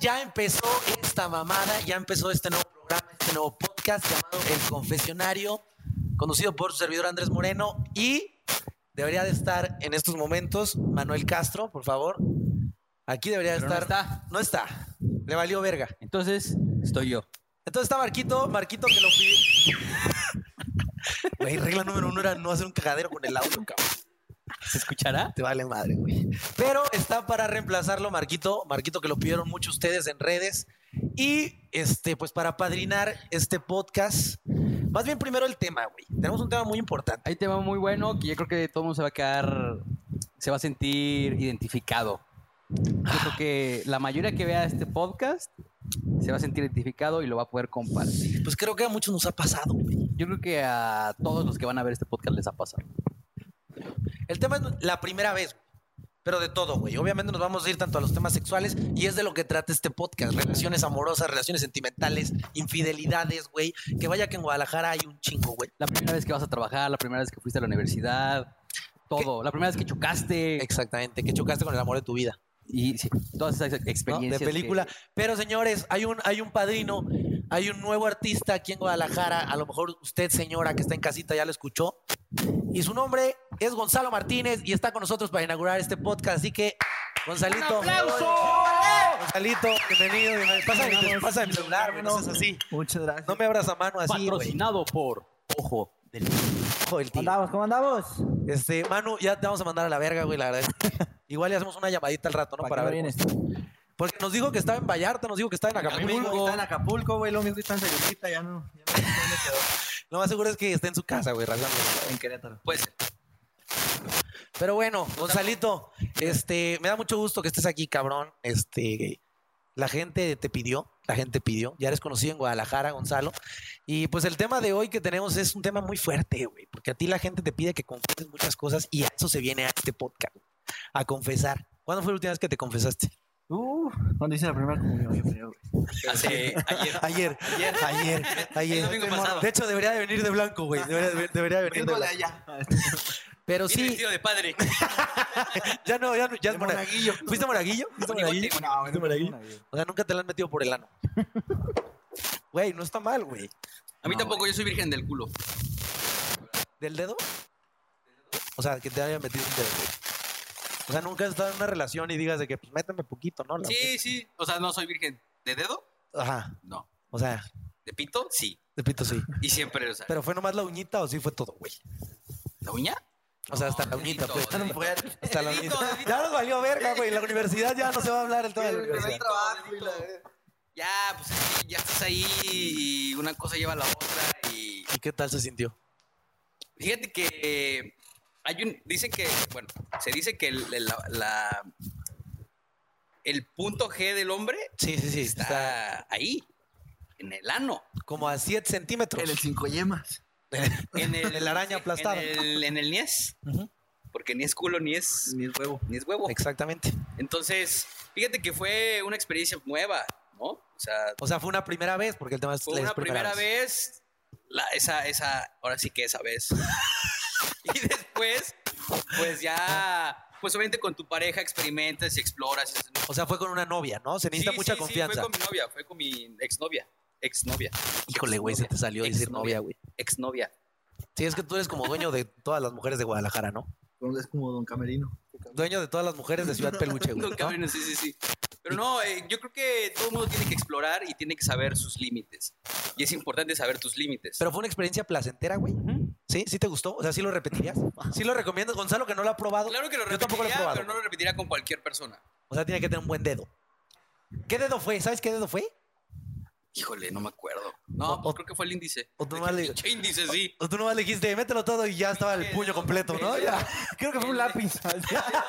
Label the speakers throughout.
Speaker 1: ya empezó esta mamada, ya empezó este nuevo programa, este nuevo podcast llamado El Confesionario, conducido por su servidor Andrés Moreno y debería de estar en estos momentos Manuel Castro, por favor. Aquí debería de
Speaker 2: Pero no
Speaker 1: estar.
Speaker 2: está.
Speaker 1: No está. Le valió verga.
Speaker 2: Entonces, estoy yo.
Speaker 1: Entonces está Marquito, Marquito que lo pidió. Güey, regla número uno era no hacer un cagadero con el audio, cabrón.
Speaker 2: ¿Se escuchará?
Speaker 1: Te vale madre, güey. Pero está para reemplazarlo, Marquito. Marquito, que lo pidieron mucho ustedes en redes. Y este, pues para padrinar este podcast. Más bien primero el tema, güey. Tenemos un tema muy importante.
Speaker 2: Hay tema muy bueno que yo creo que todo el mundo se va a quedar, se va a sentir identificado. Yo creo que la mayoría que vea este podcast se va a sentir identificado y lo va a poder compartir.
Speaker 1: Pues creo que a muchos nos ha pasado, güey.
Speaker 2: Yo creo que a todos los que van a ver este podcast les ha pasado.
Speaker 1: El tema es la primera vez, pero de todo, güey. Obviamente nos vamos a ir tanto a los temas sexuales y es de lo que trata este podcast. Relaciones amorosas, relaciones sentimentales, infidelidades, güey. Que vaya que en Guadalajara hay un chingo, güey.
Speaker 2: La primera vez que vas a trabajar, la primera vez que fuiste a la universidad, todo. La primera vez que chocaste
Speaker 1: Exactamente, que chocaste con el amor de tu vida.
Speaker 2: y sí, todas esas
Speaker 1: ¿no?
Speaker 2: experiencias.
Speaker 1: de
Speaker 2: que-
Speaker 1: película. Pero señores, hay un, hay un padrino, hay un nuevo artista aquí en Guadalajara. A lo mejor usted, señora, que está en casita, ya lo escuchó. Y su nombre es Gonzalo Martínez y está con nosotros para inaugurar este podcast. Así que, Gonzalito. Gonzalito, bienvenido. bienvenido. Pasa, mi- pasa mi celular, güey, no seas así.
Speaker 3: Muchas gracias.
Speaker 1: No me abras a mano así, güey.
Speaker 2: patrocinado por Ojo del
Speaker 1: Hijo del
Speaker 3: ¿Cómo
Speaker 1: tío.
Speaker 3: andamos? ¿Cómo andamos?
Speaker 1: Este, Manu, ya te vamos a mandar a la verga, güey, la verdad. Igual le hacemos una llamadita al rato, ¿no?
Speaker 3: ¿Para
Speaker 1: Para
Speaker 3: qué
Speaker 1: ver.
Speaker 3: vienes?
Speaker 1: cómo- Porque nos dijo que estaba en Vallarta, nos dijo que estaba en Acapulco.
Speaker 3: Está en Acapulco, güey. Lo mismo está en Sayulita, ya no. Ya no sé dónde quedó.
Speaker 1: Lo más seguro es que esté en su casa, güey, rasgándole.
Speaker 3: En Querétaro.
Speaker 2: Pues
Speaker 1: Pero bueno, Gonzalito, este, me da mucho gusto que estés aquí, cabrón. Este, la gente te pidió, la gente pidió. Ya eres conocido en Guadalajara, Gonzalo. Y pues el tema de hoy que tenemos es un tema muy fuerte, güey, porque a ti la gente te pide que confieses muchas cosas y a eso se viene a este podcast, güey, a confesar. ¿Cuándo fue la última vez que te confesaste?
Speaker 3: Uh, ¿dónde hice la primera comunión? Yo creo, güey.
Speaker 2: hace Pues, eh, ayer.
Speaker 1: Ayer, ayer, ayer,
Speaker 2: El domingo pasado.
Speaker 1: De hecho, debería de venir de blanco, güey. Debería, de- debería de venir de blanco.
Speaker 3: allá.
Speaker 1: Pero
Speaker 2: Viene
Speaker 1: sí,
Speaker 2: vestido de padre.
Speaker 1: ya no, ya no, ya es
Speaker 3: De
Speaker 1: mora-
Speaker 3: monaguillo. este
Speaker 1: ¿Fuiste monaguillo? ¿Fuiste monaguillo?
Speaker 3: No,
Speaker 1: ¿Fuiste monaguillo?
Speaker 3: Este
Speaker 1: O sea, nunca te la han metido por el ano. Güey, no está mal, güey.
Speaker 4: A mí
Speaker 3: No,
Speaker 4: tampoco, yo soy virgen del culo.
Speaker 1: ¿Del dedo? O sea, que te hayan metido un dedo, güey. O sea, nunca has estado en una relación y digas de que, pues, méteme poquito, ¿no? La-
Speaker 4: Sí, sí. O sea, no soy virgen. ¿De dedo?
Speaker 1: Ajá.
Speaker 4: No.
Speaker 1: O sea,
Speaker 4: ¿De pito? Sí.
Speaker 1: de pito sí.
Speaker 4: Y siempre, o sea,
Speaker 1: Pero fue nomás la uñita o sí fue todo, güey.
Speaker 4: ¿la uña?
Speaker 1: O sea, hasta la
Speaker 4: No,
Speaker 1: uñita,
Speaker 4: dedito,
Speaker 1: pues.
Speaker 4: dedito.
Speaker 1: Hasta la
Speaker 4: Dedito,
Speaker 1: uñita.
Speaker 4: dedito.
Speaker 1: Ya nos valió verga, güey. La universidad ya no se va a hablar el tema de la universidad.
Speaker 4: trabajo Ya, pues es que ya estás ahí y una cosa lleva a la otra. Y
Speaker 1: ¿Y qué tal se sintió?
Speaker 4: fíjate que eh, hay un. Dicen que, bueno, se dice que el, el- la, la- el punto G del hombre
Speaker 1: Sí, sí, sí.
Speaker 4: está,
Speaker 1: Está
Speaker 4: ahí, en el ano.
Speaker 1: como a 7 centímetros.
Speaker 3: En el cinco yemas.
Speaker 4: En
Speaker 1: En el araña aplastado.
Speaker 4: En el, en el niés.
Speaker 1: Ujú,
Speaker 4: Porque ni es culo, ni es,
Speaker 3: Ni el huevo.
Speaker 4: ni es huevo.
Speaker 1: Exactamente.
Speaker 4: Entonces, fíjate que fue una experiencia nueva, ¿no? O sea,
Speaker 1: O sea, fue una primera vez, porque el tema es
Speaker 4: fue
Speaker 1: es
Speaker 4: una primera vez, la- esa, esa, ahora sí que esa vez. y después, pues ya, pues obviamente con tu pareja experimentas y exploras.
Speaker 1: O sea, fue con una novia, ¿no? Se necesita
Speaker 4: Sí,
Speaker 1: mucha
Speaker 4: sí, sí,
Speaker 1: confianza.
Speaker 4: fue con mi novia, fue con mi exnovia, exnovia,
Speaker 1: Híjole, güey, se te salió decir novia,
Speaker 4: Exnovia.
Speaker 1: güey.
Speaker 4: exnovia.
Speaker 1: Sí, es que tú eres como dueño de todas las mujeres de Guadalajara, ¿no?
Speaker 3: Es como Don Camerino.
Speaker 1: Dueño de todas las mujeres de Ciudad Peluche, güey.
Speaker 4: No,
Speaker 1: ¿no?
Speaker 4: cabrón, sí, sí, sí. Pero no, eh, yo creo que todo el mundo tiene que explorar y tiene que saber sus límites. Y es importante saber tus límites.
Speaker 1: Pero fue una experiencia placentera, güey. ¿Sí? ¿Sí te gustó? O sea, ¿sí lo repetirías? ¿Sí lo recomiendas? Gonzalo, que no lo ha probado.
Speaker 4: Claro que lo
Speaker 1: Yo tampoco lo he
Speaker 4: repetiría,
Speaker 1: probado.
Speaker 4: pero no lo repetiría con cualquier persona.
Speaker 1: O sea, tiene que tener un buen dedo. ¿Qué dedo fue? ¿Sabes qué dedo fue?
Speaker 4: Híjole, no me acuerdo. No,
Speaker 1: O-
Speaker 4: pues creo que fue el índice.
Speaker 1: o tú nomás le-
Speaker 4: Pinche índice, sí.
Speaker 1: O tú nomás le dijiste, mételo todo y ya estaba el puño completo, ¿no? Ya.
Speaker 3: Creo que fue un lápiz.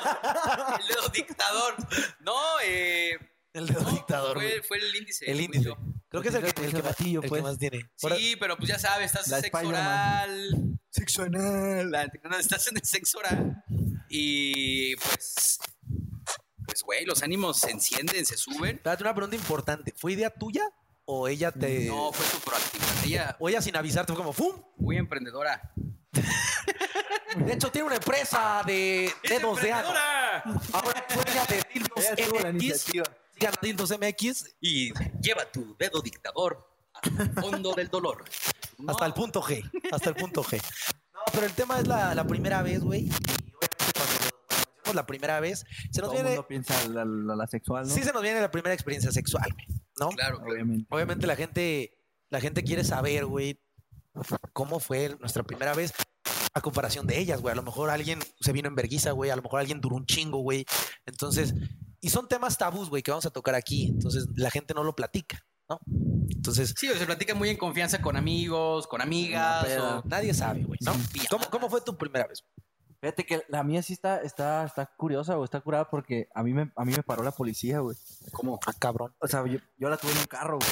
Speaker 4: El dedo dictador. No, eh.
Speaker 1: El dedo
Speaker 4: no,
Speaker 1: dictador,
Speaker 4: fue,
Speaker 1: güey.
Speaker 4: fue el índice.
Speaker 1: El
Speaker 4: según
Speaker 1: índice.
Speaker 4: yo.
Speaker 1: Creo que es el que, el que más,
Speaker 3: Platillo,
Speaker 1: el que
Speaker 3: pues.
Speaker 1: más tiene. Ahora-
Speaker 4: Sí, pero pues ya sabes, estás
Speaker 3: La
Speaker 4: en sexo
Speaker 3: Spider-Man.
Speaker 4: oral.
Speaker 3: Sexual.
Speaker 4: la- no, estás en el sexo oral. Y pues. Pues, güey, los ánimos se encienden, se suben.
Speaker 1: Espérate, una pregunta importante. ¿Fue idea tuya o ella te...
Speaker 4: No, fue su proactiva. Ella,
Speaker 1: O ella sin avisarte fue como ¡fum!
Speaker 4: muy emprendedora.
Speaker 1: De hecho, tiene una empresa de
Speaker 4: ¡Es
Speaker 1: dedos de ano.
Speaker 4: emprendedora!
Speaker 1: Ahora es dueña de dildos
Speaker 3: Ella tuvo la
Speaker 1: MX
Speaker 3: iniciativa.
Speaker 1: Sigan a Dildos MX
Speaker 4: Y lleva tu dedo dictador al fondo del dolor.
Speaker 1: hasta el punto G. Hasta el punto G. No, pero el tema es la, la primera vez, güey. Y obviamente cuando mencionamos la primera vez, se nos
Speaker 3: Todo el
Speaker 1: viene.
Speaker 3: mundo piensa la, la, la sexual, ¿no?
Speaker 1: Sí, se nos viene la primera experiencia sexual, güey. ¿No?
Speaker 4: Claro, claro.
Speaker 3: Obviamente.
Speaker 1: Obviamente la gente, la gente quiere saber, güey, cómo fue nuestra primera vez a comparación de ellas, güey. A lo mejor alguien se vino en verguiza, güey. A lo mejor alguien duró un chingo, güey. Entonces, y son temas tabús, güey, que vamos a tocar aquí. Entonces, la gente no lo platica, ¿no? Entonces,
Speaker 4: Sí, o se platica muy en confianza con amigos, con amigas.
Speaker 1: pero
Speaker 4: o-
Speaker 1: nadie sabe, güey, ¿no?
Speaker 4: Sin piadas.
Speaker 1: ¿Cómo, cómo fue tu primera vez?
Speaker 3: Fíjate que la mía sí está, está, está curiosa, güey. Está curada porque a mí me, a mí me paró la policía, güey.
Speaker 1: ¿Cómo? Ah, cabrón.
Speaker 3: O sea, yo, yo la tuve en un carro, güey.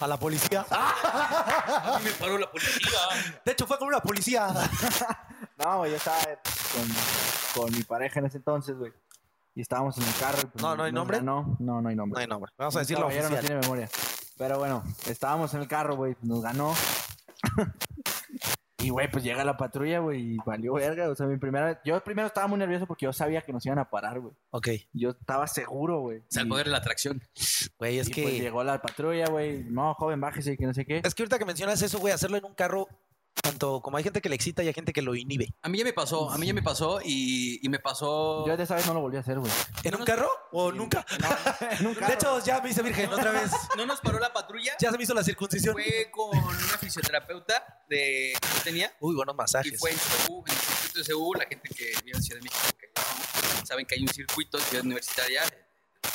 Speaker 1: A la policía.
Speaker 4: A mí me paró la policía.
Speaker 1: Ah, De hecho, fue con una policía.
Speaker 3: No, güey, yo estaba con, con mi pareja en ese entonces, güey. Y estábamos en el carro. y, pues,
Speaker 1: No, ¿no hay
Speaker 3: nos
Speaker 1: nombre?
Speaker 3: ganó. No, no hay
Speaker 1: No
Speaker 3: nombre.
Speaker 1: hay nombre. Vamos a decirlo
Speaker 3: Caballero
Speaker 1: oficial.
Speaker 3: no tiene memoria. Pero bueno, estábamos en el carro, güey. Nos ganó. y, güey, pues llega la patrulla, güey. Y valió verga. O sea, mi primera... Yo primero estaba muy nervioso porque yo sabía que nos iban a parar, güey.
Speaker 1: Ok,
Speaker 3: Yo estaba seguro, güey.
Speaker 4: Es el
Speaker 3: Y-
Speaker 4: poder de la atracción.
Speaker 1: güey, es
Speaker 3: y,
Speaker 1: que...
Speaker 3: pues llegó la patrulla, güey. No, joven, bájese, que no sé qué.
Speaker 1: Es que ahorita que mencionas eso, güey, hacerlo en un carro, tanto como hay gente que le excita y hay gente que lo inhibe.
Speaker 4: A mí ya me pasó, a mí ya me pasó y, y me pasó.
Speaker 3: Yo de esa vez no lo volví a hacer, güey.
Speaker 1: ¿En un carro o nunca?
Speaker 3: Nunca.
Speaker 1: De hecho, ya me hice virgen otra vez.
Speaker 4: No nos paró la patrulla.
Speaker 1: Ya se me hizo la circuncisión.
Speaker 4: Fue con una fisioterapeuta de que yo tenía.
Speaker 1: Uy, buenos
Speaker 4: Y
Speaker 1: masajes.
Speaker 4: fue en CU, en el circuito de CU, la gente que vive en Ciudad de México, que saben que hay un circuito en Ciudad Universitaria,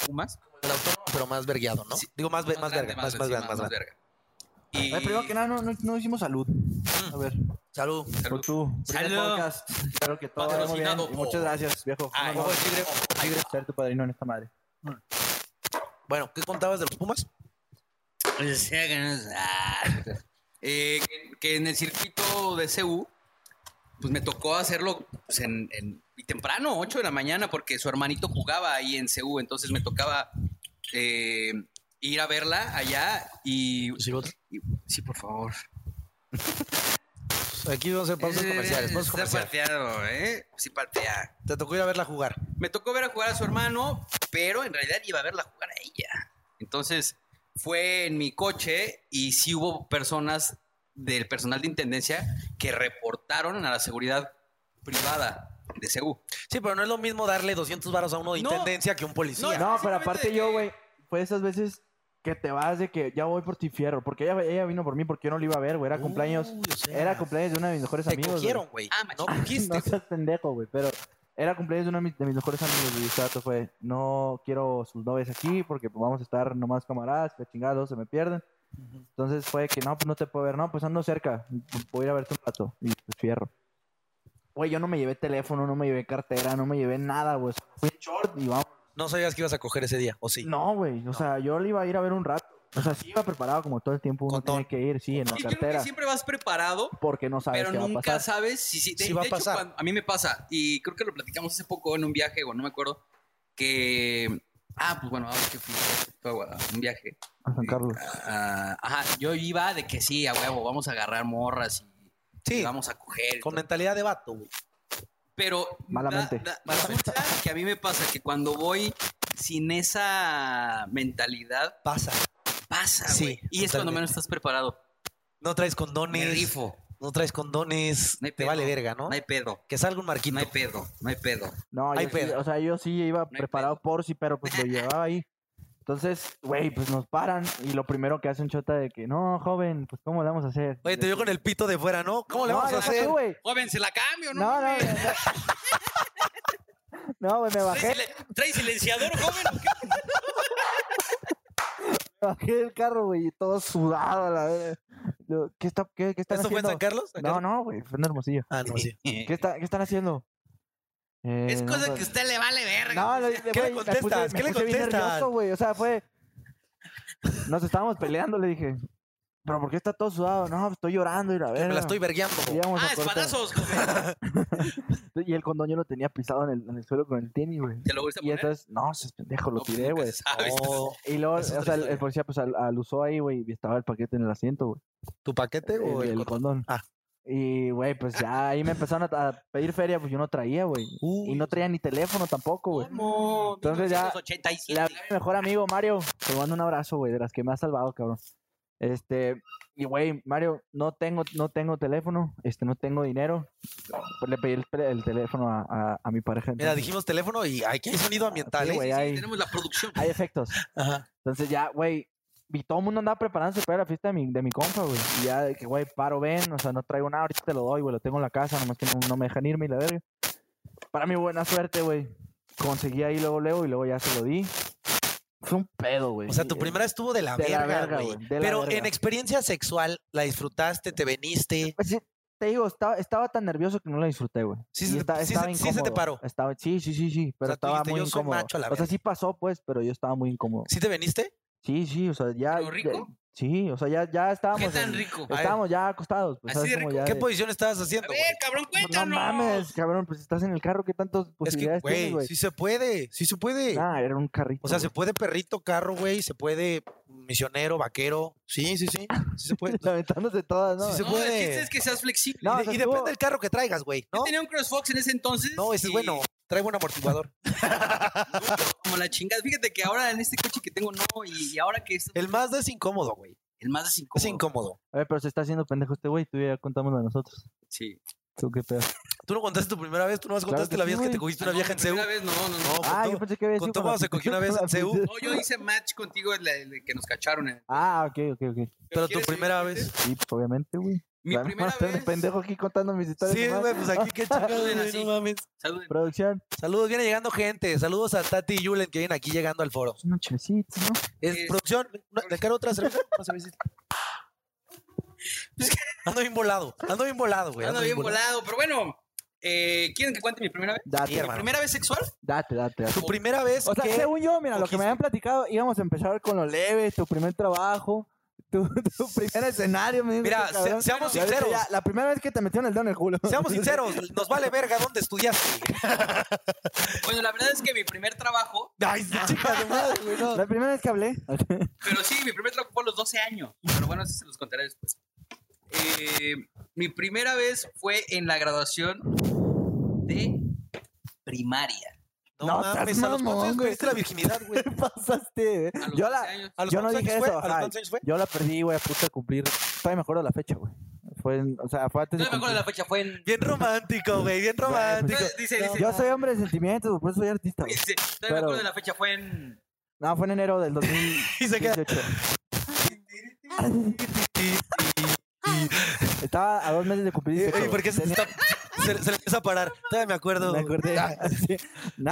Speaker 4: Pumas,
Speaker 1: El autónomo, pero más vergueado, ¿no?
Speaker 4: Sí.
Speaker 1: Digo, Pues, más, ve- más, verga, más, más,
Speaker 4: sí,
Speaker 1: verga, más, verga.
Speaker 4: verga. Y...
Speaker 3: Ay, primero que nada, no, no, no hicimos salud.
Speaker 1: Mm.
Speaker 3: A ver,
Speaker 1: Salud.
Speaker 3: por
Speaker 4: Salud.
Speaker 3: tu primer
Speaker 4: Salud.
Speaker 3: pues, podcast. Espero que todo vaya muy bien.
Speaker 4: Patrocinado
Speaker 3: Y muchas
Speaker 4: por-
Speaker 3: gracias, viejo.
Speaker 1: Ah,
Speaker 4: Ay, ah.
Speaker 3: Un honor
Speaker 4: ojo de tigre, ojo de tigre.
Speaker 3: ser tu padrino en esta madre.
Speaker 1: Bueno, ¿qué contabas de los Pumas?
Speaker 4: Pues, ah, Eh, que, que en el circuito de CU, pues me tocó hacerlo pues, en, en- y temprano, 8 de la mañana, porque su hermanito jugaba ahí en CU, entonces me tocaba eh, ir a verla allá y...
Speaker 1: Sí, otro.
Speaker 4: y- sí, por favor.
Speaker 1: Aquí vamos a hacer pausas
Speaker 4: Eh,
Speaker 1: comerciales. pausas
Speaker 4: Está
Speaker 1: comerciales.
Speaker 4: parteado, ¿eh? Sí, partea.
Speaker 1: Te tocó ir a verla jugar.
Speaker 4: Me tocó ver a jugar a su hermano, pero en realidad iba a verla jugar a ella. Entonces fue en mi coche y sí hubo personas del personal de intendencia que reportaron a la seguridad privada de CEU.
Speaker 1: Sí, pero no es lo mismo darle 200 varos a uno de
Speaker 4: No.
Speaker 1: intendencia que a un policía.
Speaker 4: No,
Speaker 3: No, pero
Speaker 4: simplemente de
Speaker 3: aparte
Speaker 4: que-
Speaker 3: yo, güey, fue esas veces que te vas de que ya voy por ti fierro. Porque ella, ella vino por mí porque yo no la iba a ver, güey.
Speaker 4: Uh,
Speaker 3: Era cumpleaños.
Speaker 1: Uy, o sea,
Speaker 3: Era cumpleaños de uno de mis mejores
Speaker 1: Te
Speaker 3: amigos. güey.
Speaker 1: cogieron, güey.
Speaker 4: Ah,
Speaker 1: no
Speaker 4: machín.
Speaker 1: cogiste.
Speaker 3: No seas pendejo, güey, pero era cumpleaños de uno de mis, de mis mejores amigos, güey, y este vato fue, no quiero sus novias aquí porque pues, vamos a estar nomás camaradas, que chingados, se me pierden. Entonces fue que, no, pues no te puedo ver, no, pues ando cerca, voy a ir a verte un rato, y pues fierro. Güey, yo no me llevé teléfono, no me llevé cartera, no me llevé nada, güey, solo fui en short y vamos.
Speaker 1: No sabías que ibas a coger ese día, ¿o sí?
Speaker 3: No, güey, o sea, yo le iba a ir a ver un rato, o sea, sí iba preparado como todo el tiempo uno
Speaker 1: Con todo.
Speaker 3: tiene que ir, sí, en la
Speaker 4: Y creo que
Speaker 3: cartera,
Speaker 4: siempre vas preparado,
Speaker 3: porque no sabes
Speaker 4: pero
Speaker 3: qué va a
Speaker 4: nunca
Speaker 3: pasar.
Speaker 4: sabes si, si- de,
Speaker 1: Sí va
Speaker 4: de
Speaker 1: a pasar.
Speaker 4: cuando- a mí me pasa, y creo que lo platicamos hace poco en un viaje, o no me acuerdo, que... Ah, pues bueno, ahora que fui fue a Guadalajara, un viaje.
Speaker 3: A San Carlos.
Speaker 4: Ah, ajá, yo iba de que sí, a huevo, vamos a agarrar morras y, y
Speaker 1: Sí,
Speaker 4: vamos a coger. y
Speaker 1: con
Speaker 4: todo.
Speaker 1: mentalidad de vato, güey.
Speaker 4: Pero
Speaker 3: Malamente.
Speaker 4: da- da- resulta que a mí me pasa que cuando voy sin esa mentalidad,
Speaker 1: Pasa.
Speaker 4: pasa,
Speaker 1: Sí,
Speaker 4: güey. Y es cuando
Speaker 1: totalmente.
Speaker 4: menos estás preparado.
Speaker 1: No traes
Speaker 4: Me
Speaker 1: condones.
Speaker 4: rifo,
Speaker 1: No traes condones.
Speaker 4: No hay
Speaker 1: te
Speaker 4: pedo.
Speaker 1: vale verga, ¿no?
Speaker 4: no hay pedo.
Speaker 1: Que salga un marquito.
Speaker 4: No hay pedo, no hay pedo.
Speaker 3: No,
Speaker 1: Ay,
Speaker 3: yo sí,
Speaker 1: pedo.
Speaker 3: o sea, yo sí iba
Speaker 4: hay
Speaker 3: preparado
Speaker 4: pedo.
Speaker 3: por sí, pero pues lo llevaba ahí. Entonces, güey, pues nos paran y lo primero que hacen chota de que, no, joven, pues ¿cómo le vamos a hacer?
Speaker 1: Oye, te vio con el pito de fuera, ¿no? ¿Cómo le
Speaker 3: No,
Speaker 1: vamos a
Speaker 3: deja tú,
Speaker 1: hacer?
Speaker 3: güey.
Speaker 4: Joven, se la cambio, ¿no?
Speaker 3: No, no,
Speaker 4: mames?
Speaker 3: güey, o sea, No, güey, me
Speaker 4: ¿Trae,
Speaker 3: bajé,
Speaker 4: silen- trae silenciador, joven? ¿o qué?
Speaker 3: me bajé del carro, güey, y todo sudado, a la verga. Yo, ¿Qué, está, qué, qué están
Speaker 1: ¿Esto fue en
Speaker 3: haciendo?
Speaker 1: San Carlos? ¿San
Speaker 3: no,
Speaker 1: Carlos?
Speaker 3: no, güey, fue en Hermosillo.
Speaker 1: Ah, no, sí.
Speaker 3: ¿Qué, está, ¿Qué están haciendo? Eh,
Speaker 4: Es
Speaker 3: no,
Speaker 4: cosa
Speaker 3: pues-
Speaker 4: que a usted le vale verga.
Speaker 3: No, no,
Speaker 1: ¿Qué le
Speaker 3: güey, me puse-
Speaker 1: contestas?
Speaker 3: me
Speaker 1: ¿Qué le
Speaker 3: puse bien
Speaker 1: contestas?
Speaker 3: nervioso, güey. O sea, fue. Nos estábamos peleando, le dije. Pero ¿por qué está todo sudado? No, pues, estoy llorando y la
Speaker 1: Me
Speaker 3: verga.
Speaker 1: la estoy vergueando.
Speaker 3: Y íbamos
Speaker 4: ah,
Speaker 3: a cortar.
Speaker 4: espadazos, joven.
Speaker 3: Y el condón yo lo tenía pisado en el, en el suelo con el tenis, güey.
Speaker 4: ¿Te lo gusta
Speaker 3: Y
Speaker 4: poner?
Speaker 3: entonces, no, se pendejo, lo
Speaker 4: No, pues,
Speaker 3: tiré,
Speaker 4: nunca
Speaker 3: güey.
Speaker 4: se sabe.
Speaker 1: Oh,
Speaker 3: Y luego, o
Speaker 1: Es otra
Speaker 3: sea, el, el
Speaker 1: historia.
Speaker 3: policía pues al- alusó ahí, güey, y estaba el paquete en el asiento, güey.
Speaker 1: ¿Tu paquete
Speaker 3: El,
Speaker 1: o el,
Speaker 3: el
Speaker 1: cordón?
Speaker 3: condón.
Speaker 1: Ah.
Speaker 3: Y, güey, pues ya ahí me empezaron a, a pedir feria, pues yo no traía, güey.
Speaker 1: Uy.
Speaker 3: Y no traía ni teléfono tampoco, güey.
Speaker 4: ¿Cómo?
Speaker 3: pues. Entonces ya-
Speaker 4: 1987.
Speaker 3: Le hablé a mi mejor amigo, Mario. Te mando un abrazo, güey, de las que me has salvado, cabrón. Este, y güey, Mario, no tengo, no tengo teléfono, este, no tengo dinero. Pues le pedí el, tele- el teléfono a, a- a mi pareja.
Speaker 1: Mira,
Speaker 3: entonces,
Speaker 1: dijimos teléfono y aquí hay sonido ambiental,
Speaker 3: sí,
Speaker 1: ¿eh?
Speaker 3: güey,
Speaker 4: Sí,
Speaker 3: hay,
Speaker 4: tenemos la producción.
Speaker 3: hay efectos.
Speaker 1: Ajá.
Speaker 3: Entonces ya, güey, y todo el mundo andaba preparándose para la fiesta de mi, de mi compa, güey. Y ya, de que, güey, paro, ven, o sea, no traigo nada, ahorita te lo doy, güey, lo tengo en la casa, nomás que no, no me dejan irme y la verga. Para mi buena suerte, güey, conseguí ahí luego, luego, y luego ya se lo di. Fue un pedo, güey. eh,
Speaker 1: O sea, tu primera estuvo de la
Speaker 3: de la
Speaker 1: verga,
Speaker 3: verga,
Speaker 1: güey.
Speaker 3: güey, de la
Speaker 1: Pero
Speaker 3: verga.
Speaker 1: en experiencia sexual, ¿la disfrutaste? ¿Te veniste?
Speaker 3: Pues sí, te digo, estaba, estaba tan nervioso que no la disfruté, güey.
Speaker 1: Sí
Speaker 3: Y
Speaker 1: se te-
Speaker 3: esta-
Speaker 1: sí se-
Speaker 3: estaba
Speaker 1: sí se te
Speaker 3: incómodo,
Speaker 1: paró.
Speaker 3: Estaba, sí, sí, sí, sí, pero
Speaker 1: sea, tú
Speaker 3: estaba
Speaker 1: dijiste,
Speaker 3: muy
Speaker 1: "Yo soy
Speaker 3: incómodo.
Speaker 1: macho a la
Speaker 3: o sea,
Speaker 1: verga.
Speaker 3: sí pasó, pues, pero yo estaba muy incómodo.
Speaker 1: ¿Sí te veniste?
Speaker 3: Sí, sí, o sea, ya...
Speaker 4: ¿Pero rico?
Speaker 3: ya- sí, o sea, ya, ya estábamos...
Speaker 4: ¿Qué tan
Speaker 3: en-
Speaker 4: rico?
Speaker 1: Ay,
Speaker 3: Estábamos ya acostados. Pues,
Speaker 4: ¿Así
Speaker 3: ¿sabes?
Speaker 4: de
Speaker 3: Como
Speaker 4: rico?
Speaker 3: ya
Speaker 1: ¿Qué
Speaker 3: de-
Speaker 1: posición estabas
Speaker 4: A
Speaker 1: haciendo,
Speaker 4: ver,
Speaker 1: güey?
Speaker 4: cabrón,
Speaker 3: Pues, No
Speaker 4: cuéntanos.
Speaker 3: mames, cabrón, pues estás en el carro, ¿qué tantas
Speaker 1: Es que,
Speaker 3: posibilidades Pues tienes,
Speaker 1: güey,
Speaker 3: güey?
Speaker 1: sí se puede, sí se puede.
Speaker 3: Ah, era un carrito.
Speaker 1: O sea, se
Speaker 3: güey.
Speaker 1: puede perrito, carro, güey, se puede misionero, vaquero. Sí, sí, sí. Sí se puede.
Speaker 3: Aventándose todas, ¿no?
Speaker 1: Sí se
Speaker 4: No,
Speaker 1: puede.
Speaker 4: el chiste es que seas flexible.
Speaker 3: No,
Speaker 1: y,
Speaker 3: o
Speaker 1: de-
Speaker 3: sea,
Speaker 1: y
Speaker 3: estuvo-
Speaker 1: depende del carro que traigas, güey,
Speaker 4: Yo
Speaker 1: ¿no?
Speaker 4: tenía un CrossFox en ese entonces.
Speaker 1: No, ese es
Speaker 4: y-
Speaker 1: bueno. Traigo un amortiguador.
Speaker 4: Como la chingada. Fíjate que ahora en este coche que tengo no, y, y ahora que es
Speaker 1: El Mazda es incómodo, güey.
Speaker 4: el más de cinco.
Speaker 1: Es incómodo.
Speaker 3: A ver, pero se está haciendo pendejo este güey, tú ya contámoslo a nosotros.
Speaker 4: Sí.
Speaker 3: Tú qué pedo.
Speaker 1: Tú no contaste tu primera vez, tú no has
Speaker 3: Claro
Speaker 1: contaste
Speaker 3: que
Speaker 1: la
Speaker 3: sí,
Speaker 1: vez que te
Speaker 3: güey.
Speaker 1: cogiste
Speaker 4: Ah,
Speaker 1: una
Speaker 4: no,
Speaker 1: vieja en CEU.
Speaker 4: primera vez, no, no,
Speaker 1: No,
Speaker 4: no.
Speaker 1: con
Speaker 3: Ah, yo
Speaker 1: todo-
Speaker 3: pensé que había
Speaker 1: con
Speaker 3: sido
Speaker 1: Tomás
Speaker 3: la
Speaker 1: pues, se cogió una
Speaker 3: pinche-
Speaker 1: vez
Speaker 3: con
Speaker 1: en
Speaker 3: la
Speaker 1: CU.
Speaker 3: pinche-
Speaker 4: No, yo hice match contigo el, que nos cacharon. eh.
Speaker 3: Ah, ok, ok, ok.
Speaker 1: Pero tu
Speaker 4: ¿Quieres
Speaker 1: primera
Speaker 4: seguir?
Speaker 1: vez.
Speaker 3: Sí, pues, obviamente, güey.
Speaker 4: Mi
Speaker 3: Además,
Speaker 4: primera
Speaker 3: estoy de
Speaker 4: vez.
Speaker 3: pendejo aquí contando mis historias.
Speaker 1: Sí,
Speaker 3: nomás.
Speaker 1: güey, pues aquí qué chingados, güey,
Speaker 4: Así.
Speaker 1: no mames.
Speaker 4: Saluden.
Speaker 3: Producción.
Speaker 1: Saludos, viene llegando gente. Saludos a Tati y Julen que vienen aquí llegando al foro.
Speaker 3: Una chavecita, ¿no?
Speaker 1: Es
Speaker 4: Es-
Speaker 1: producción, ¿no? ¿le encargo otra cerveza? Una cervecita. Ando bien volado, ando bien volado, güey.
Speaker 4: Ando bien volado, pero bueno. eh, ¿Quieren que cuente mi primera vez?
Speaker 1: Sí,
Speaker 3: Date,
Speaker 1: hermano.
Speaker 4: ¿Primera vez sexual?
Speaker 3: date, date, date.
Speaker 1: Tu primera vez
Speaker 3: O sea,
Speaker 1: que...
Speaker 3: según yo, mira, lo que
Speaker 1: cogiste?
Speaker 3: me habían platicado, íbamos a empezar con lo leve, tu primer trabajo, tu, tu primer escenario. me dijo
Speaker 1: Mira,
Speaker 3: este
Speaker 1: se-
Speaker 3: cabrón.
Speaker 1: seamos
Speaker 3: Y ahorita
Speaker 1: sinceros.
Speaker 3: ya, la primera vez que te metieron el dedo en el culo.
Speaker 1: Seamos sinceros, nos vale verga dónde estudiaste.
Speaker 4: Bueno, la verdad es que mi primer trabajo,
Speaker 1: Ay, sí, chica de madre, güey, Ah, no.
Speaker 3: La primera vez que hablé.
Speaker 4: pero sí, mi primer trabajo fue a los 12 años. Pero bueno, eso se los contaré después. Eh, mi primera vez fue en la graduación de primaria.
Speaker 1: No,
Speaker 3: No seas
Speaker 1: mames, a los
Speaker 3: mamón,
Speaker 1: cuantos años
Speaker 3: güey.
Speaker 1: perdiste la virginidad, güey.
Speaker 3: ¿Qué pasaste? eh.
Speaker 4: A los
Speaker 3: Yo,
Speaker 4: 12
Speaker 3: la,
Speaker 4: años.
Speaker 1: ¿A los
Speaker 3: Yo no
Speaker 1: cuántos
Speaker 3: dije
Speaker 1: años fue?
Speaker 3: eso,
Speaker 1: ¿A los
Speaker 3: ajá.
Speaker 1: cuántos años fue?
Speaker 3: yo la perdí, güey, a punto de cumplir. Todavía me acuerdo de la fecha, güey. Fue, en- o sea, fue antes
Speaker 4: No
Speaker 3: de
Speaker 4: me acuerdo
Speaker 3: cumplir.
Speaker 4: de la fecha, fue en...
Speaker 1: Bien romántico, güey, bien romántico.
Speaker 4: Dice, dice, dice, "Ah".
Speaker 3: Yo soy hombre de sentimientos, por eso soy artista, güey.
Speaker 4: dice, todavía me
Speaker 3: Pero-
Speaker 4: acuerdo de la fecha, fue en...
Speaker 3: No, fue en enero del
Speaker 1: Y se queda.
Speaker 3: 2018. pues, Estaba a dos meses de cumplir.
Speaker 1: Oye,
Speaker 3: 18,
Speaker 1: ¿por qué se,
Speaker 3: güey.
Speaker 1: está- se- se le empieza a parar? Todavía me acuerdo.
Speaker 3: Me acordé.
Speaker 1: Ah,
Speaker 3: Sí. No,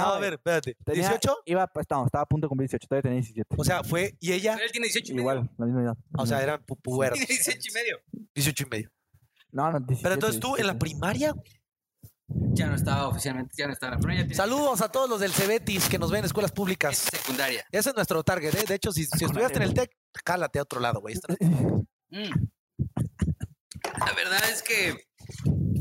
Speaker 1: no, a
Speaker 3: güey.
Speaker 1: ver, espérate.
Speaker 3: Tenía-
Speaker 1: ¿18?
Speaker 3: Iba, pues, no, estaba a punto de cumplir 18, todavía tenía 17.
Speaker 1: O sea, fue. Y ella,
Speaker 4: Él tiene 18 y medio.
Speaker 3: Igual, la misma edad.
Speaker 1: o sea, eran pu- puberos.
Speaker 4: Tiene 18 y medio.
Speaker 1: 18 y medio.
Speaker 3: No, no, 17.
Speaker 1: Pero entonces tú en la
Speaker 3: 17.
Speaker 1: primaria. güey.
Speaker 4: Ya no estaba oficialmente, ya no estaba. Pero ya tiene
Speaker 1: Saludos a todos los del Cebetis que nos ven en escuelas
Speaker 4: es
Speaker 1: públicas.
Speaker 4: secundaria.
Speaker 1: Ese es nuestro target, ¿eh? De hecho, si, si estudiaste en el TEC, jálate a otro lado, güey. Esto no-
Speaker 4: Mm. La verdad es que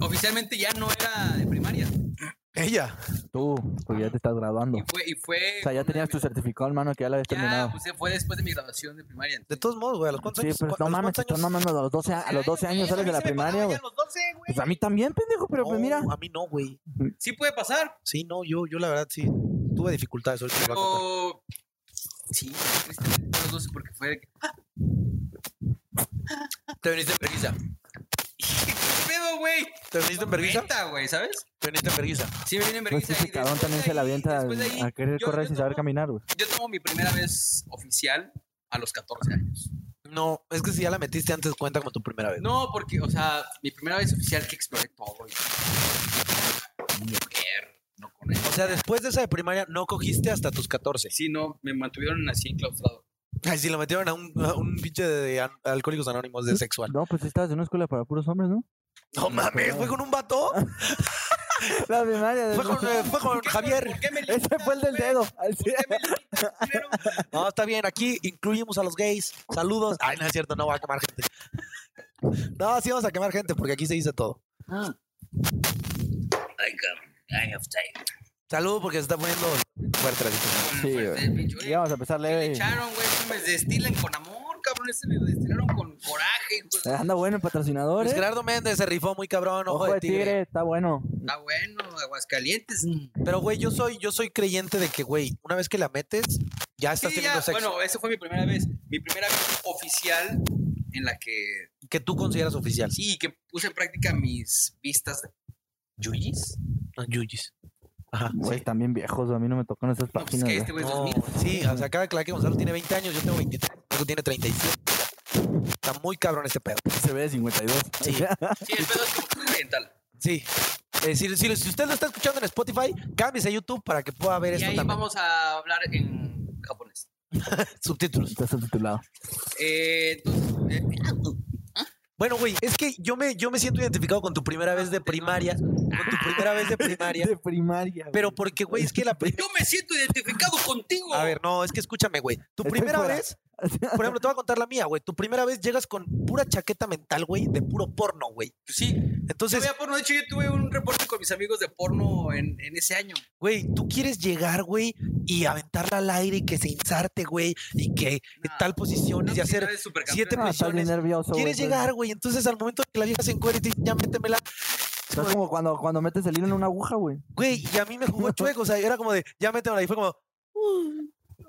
Speaker 4: oficialmente ya no era de primaria.
Speaker 1: Ella.
Speaker 3: Tú, porque ya te estás graduando.
Speaker 4: Y
Speaker 3: O
Speaker 4: fue, y fue
Speaker 3: sea, ya
Speaker 4: una de
Speaker 3: tenías
Speaker 4: mis-
Speaker 3: tu certificado, hermano, que ya lo habías
Speaker 4: Ya,
Speaker 3: terminado.
Speaker 4: pues se fue después de mi graduación de primaria.
Speaker 1: De todos modos, güey, ¿a los cuántos
Speaker 3: Sí,
Speaker 1: años?
Speaker 3: pero
Speaker 1: ¿Cu-
Speaker 3: no
Speaker 1: a los
Speaker 3: mames,
Speaker 1: cuántos
Speaker 3: estás
Speaker 1: años?
Speaker 3: mamando a los 12, a- a los 12 años sales de la primaria, güey.
Speaker 4: Ah, A los 12, güey.
Speaker 3: Pues a mí también, pendejo, pero pues mira.
Speaker 1: No, a mí no, güey.
Speaker 4: Sí puede pasar.
Speaker 1: Sí, no, yo, yo la verdad sí tuve dificultades. Ahorita les voy a contar.
Speaker 4: Pero... Sí, tristemente fue a los 12 porque fue... "Ah,
Speaker 1: ¿Te viniste en vergüenza?
Speaker 4: ¿Qué pedo, güey?
Speaker 1: ¿Te viniste en vergüenza?
Speaker 4: Neta, güey, ¿sabes?
Speaker 1: ¿Te viniste en vergüenza?
Speaker 4: Sí me viene en
Speaker 3: Pues
Speaker 4: vergüenza.
Speaker 3: este
Speaker 4: y
Speaker 3: cabrón
Speaker 4: después
Speaker 3: también
Speaker 4: de
Speaker 3: se la
Speaker 4: ahí-
Speaker 3: avienta
Speaker 4: después de ahí,
Speaker 3: a querer
Speaker 4: yo-
Speaker 3: correr
Speaker 4: yo
Speaker 3: sin saber
Speaker 4: tomo-
Speaker 3: caminar, güey.
Speaker 4: Yo tomo mi primera vez oficial a los 14 años.
Speaker 1: No, es que si ya la metiste antes cuenta como tu primera vez.
Speaker 4: No, porque, o sea, mi primera vez oficial que exploré todo. y- Mujer, no con él.
Speaker 1: O sea, después de esa de primaria no cogiste hasta tus 14.
Speaker 4: Sí, no, me mantuvieron así enclaustrado.
Speaker 1: Ay, si lo metieron a un, a un pinche de, de an- alcohólicos anónimos de sexual.
Speaker 3: No, pues estabas en una escuela para puros hombres, ¿no?
Speaker 1: No mames, fue con un vato.
Speaker 3: La primaria.
Speaker 1: Fue con, eh, fue con
Speaker 4: ¿Por qué-
Speaker 1: Javier.
Speaker 4: ¿Por qué me
Speaker 3: Ese
Speaker 4: limitas,
Speaker 3: fue el del
Speaker 4: güey?
Speaker 3: dedo.
Speaker 4: ¿Por qué me limitas, culero?
Speaker 1: No, está bien, aquí incluimos a los gays. Saludos. Ay, no es cierto, no va a quemar gente. No, sí vamos a quemar gente porque aquí se dice todo.
Speaker 4: Ay, cabrón. Ay, of time.
Speaker 1: Saludos porque se está poniendo fuerte la situación.
Speaker 3: Sí,
Speaker 4: Bueno, pues,
Speaker 3: güey.
Speaker 4: pinche, güey.
Speaker 3: Y vamos a empezar
Speaker 4: Me
Speaker 3: leve.
Speaker 4: echaron, güey, se me destilan con amor, cabrón. Ese me destilaron con coraje. güey. Pues,
Speaker 3: Anda bueno el patrocinador.
Speaker 1: Luis
Speaker 3: ¿eh?
Speaker 1: Pues Gerardo Méndez se rifó muy cabrón, ojo, de tigre.
Speaker 3: está bueno.
Speaker 4: Está Ah, bueno, Aguascalientes.
Speaker 1: Pero, güey, yo soy, yo soy creyente de que, güey, una vez que la metes, ya estás
Speaker 4: Sí,
Speaker 1: teniendo
Speaker 4: ya,
Speaker 1: sexo.
Speaker 4: Bueno, esa fue mi primera vez. Mi primera vez oficial en la que
Speaker 1: que tú consideras oficial.
Speaker 4: sí, que puse en práctica mis vistas de yuyis.
Speaker 1: No, Yuyis. Ajá.
Speaker 3: Güey,
Speaker 1: sí.
Speaker 3: están bien viejos, a mí no me tocó en esas
Speaker 4: No, pues
Speaker 3: páginas. Oh.
Speaker 4: que
Speaker 3: güey.
Speaker 4: este güey es
Speaker 1: No,
Speaker 4: 2000.
Speaker 1: sí, o sea, acaba de aclarar que Gonzalo tiene 20 años, yo tengo 23, Paco tiene 37. Está muy cabrón este pedo.
Speaker 3: Se ve de 52.
Speaker 1: Sí.
Speaker 4: Sí, el pedo es como muy oriental.
Speaker 1: Sí. Eh, si, si- si usted lo está escuchando en Spotify, cámbiese a YouTube para que pueda ver
Speaker 4: Y
Speaker 1: esto
Speaker 4: ahí
Speaker 1: también.
Speaker 4: vamos a hablar en japonés.
Speaker 1: Subtítulos.
Speaker 3: Está subtitulado.
Speaker 4: Eh, entonces, eh, ah, uh,
Speaker 1: Bueno, güey, es que yo me, yo me siento identificado con tu primera vez de primaria. Con tu primera vez de primaria.
Speaker 3: De primaria. güey. Ah,
Speaker 1: Pero porque, güey, es que la primera.
Speaker 4: yo me siento identificado contigo.
Speaker 1: A ver, no, es que escúchame, güey. Tu
Speaker 3: Estoy
Speaker 1: primera
Speaker 3: fuera.
Speaker 1: vez, por ejemplo, te voy a contar la mía, güey. Tu primera vez llegas con pura chaqueta mental, güey, de puro porno, güey.
Speaker 4: sí. Yo
Speaker 1: Entonces,
Speaker 4: veía porno. De hecho, yo tuve un reporte con mis amigos de porno en, en ese año.
Speaker 1: Güey, tú quieres llegar, güey, y aventarla al aire y que se insarte, güey, y que en
Speaker 4: No,
Speaker 1: tal posiciones y
Speaker 4: Una
Speaker 1: hacer.
Speaker 4: primera vez supercampeón.
Speaker 1: siete
Speaker 3: No, estás bien
Speaker 1: presiones.
Speaker 3: nervioso. güey,
Speaker 1: Quieres
Speaker 3: entonces-
Speaker 1: llegar, güey. Entonces, al momento que la vieja se encuentra y te dice, ya métemela,
Speaker 3: Estás como cuando, cuando metes el hilo en una aguja, güey.
Speaker 1: güey, y a mí me jugó chueco. O sea, era como de, ya métemela. Y fue como, "Uh".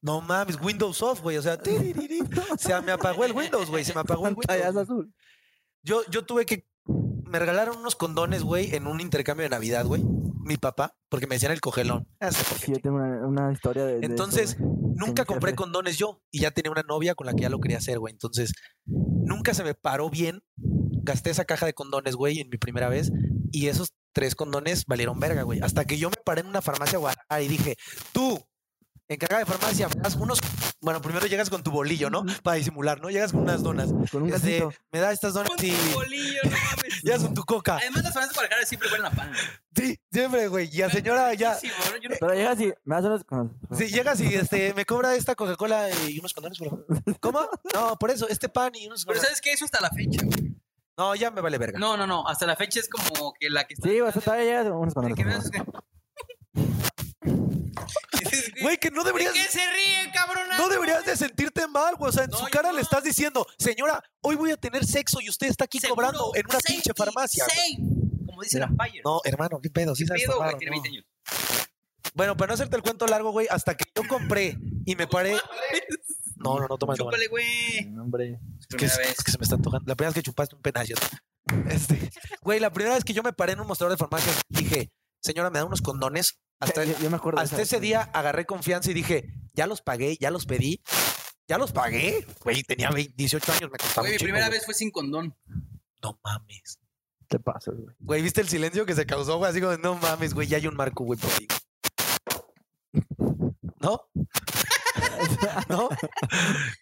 Speaker 1: no mames, Windows off, güey. O sea, tiririri. se me apagó el Windows, güey. Se me apagó el
Speaker 3: Pantallas
Speaker 1: Windows.
Speaker 3: azul.
Speaker 1: Yo, yo tuve que. Me regalaron unos condones, güey, en un intercambio de Navidad, güey. Mi papá, porque me decían el cogelón. Ah, sé por qué.
Speaker 3: Sí, yo tengo una, una historia de. de eso,
Speaker 1: Entonces,
Speaker 3: güey.
Speaker 1: Nunca
Speaker 3: mi
Speaker 1: compré
Speaker 3: jefe.
Speaker 1: condones yo y ya tenía una novia con la que ya lo quería hacer, güey. Entonces, nunca se me paró bien. Gasté esa caja de condones, güey, en mi primera vez y esos tres condones valieron verga, güey. Hasta que yo me paré en una farmacia Guadalajara y dije, tú, encargada de farmacia, me das unos. Bueno, primero llegas con tu bolillo, ¿no? Para disimular, ¿no? Llegas con unas donas.
Speaker 3: Con un
Speaker 1: Este,
Speaker 3: gatito.
Speaker 1: me da estas donas
Speaker 4: Con
Speaker 1: y.
Speaker 4: tu bolillo, no mames.
Speaker 1: Llegas con tu coca.
Speaker 4: Además, las frases para cara siempre huelen a pan.
Speaker 1: Sí, siempre, güey. Y la señora ya.
Speaker 4: Sí, bueno, yo no-
Speaker 3: Pero llegas y me das unas. con-
Speaker 1: Sí, llegas y este, me cobra esta Coca-Cola y unos condones, por favor. ¿Cómo? No, por eso, este pan y unos
Speaker 4: Pero
Speaker 1: condones.
Speaker 4: ¿sabes qué? Eso hasta la fecha. güey.
Speaker 1: No, ya me vale verga.
Speaker 4: No, no, no. Hasta la fecha es como que la que está...
Speaker 3: Sí, vas a estar llegas
Speaker 4: de
Speaker 3: unos condones.
Speaker 4: que
Speaker 3: por
Speaker 4: veas-
Speaker 3: favor.
Speaker 4: Dices,
Speaker 1: Güey, que no
Speaker 4: ¿De
Speaker 1: deberías,
Speaker 4: qué se ríen, cabrona?
Speaker 1: no deberías de sentirte mal, güey. O sea, en
Speaker 4: No,
Speaker 1: su
Speaker 4: yo
Speaker 1: cara
Speaker 4: no.
Speaker 1: le estás diciendo, señora, hoy voy a tener sexo y usted está aquí cobrando en una pinche farmacia. güey".
Speaker 4: Como dice
Speaker 1: Mira,
Speaker 4: la Fire.
Speaker 1: No, hermano, qué pedo, sí
Speaker 4: ¿Qué
Speaker 1: sabes
Speaker 4: pedo,
Speaker 1: tomar,
Speaker 4: güey? Tiene
Speaker 1: ¿no?
Speaker 4: 20 años.
Speaker 1: Bueno, para no hacerte el cuento largo, güey, hasta que yo compré y me paré. No, no, no, toma, toma.
Speaker 4: Chúpale, güey.
Speaker 3: No, Hombre.
Speaker 1: Es que,
Speaker 4: Primera
Speaker 1: es-
Speaker 4: vez.
Speaker 1: es que se me está antojando. La primera vez que chupaste un penacho. Este, güey, la primera vez que yo me paré en un mostrador de farmacia, dije, señora, me da unos condones. Hasta,
Speaker 3: Yo, yo me acuerdo. de
Speaker 1: hasta
Speaker 3: esa-
Speaker 1: ese día agarré confianza y dije, ya los pagué, ya los pedí, ya los pagué. Güey, tenía 20, 18 años, me costaba un
Speaker 4: Güey, mi
Speaker 1: chingo,
Speaker 4: primera
Speaker 1: güey.
Speaker 4: vez fue sin condón.
Speaker 1: No mames.
Speaker 3: Te paso, güey.
Speaker 1: Güey, ¿viste el silencio que se causó, güey? Así como, no mames, güey, ya hay un marco, güey, por ahí. ¿No? ¿No?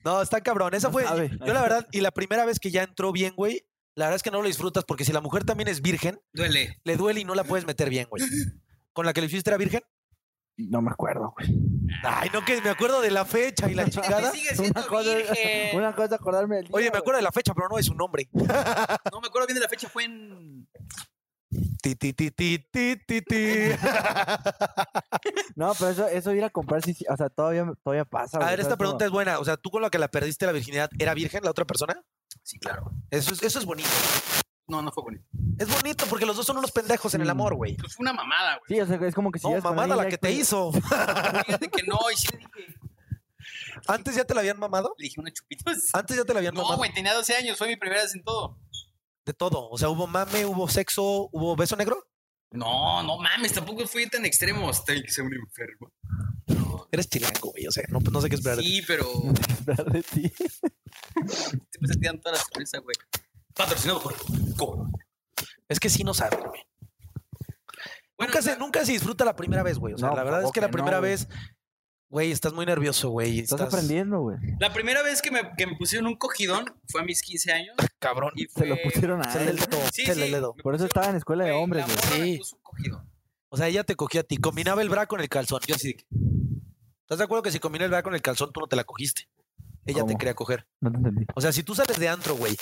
Speaker 1: No, está cabrón. Esa fue.
Speaker 3: sabe.
Speaker 1: Yo, la verdad, y la primera vez que ya entró bien, güey, la verdad es que no lo disfrutas porque si la mujer también es virgen,
Speaker 4: Duele.
Speaker 1: le duele y no la puedes meter bien, güey. ¿Con la que le hiciste era virgen?
Speaker 3: No me acuerdo, güey.
Speaker 1: Ay, no, que me acuerdo de la fecha y la chingada.
Speaker 4: Sí, sigue siendo
Speaker 3: Una cosa,
Speaker 4: virgen.
Speaker 3: una cosa acordarme del día,
Speaker 1: Eh. Oye, me
Speaker 3: güey.
Speaker 1: acuerdo de la fecha, pero no de su nombre.
Speaker 4: No me acuerdo bien de la fecha, fue en.
Speaker 1: Ti, ti, ti, ti, ti, ti, ti.
Speaker 3: No, pero eso, eso ir a comprar, sí, sí, o sea, todavía, todavía pasa.
Speaker 1: A
Speaker 3: güey,
Speaker 1: ver,
Speaker 3: ¿sabes
Speaker 1: esta
Speaker 3: cómo?
Speaker 1: pregunta es buena. O sea, tú con la que la perdiste la virginidad, ¿era virgen la otra persona?
Speaker 4: Sí, claro.
Speaker 1: Eso es, eso es bonito.
Speaker 4: No, no fue bonito.
Speaker 1: Es bonito porque los dos son unos pendejos en el amor, güey.
Speaker 4: Pues fue una mamada, güey.
Speaker 3: Sí, o sea, es como que si
Speaker 1: No,
Speaker 3: llegas con
Speaker 1: Oh, mamada la
Speaker 3: alguien
Speaker 1: que
Speaker 3: ya
Speaker 1: te hizo.
Speaker 4: Fíjate que no, y sí le dije.
Speaker 1: ¿Antes ya te la habían mamado?
Speaker 4: Le dije una chupitos.
Speaker 1: ¿Antes Ah, ya te la habían
Speaker 4: No,
Speaker 1: mamado?
Speaker 4: güey, tenía 12 años, fue mi primera vez en todo.
Speaker 1: De todo. O sea, hubo mame, hubo sexo, hubo beso negro.
Speaker 4: No, no mames, tampoco fui tan extremo. Hasta el que sea un enfermo.
Speaker 1: Eres chilango, güey. O sea, no, no sé qué esperar. de ti.
Speaker 4: Sí, pero
Speaker 3: esperar de ti.
Speaker 4: te me salían todas las sorpresas, güey. Patrocinado por Coro.
Speaker 1: Es que sí no saben, güey.
Speaker 4: Bueno,
Speaker 1: nunca, se, nunca se disfruta la primera vez, güey. O sea,
Speaker 3: No,
Speaker 1: la verdad es
Speaker 3: claro
Speaker 1: que
Speaker 3: que
Speaker 1: la
Speaker 3: no,
Speaker 1: primera
Speaker 3: güey.
Speaker 1: vez, güey, estás muy nervioso, güey.
Speaker 3: Estás
Speaker 1: Estás,
Speaker 3: aprendiendo, güey.
Speaker 4: La primera vez que me, que me pusieron un cogidón fue a mis 15 años.
Speaker 1: Cabrón.
Speaker 4: Y fue...
Speaker 3: Se lo pusieron a
Speaker 1: Se le
Speaker 3: él.
Speaker 1: dedo,
Speaker 4: Sí,
Speaker 1: se
Speaker 4: sí,
Speaker 1: le dedo.
Speaker 4: me
Speaker 3: Por eso
Speaker 4: pusieron-
Speaker 3: estaba en escuela de
Speaker 4: Güey,
Speaker 3: hombres,
Speaker 4: la
Speaker 3: güey.
Speaker 4: morra me
Speaker 1: Sí.
Speaker 4: puso un cogidón.
Speaker 1: O sea, ella te cogía a ti. Combinaba el bra con el calzón. Yo así de que- ¿Estás de acuerdo que si combina el bra con el calzón, tú no te la cogiste? Ella te
Speaker 3: ¿Cómo?
Speaker 1: quería coger.
Speaker 3: No te entendí.
Speaker 1: O sea, si tú sales de antro, güey,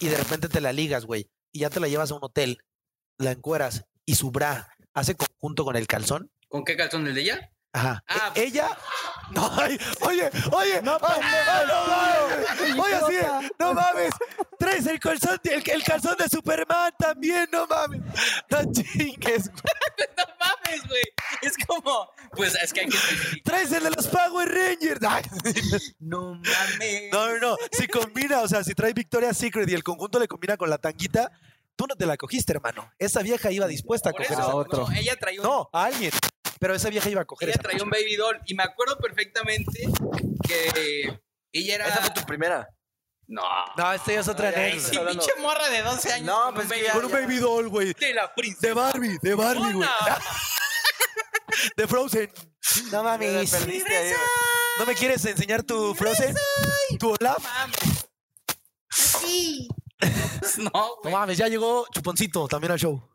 Speaker 1: y de repente te la ligas, güey, y ya te la llevas a un hotel, la encueras y su bra hace conjunto con el calzón,
Speaker 4: ¿Con qué calzón? ¿El de ella?
Speaker 1: Ajá.
Speaker 4: Ah,
Speaker 1: E- ella. No, ay, oye, oye. No, no mames. Oye, sí, no mames. Traes el calzón, de- el, el calzón de Superman también, no mames. No chingues. güey.
Speaker 4: No mames, güey. Es como, pues es que hay que.
Speaker 1: Traes el de los Power Rangers. Ay,
Speaker 4: No mames.
Speaker 1: No, no, no. Si combina, o sea, si trae Victoria's Secret y el conjunto le combina con la tanguita, tú no te la cogiste, hermano. Esa vieja iba dispuesta a
Speaker 4: Por
Speaker 1: coger
Speaker 4: eso,
Speaker 1: esa.
Speaker 2: a otro.
Speaker 4: no, ella traía un,
Speaker 1: No, a alguien. Pero esa vieja iba a coger
Speaker 4: ella
Speaker 1: esa.
Speaker 4: traía un baby doll. Y me acuerdo perfectamente que ella era.
Speaker 5: Esa fue tu primera.
Speaker 4: No.
Speaker 1: No, esta ya es otra
Speaker 5: No, ya,
Speaker 4: Ay,
Speaker 1: anécdota.
Speaker 4: sí, pinche morra de 12 años.
Speaker 5: No,
Speaker 4: con
Speaker 5: pues
Speaker 4: un
Speaker 5: que
Speaker 4: baby
Speaker 5: ya-
Speaker 4: doll.
Speaker 1: Con un baby doll, güey.
Speaker 4: De la princesa.
Speaker 1: De Barbie, de Barbie, güey.
Speaker 4: Mona.
Speaker 1: De Frozen. No
Speaker 5: Te
Speaker 1: mames.
Speaker 5: perdiste ahí, güey.
Speaker 1: eh. ¿No me quieres enseñar tu Frozen? ¿Tu Olaf?
Speaker 4: Sí. No,
Speaker 1: No
Speaker 4: güey.
Speaker 1: mames, ya llegó Chuponcito también al show.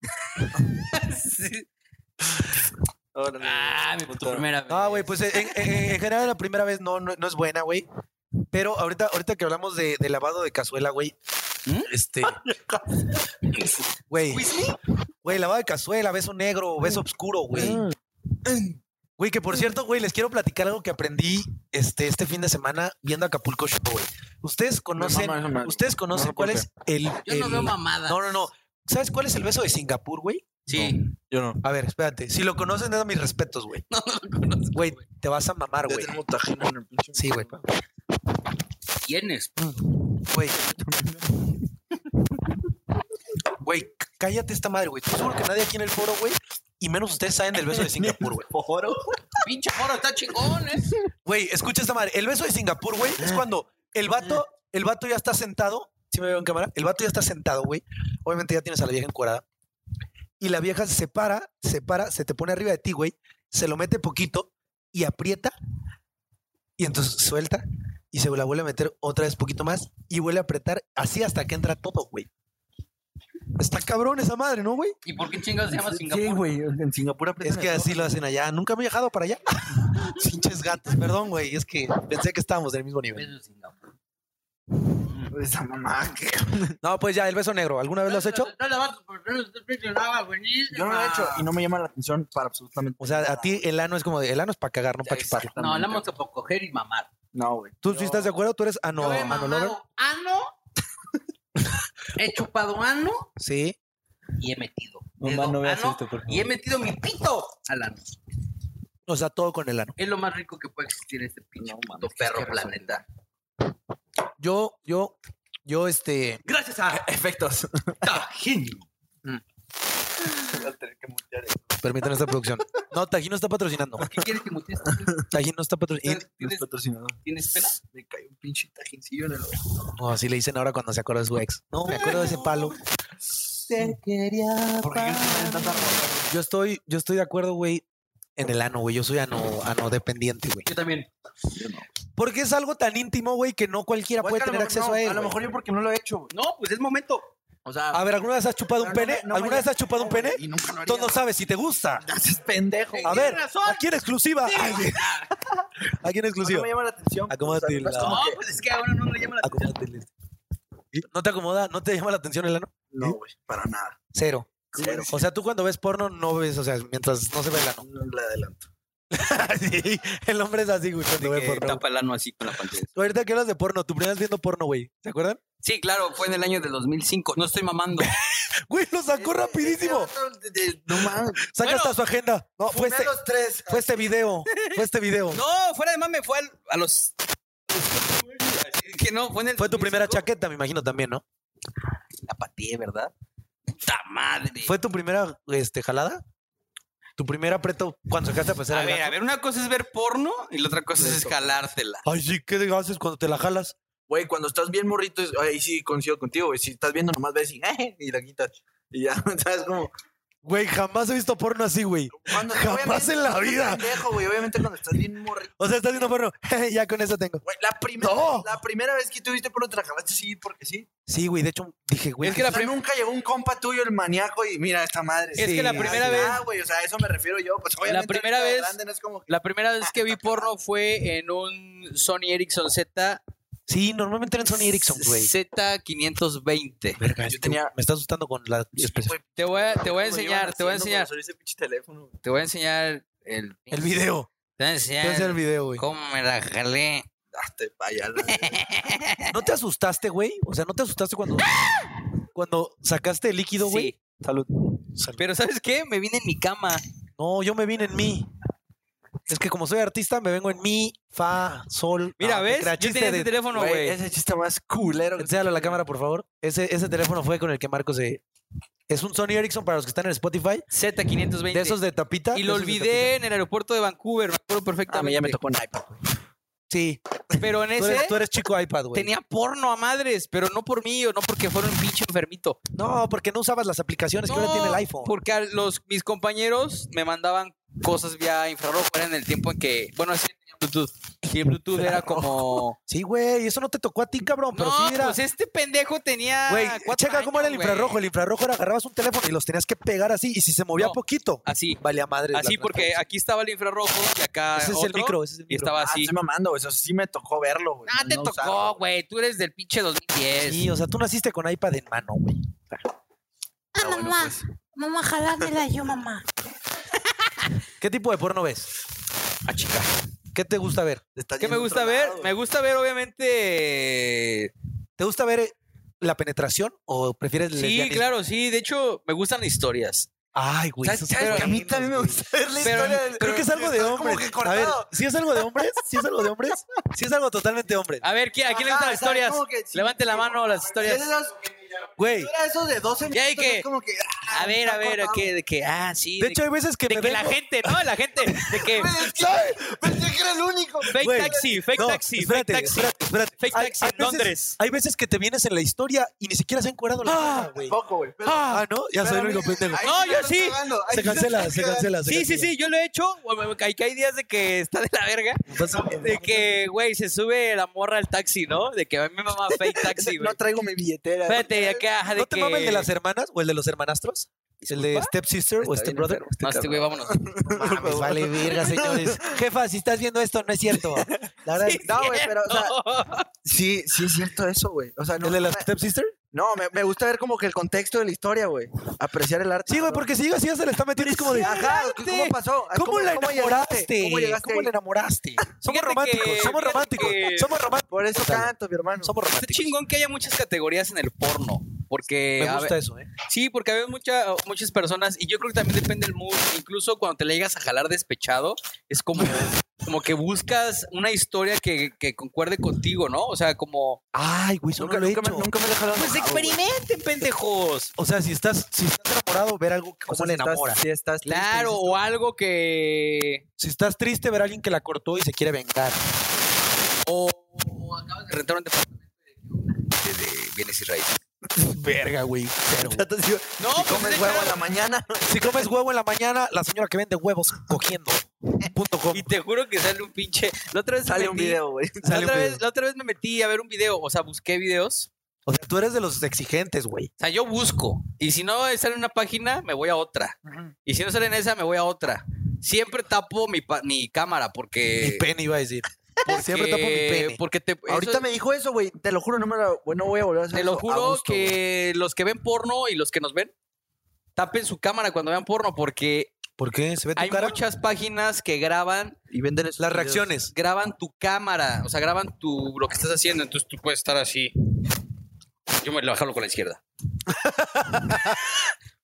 Speaker 4: pues Sí.
Speaker 5: Órale,
Speaker 4: Ah, mi- tu
Speaker 5: puta.
Speaker 4: primera vez.
Speaker 1: No, güey, pues en, en- en general la primera vez no, no, no es buena, güey. Pero ahorita, ahorita que hablamos de, de lavado de cazuela, güey.
Speaker 4: ¿Mm?
Speaker 1: Este.
Speaker 3: pues,
Speaker 1: Güey,
Speaker 4: ¿Whisney?
Speaker 1: güey, lavado de cazuela, beso negro, beso oscuro, güey.
Speaker 5: Ah.
Speaker 1: Güey, que por cierto, güey, les quiero platicar algo que aprendí este, este fin de semana viendo Acapulco Show, güey. Ustedes conocen,
Speaker 5: mama esa madre.
Speaker 1: ustedes conocen
Speaker 5: No,
Speaker 1: cuál
Speaker 5: ¿por qué?
Speaker 1: es el.
Speaker 4: Yo no
Speaker 1: el-
Speaker 4: veo mamadas.
Speaker 1: No, no, no. ¿Sabes cuál es el beso de Singapur, güey?
Speaker 4: Sí.
Speaker 5: Yo no.
Speaker 1: A ver, espérate. Si lo conocen, es mis respetos, güey.
Speaker 4: No, no lo conozco.
Speaker 1: Güey, te vas a mamar,
Speaker 5: Ya
Speaker 1: güey.
Speaker 5: tenemos tajina en el pinche.
Speaker 1: Sí, güey.
Speaker 4: ¿Quién es?
Speaker 1: Güey. Güey, c- cállate esta madre, güey. Te juro que nadie aquí en el foro, güey. Y menos ustedes saben del beso de Singapur, güey.
Speaker 5: Oro.
Speaker 4: Pinche morra está chingón, ¿eh?
Speaker 1: Güey, escucha esta madre. El beso de Singapur, güey, es cuando el vato, el vato ya está sentado. ¿Sí me veo en cámara? El vato ya está sentado, güey. Obviamente ya tienes a la vieja encuadrada. Y la vieja se para, se para, se te pone arriba de ti, güey. Se lo mete poquito y aprieta. Y entonces suelta y se la vuelve a meter otra vez poquito más y vuelve a apretar así hasta que entra todo, güey. Está cabrón esa madre, ¿no, güey?
Speaker 4: ¿Y por qué chingados se llama Singapur?
Speaker 5: Sí, güey. En Singapur
Speaker 1: Es que así lo hacen allá. Nunca me he viajado para allá. Pinches gatos. Perdón, güey. Es que pensé que estábamos del mismo nivel.
Speaker 4: Beso de Singapur.
Speaker 5: Esa mamá que.
Speaker 1: No, pues ya, el beso negro. ¿Alguna vez lo has hecho?
Speaker 4: No la vas a poner, no estás presionada, buenísima.
Speaker 3: Yo no lo he hecho y no me llama la atención para absolutamente
Speaker 1: O sea, a ti el ano es como de, el ano es para cagar, no para chuparlo.
Speaker 4: No, hablamos de por coger y mamar.
Speaker 3: No, güey.
Speaker 1: ¿Tú sí estás de acuerdo? ¿Tú eres ano,
Speaker 4: Yo he
Speaker 1: ano lover?
Speaker 4: mamado ano, he chupado ano
Speaker 1: Sí.
Speaker 4: y he metido.
Speaker 3: Mamá,
Speaker 4: dedo
Speaker 3: no veas
Speaker 4: ano
Speaker 3: esto, por favor.
Speaker 4: Y he metido mi pito al ano.
Speaker 1: O sea, todo con el ano.
Speaker 4: Es lo más rico que puede existir en este pinche puto perro planeta.
Speaker 1: Yo, yo, yo, este,
Speaker 4: Gracias
Speaker 3: E-,
Speaker 4: a
Speaker 5: Efectos.
Speaker 4: Tajín.
Speaker 5: Voy a tener que mutear eso.
Speaker 1: permítanme esta producción. No, Tajín no está patrocinando.
Speaker 4: ¿Qué quieres que mutees?
Speaker 1: Tajín no está patrocinando.
Speaker 5: Los
Speaker 4: ¿Tienes,
Speaker 5: patrocinadores.
Speaker 4: ¿Tienes pena?
Speaker 5: Me cayó un pinche tajincillo en el ojo.
Speaker 1: No, así le dicen ahora cuando se acuerda de su ex. No, me acuerdo de ese palo.
Speaker 5: ¿Por qué tienen tanta ropa?
Speaker 1: Yo estoy, yo estoy de acuerdo, güey, en el ano, güey. Yo soy ano, ano dependiente, güey.
Speaker 4: Yo también.
Speaker 1: Porque es algo tan íntimo, güey, que no cualquiera
Speaker 5: Pues
Speaker 1: puede
Speaker 5: que a lo
Speaker 1: tener
Speaker 5: mejor
Speaker 1: acceso
Speaker 5: no,
Speaker 1: a él.
Speaker 5: A lo
Speaker 1: güey.
Speaker 5: mejor yo porque no lo he hecho. güey.
Speaker 4: No, pues es momento.
Speaker 5: O sea,
Speaker 1: A ver, ¿alguna vez has chupado un
Speaker 5: pero no
Speaker 1: pene?
Speaker 5: me- no me
Speaker 1: ¿Alguna vez
Speaker 5: llama.
Speaker 1: has chupado un pene?
Speaker 5: y nunca lo haría.
Speaker 1: Tú no sabes si te gusta.
Speaker 5: Haces pendejo.
Speaker 4: Eh,
Speaker 1: A
Speaker 4: tienes
Speaker 1: ver,
Speaker 4: razón.
Speaker 1: aquí en exclusiva. Ay, Aquí en
Speaker 5: No
Speaker 1: exclusiva.
Speaker 5: me llama la atención.
Speaker 1: Acomódate
Speaker 5: O sea, no es
Speaker 1: la-
Speaker 5: como
Speaker 4: No,
Speaker 5: que-
Speaker 4: pues es que a uno no le llama la atención.
Speaker 1: Acomódate el- ¿No te acomoda? ¿No te llama la atención el ano?
Speaker 5: No, güey, para nada.
Speaker 1: Cero.
Speaker 5: Cero.
Speaker 1: O sea, tú cuando ves porno no ves, o sea, mientras no se ve el ano.
Speaker 5: No le adelanto.
Speaker 1: Sí, el hombre es así, güey, cuando ve
Speaker 4: Que
Speaker 1: porno.
Speaker 4: tapa el ano así con la pantalla.
Speaker 1: Ahorita que hablas de porno, tu primera vez viendo porno, güey. ¿Se acuerdan?
Speaker 4: Sí, claro, fue en el año de 2005. No estoy mamando.
Speaker 1: Güey, lo sacó
Speaker 5: Este,
Speaker 1: rapidísimo.
Speaker 5: No mames.
Speaker 1: Saca
Speaker 4: Bueno.
Speaker 1: hasta su agenda. No, fue
Speaker 5: Fumé
Speaker 1: este,
Speaker 5: a los tres.
Speaker 1: fue este video. Fue este video.
Speaker 4: No, fuera de mame, fue al- a los. Que no, fue en el
Speaker 1: Fue tu
Speaker 4: 2005.
Speaker 1: primera chaqueta, me imagino también, ¿no?
Speaker 4: La pateé, ¿verdad? ¡Ta madre!
Speaker 1: ¿Fue tu primera este, jalada? ¿Tu primer apreto cuando sacaste a pasar
Speaker 4: a
Speaker 1: al
Speaker 4: ver,
Speaker 1: gato?
Speaker 4: a ver, una cosa es ver porno y la otra cosa es escalártela.
Speaker 1: Ay, sí, ¿qué haces cuando te la jalas?
Speaker 5: Güey, cuando estás bien morrito, es- ahí sí coincido contigo, güey. Si estás viendo nomás ves y, "Eh", y la quitas. Y ya, ¿sabes cómo?
Speaker 1: Güey, jamás he visto porno así, güey.
Speaker 5: Cuando,
Speaker 1: Jamás
Speaker 5: obviamente,
Speaker 1: en la
Speaker 5: estás
Speaker 1: vida.
Speaker 5: pendejo, güey. Obviamente cuando estás bien morrito.
Speaker 1: O sea, estás viendo porno. ya con eso tengo.
Speaker 5: Güey, la primera,
Speaker 1: No.
Speaker 5: la primera vez que tuviste por te la jalaste sí, porque sí.
Speaker 1: Sí, güey, de hecho dije, güey.
Speaker 4: Es que la
Speaker 5: O sea,
Speaker 4: prim-
Speaker 5: nunca llegó un compa tuyo, el maníaco, y mira esta madre.
Speaker 4: Es que la primera
Speaker 5: Ah,
Speaker 4: vez-
Speaker 5: Ah, güey, o sea, a eso me refiero yo. Pues obviamente
Speaker 4: primera
Speaker 5: ahorita de
Speaker 4: vez-
Speaker 5: grande no es como que-
Speaker 4: La primera vez que vi porno fue en un Sony Ericsson Z.
Speaker 1: Sí, normalmente eran Sony Ericsson, güey.
Speaker 4: Z520.
Speaker 1: Verga, este,
Speaker 5: tenía-
Speaker 1: Me está asustando con la
Speaker 5: Güey,
Speaker 1: expresión.
Speaker 4: Te voy a, te voy a
Speaker 5: ¿cómo le iban
Speaker 4: enseñar, te voy a
Speaker 5: haciendo
Speaker 4: enseñar.
Speaker 5: para usar ese pinche teléfono, güey?
Speaker 4: Te voy a enseñar el,
Speaker 1: El video.
Speaker 4: Te voy a enseñar
Speaker 1: ¿Qué es el video, güey?
Speaker 4: ¿Cómo me la jalé?
Speaker 5: Hazte pa' allá, Ah, la verga.
Speaker 1: ¿No te asustaste, güey? O sea, ¿no te asustaste cuando, cuando sacaste el líquido, güey?
Speaker 4: ¡Ah! Sí,
Speaker 5: Salud.
Speaker 1: Salud.
Speaker 4: pero ¿sabes qué? Me vine en mi cama.
Speaker 1: No, yo me vine en mí. Es que como soy artista, me vengo en mi, fa, sol.
Speaker 4: Mira,
Speaker 1: No, te
Speaker 4: ¿ves?
Speaker 1: creas,
Speaker 4: Yo
Speaker 1: chiste
Speaker 4: tenía
Speaker 1: de-
Speaker 4: ese teléfono,
Speaker 5: Güey,
Speaker 4: güey.
Speaker 5: ese chiste más culero. que-
Speaker 1: Enséñalo a la cámara, por favor. Ese, ese teléfono fue con el que Marco se... Es un Sony Ericsson para los que están en Spotify.
Speaker 4: Z520.
Speaker 1: De esos de tapita.
Speaker 4: y
Speaker 1: de
Speaker 4: lo
Speaker 1: esos de
Speaker 4: olvidé
Speaker 1: tapita.
Speaker 4: en el aeropuerto de Vancouver, me acuerdo
Speaker 5: Ah,
Speaker 4: perfectamente.
Speaker 5: ya me tocó un iPad. güey.
Speaker 1: Sí.
Speaker 4: Pero en
Speaker 1: Tú
Speaker 4: ese
Speaker 1: eres, tú eres chico iPad, güey.
Speaker 4: tenía porno a madres, pero no por mí o no porque fuera un pinche enfermito.
Speaker 1: No, porque no usabas las aplicaciones que
Speaker 4: No,
Speaker 1: ahora tiene el iPhone.
Speaker 4: Porque a los, mis compañeros me mandaban cosas vía infrarrojo. Era en el tiempo en que. Bueno, así tenía Bluetooth. Y el Bluetooth era como.
Speaker 1: Sí, güey. Eso no te tocó a ti, cabrón. Pero
Speaker 4: no,
Speaker 1: sí era...
Speaker 4: pues este pendejo tenía.
Speaker 1: Güey,
Speaker 4: cuatro
Speaker 1: checa cómo era el
Speaker 4: años,
Speaker 1: infrarrojo.
Speaker 4: güey.
Speaker 1: El infrarrojo era agarrabas un teléfono y los tenías que pegar así. Y si se movía
Speaker 4: No.
Speaker 1: poquito,
Speaker 4: Así.
Speaker 1: valía madre. la
Speaker 4: Así porque
Speaker 1: transferencia.
Speaker 4: aquí estaba el infrarrojo y acá.
Speaker 1: Ese es el
Speaker 4: otro,
Speaker 1: micro. Ese es el
Speaker 4: Y
Speaker 1: micro.
Speaker 4: estaba
Speaker 5: Ah,
Speaker 4: así.
Speaker 5: estoy mamando, güey. Eso sí me tocó verlo, güey.
Speaker 4: Ah, te
Speaker 5: no
Speaker 4: tocó,
Speaker 5: usarlo.
Speaker 4: güey. Tú eres del pinche 2010.
Speaker 1: Sí, o sea, tú naciste con iPad en mano, güey.
Speaker 6: Ah,
Speaker 5: Pero bueno,
Speaker 6: mamá,
Speaker 5: pues.
Speaker 6: mamá, jalámela yo, mamá.
Speaker 1: ¿Qué tipo de porno ves?
Speaker 5: Ah, chica.
Speaker 1: ¿Qué te gusta ver?
Speaker 5: estás
Speaker 4: ¿Qué me
Speaker 5: yendo a
Speaker 4: gusta
Speaker 5: otro
Speaker 4: ver?
Speaker 5: lado,
Speaker 4: me
Speaker 5: güey.
Speaker 4: gusta ver, obviamente.
Speaker 1: ¿Te gusta ver eh, la penetración o prefieres el
Speaker 4: Sí,
Speaker 1: lesbianismo?
Speaker 4: claro, sí. De hecho, me gustan las historias.
Speaker 1: Ay, güey.
Speaker 4: ¿Sabes-
Speaker 1: esos
Speaker 4: sabes
Speaker 1: son
Speaker 4: que a mí
Speaker 1: buenos,
Speaker 5: también me
Speaker 1: güey.
Speaker 5: gusta ver la
Speaker 4: Pero-
Speaker 5: historia del-
Speaker 1: Creo que es algo de
Speaker 5: Está como
Speaker 1: hombres.
Speaker 5: que
Speaker 1: a ver,
Speaker 5: cortado.
Speaker 1: ¿sí es algo de hombres? ¿Sí es algo de hombres? Sí es algo totalmente de hombres.
Speaker 4: A ver, ¿quién- ¿a quién le
Speaker 5: Ajá,
Speaker 4: gustan las
Speaker 5: o sea,
Speaker 4: historias?
Speaker 5: como que sí,
Speaker 4: Levante la
Speaker 5: sí.
Speaker 4: mano las
Speaker 5: Si es
Speaker 4: historias.
Speaker 5: esas-
Speaker 1: Güey,
Speaker 5: era eso de 12
Speaker 4: Ya hay
Speaker 5: minutos,
Speaker 4: que-
Speaker 5: es como que, ah,
Speaker 4: A ver,
Speaker 5: está
Speaker 4: a ver,
Speaker 5: cortado.
Speaker 4: ¿qué? De que, ah, sí.
Speaker 1: de hecho hay veces que
Speaker 4: de
Speaker 1: me
Speaker 4: que la
Speaker 1: vengo-
Speaker 4: gente, ¿no? La gente. De que.
Speaker 5: ¿Sabes? Pensé que era el único.
Speaker 4: Fake
Speaker 1: Güey,
Speaker 4: taxi, fake
Speaker 1: No,
Speaker 4: taxi,
Speaker 1: espérate,
Speaker 4: fake taxi.
Speaker 1: espérate, espérate.
Speaker 4: Fake
Speaker 1: Hay-
Speaker 4: taxi
Speaker 1: hay
Speaker 4: en
Speaker 1: veces-
Speaker 4: Londres.
Speaker 1: Hay veces que te vienes en la historia y ni siquiera se ha encuadrado la nada, güey.
Speaker 5: Poco, güey. pero-
Speaker 1: Ah, ¿no? Ya soy el
Speaker 5: pero
Speaker 1: único
Speaker 5: mira,
Speaker 1: pendejo.
Speaker 5: ahí
Speaker 4: No,
Speaker 5: sí
Speaker 4: yo
Speaker 5: la estás
Speaker 4: sí.
Speaker 5: cagando, ahí
Speaker 1: Se
Speaker 5: sí la
Speaker 1: cancela,
Speaker 5: estás
Speaker 1: se
Speaker 5: cagando.
Speaker 1: cancela, se
Speaker 4: Sí, sí,
Speaker 1: cancela.
Speaker 4: sí, yo lo he hecho. Bueno, Hay que hay días de que está de la verga.
Speaker 1: Entonces,
Speaker 4: De que, güey, se sube la morra al taxi, ¿no? De que a mí me mama fake taxi, güey.
Speaker 5: No traigo mi billetera.
Speaker 4: Espérate, de que, ajá, Ah, de
Speaker 1: ¿No te
Speaker 4: que...
Speaker 1: mama el de las hermanas o el de los hermanastros? ¿El de stepsister o
Speaker 4: Está bien
Speaker 1: stepbrother?
Speaker 4: enfermo. No, este güey, vámonos.
Speaker 1: Mames, vale, virga, señores. Jefa, si estás viendo esto, no es cierto. La verdad,
Speaker 4: Sí,
Speaker 5: No, güey, pero, o sea,
Speaker 4: No.
Speaker 5: sí, sí es cierto eso, güey. O sea, no,
Speaker 1: ¿El de las
Speaker 5: me-
Speaker 1: stepsister?
Speaker 5: no me, me gusta ver como que el contexto de la historia, güey. Apreciar el arte.
Speaker 1: Sí, güey, porque si llega así ya se le está metiendo. Es como de,
Speaker 5: Ajá, ¿cómo pasó?
Speaker 1: ¿cómo, la
Speaker 5: llegaste?
Speaker 1: enamoraste?
Speaker 5: ¿Cómo llegaste?
Speaker 1: ¿Cómo
Speaker 5: ahí?
Speaker 1: la enamoraste? Somos
Speaker 4: Fíjate
Speaker 1: románticos,
Speaker 4: que-
Speaker 1: somos
Speaker 4: fíjate
Speaker 1: románticos,
Speaker 4: que-
Speaker 1: somos románticos.
Speaker 5: Por eso
Speaker 1: Total.
Speaker 5: canto, mi hermano.
Speaker 1: Somos
Speaker 4: Está
Speaker 1: románticos.
Speaker 4: chingón que haya muchas categorías en el porno. Porque
Speaker 1: Me
Speaker 4: a
Speaker 1: gusta
Speaker 4: ver-
Speaker 1: eso, ¿eh?
Speaker 4: sí, porque hay mucha, muchas personas, y yo creo que también depende el mood. Incluso cuando te la llegas a jalar despechado, es como, como que buscas una historia que, que concuerde contigo, ¿no? O sea, como.
Speaker 1: Ay, güey, eso nunca
Speaker 5: Nunca,
Speaker 1: lo he
Speaker 5: nunca, me,
Speaker 1: hecho. Ah,
Speaker 5: nunca me he dejado
Speaker 4: Pues
Speaker 5: enamorado, güey.
Speaker 4: experimenten, pendejos.
Speaker 1: O sea, si estás, si estás enamorado, ver algo que
Speaker 5: O
Speaker 1: cómo
Speaker 5: sea,
Speaker 1: le
Speaker 5: si estás-
Speaker 1: enamora.
Speaker 5: si estás triste,
Speaker 4: Claro,
Speaker 5: dices,
Speaker 4: o algo que.
Speaker 1: Si estás triste, ver a alguien que la cortó y se quiere vengar.
Speaker 4: O, o acabas de rentar un departamento de, de bienes y raíces.
Speaker 1: Verga, güey. Cero.
Speaker 5: tratas de-
Speaker 4: No,
Speaker 5: si
Speaker 4: pues,
Speaker 5: comes
Speaker 4: es
Speaker 5: huevo a
Speaker 4: claro.
Speaker 5: la mañana.
Speaker 1: Si comes huevo en la mañana, la señora que vende huevos cogiendo. Punto com.
Speaker 4: Y te juro que sale un pinche. La otra vez me
Speaker 5: Sale un
Speaker 4: metí-
Speaker 5: video, güey.
Speaker 4: La
Speaker 1: Sale un
Speaker 4: otra, vez,
Speaker 1: video.
Speaker 4: la otra vez me metí a ver un video, o sea, busqué videos.
Speaker 1: O sea, tú eres de los exigentes, güey.
Speaker 4: O sea, yo busco. Y si no sale en una página, me voy a otra. Y si no sale en esa, me voy a otra. Siempre tapo mi, pa- mi cámara porque.
Speaker 1: Mi pene iba a decir.
Speaker 4: porque-
Speaker 1: Siempre tapo mi pene.
Speaker 4: Porque te.
Speaker 5: Ahorita
Speaker 4: eso-
Speaker 5: me dijo eso, güey. Te lo juro, no, me lo, güey, no voy a volver a hacer
Speaker 4: Te
Speaker 5: eso.
Speaker 4: lo
Speaker 5: A
Speaker 4: juro
Speaker 5: gusto, güey.
Speaker 4: que los que ven porno y los que nos ven, tapen su cámara cuando vean porno porque
Speaker 1: ¿Por qué? ¿Se ve tu
Speaker 4: hay
Speaker 1: cara?
Speaker 4: muchas páginas que graban
Speaker 5: Y venden esos
Speaker 1: Las
Speaker 5: videos.
Speaker 1: reacciones.
Speaker 4: graban tu cámara, o sea, graban tu lo que estás haciendo, entonces tú puedes estar así. Yo me lo jalo con la izquierda.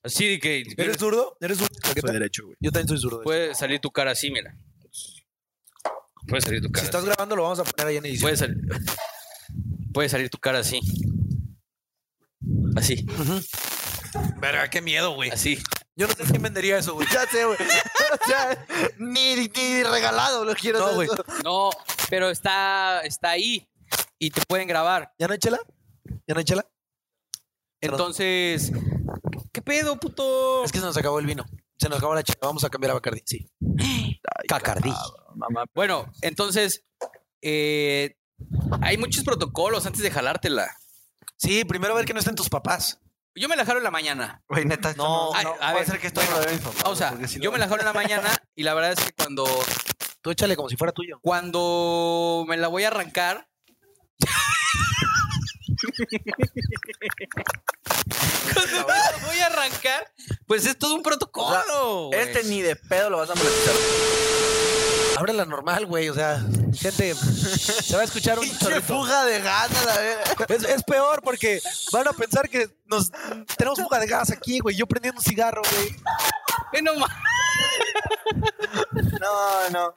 Speaker 4: así de que
Speaker 1: ¿Eres zurdo? ¿Eres zurdo?
Speaker 5: Soy derecho, güey.
Speaker 1: Yo también soy zurdo.
Speaker 4: puede salir tu cara así, mira. Puede salir tu
Speaker 1: Si
Speaker 4: cara.
Speaker 1: estás
Speaker 4: así.
Speaker 1: grabando, lo vamos a poner ahí en edición.
Speaker 4: Puede salir Puede salir tu cara así. Así,
Speaker 1: Verga, qué miedo, güey.
Speaker 4: así.
Speaker 1: Yo no sé quién vendería eso, güey.
Speaker 5: Ya sé, güey. o sea, ni, ni regalado lo quiero
Speaker 1: No,
Speaker 5: hacer
Speaker 1: güey.
Speaker 5: eso.
Speaker 4: No, pero está está ahí y te pueden grabar.
Speaker 1: ¿Ya no hay chela? ¿Ya no hay chela?
Speaker 4: Entonces, ¿qué pedo, puto?
Speaker 1: Es que se nos acabó el vino. Se nos acabó la chela. Vamos a cambiar a Bacardi. Sí.
Speaker 4: Cacardí.
Speaker 5: Mamá.
Speaker 4: Bueno, entonces, eh, hay muchos protocolos antes de jalártela.
Speaker 1: Sí, primero ver que no estén tus papás.
Speaker 4: Yo me la jalo en la mañana.
Speaker 5: Güey, neta. esto
Speaker 1: No,
Speaker 4: ay, a
Speaker 5: puede
Speaker 4: ver,
Speaker 5: ser que esto
Speaker 4: bueno,
Speaker 5: no lo vea mi papá,
Speaker 4: O sea,
Speaker 5: porque si
Speaker 4: yo
Speaker 5: lo-
Speaker 4: me la jalo en la mañana y la verdad es que cuando,
Speaker 1: Tú échale como si fuera tuyo.
Speaker 4: cuando me la voy a arrancar, Cuando me lo voy a arrancar, pues es todo un protocolo. güey.
Speaker 5: Este ni de pedo lo vas a molestar.
Speaker 1: Ábrela normal, güey. O sea, gente, se va a escuchar un chorrito.
Speaker 5: fuga de gana, la verga.
Speaker 1: Es, es peor porque van a pensar que nos tenemos fuga de gas aquí, güey. Yo prendiendo un cigarro, güey.
Speaker 4: Ve nomás.
Speaker 5: No, no.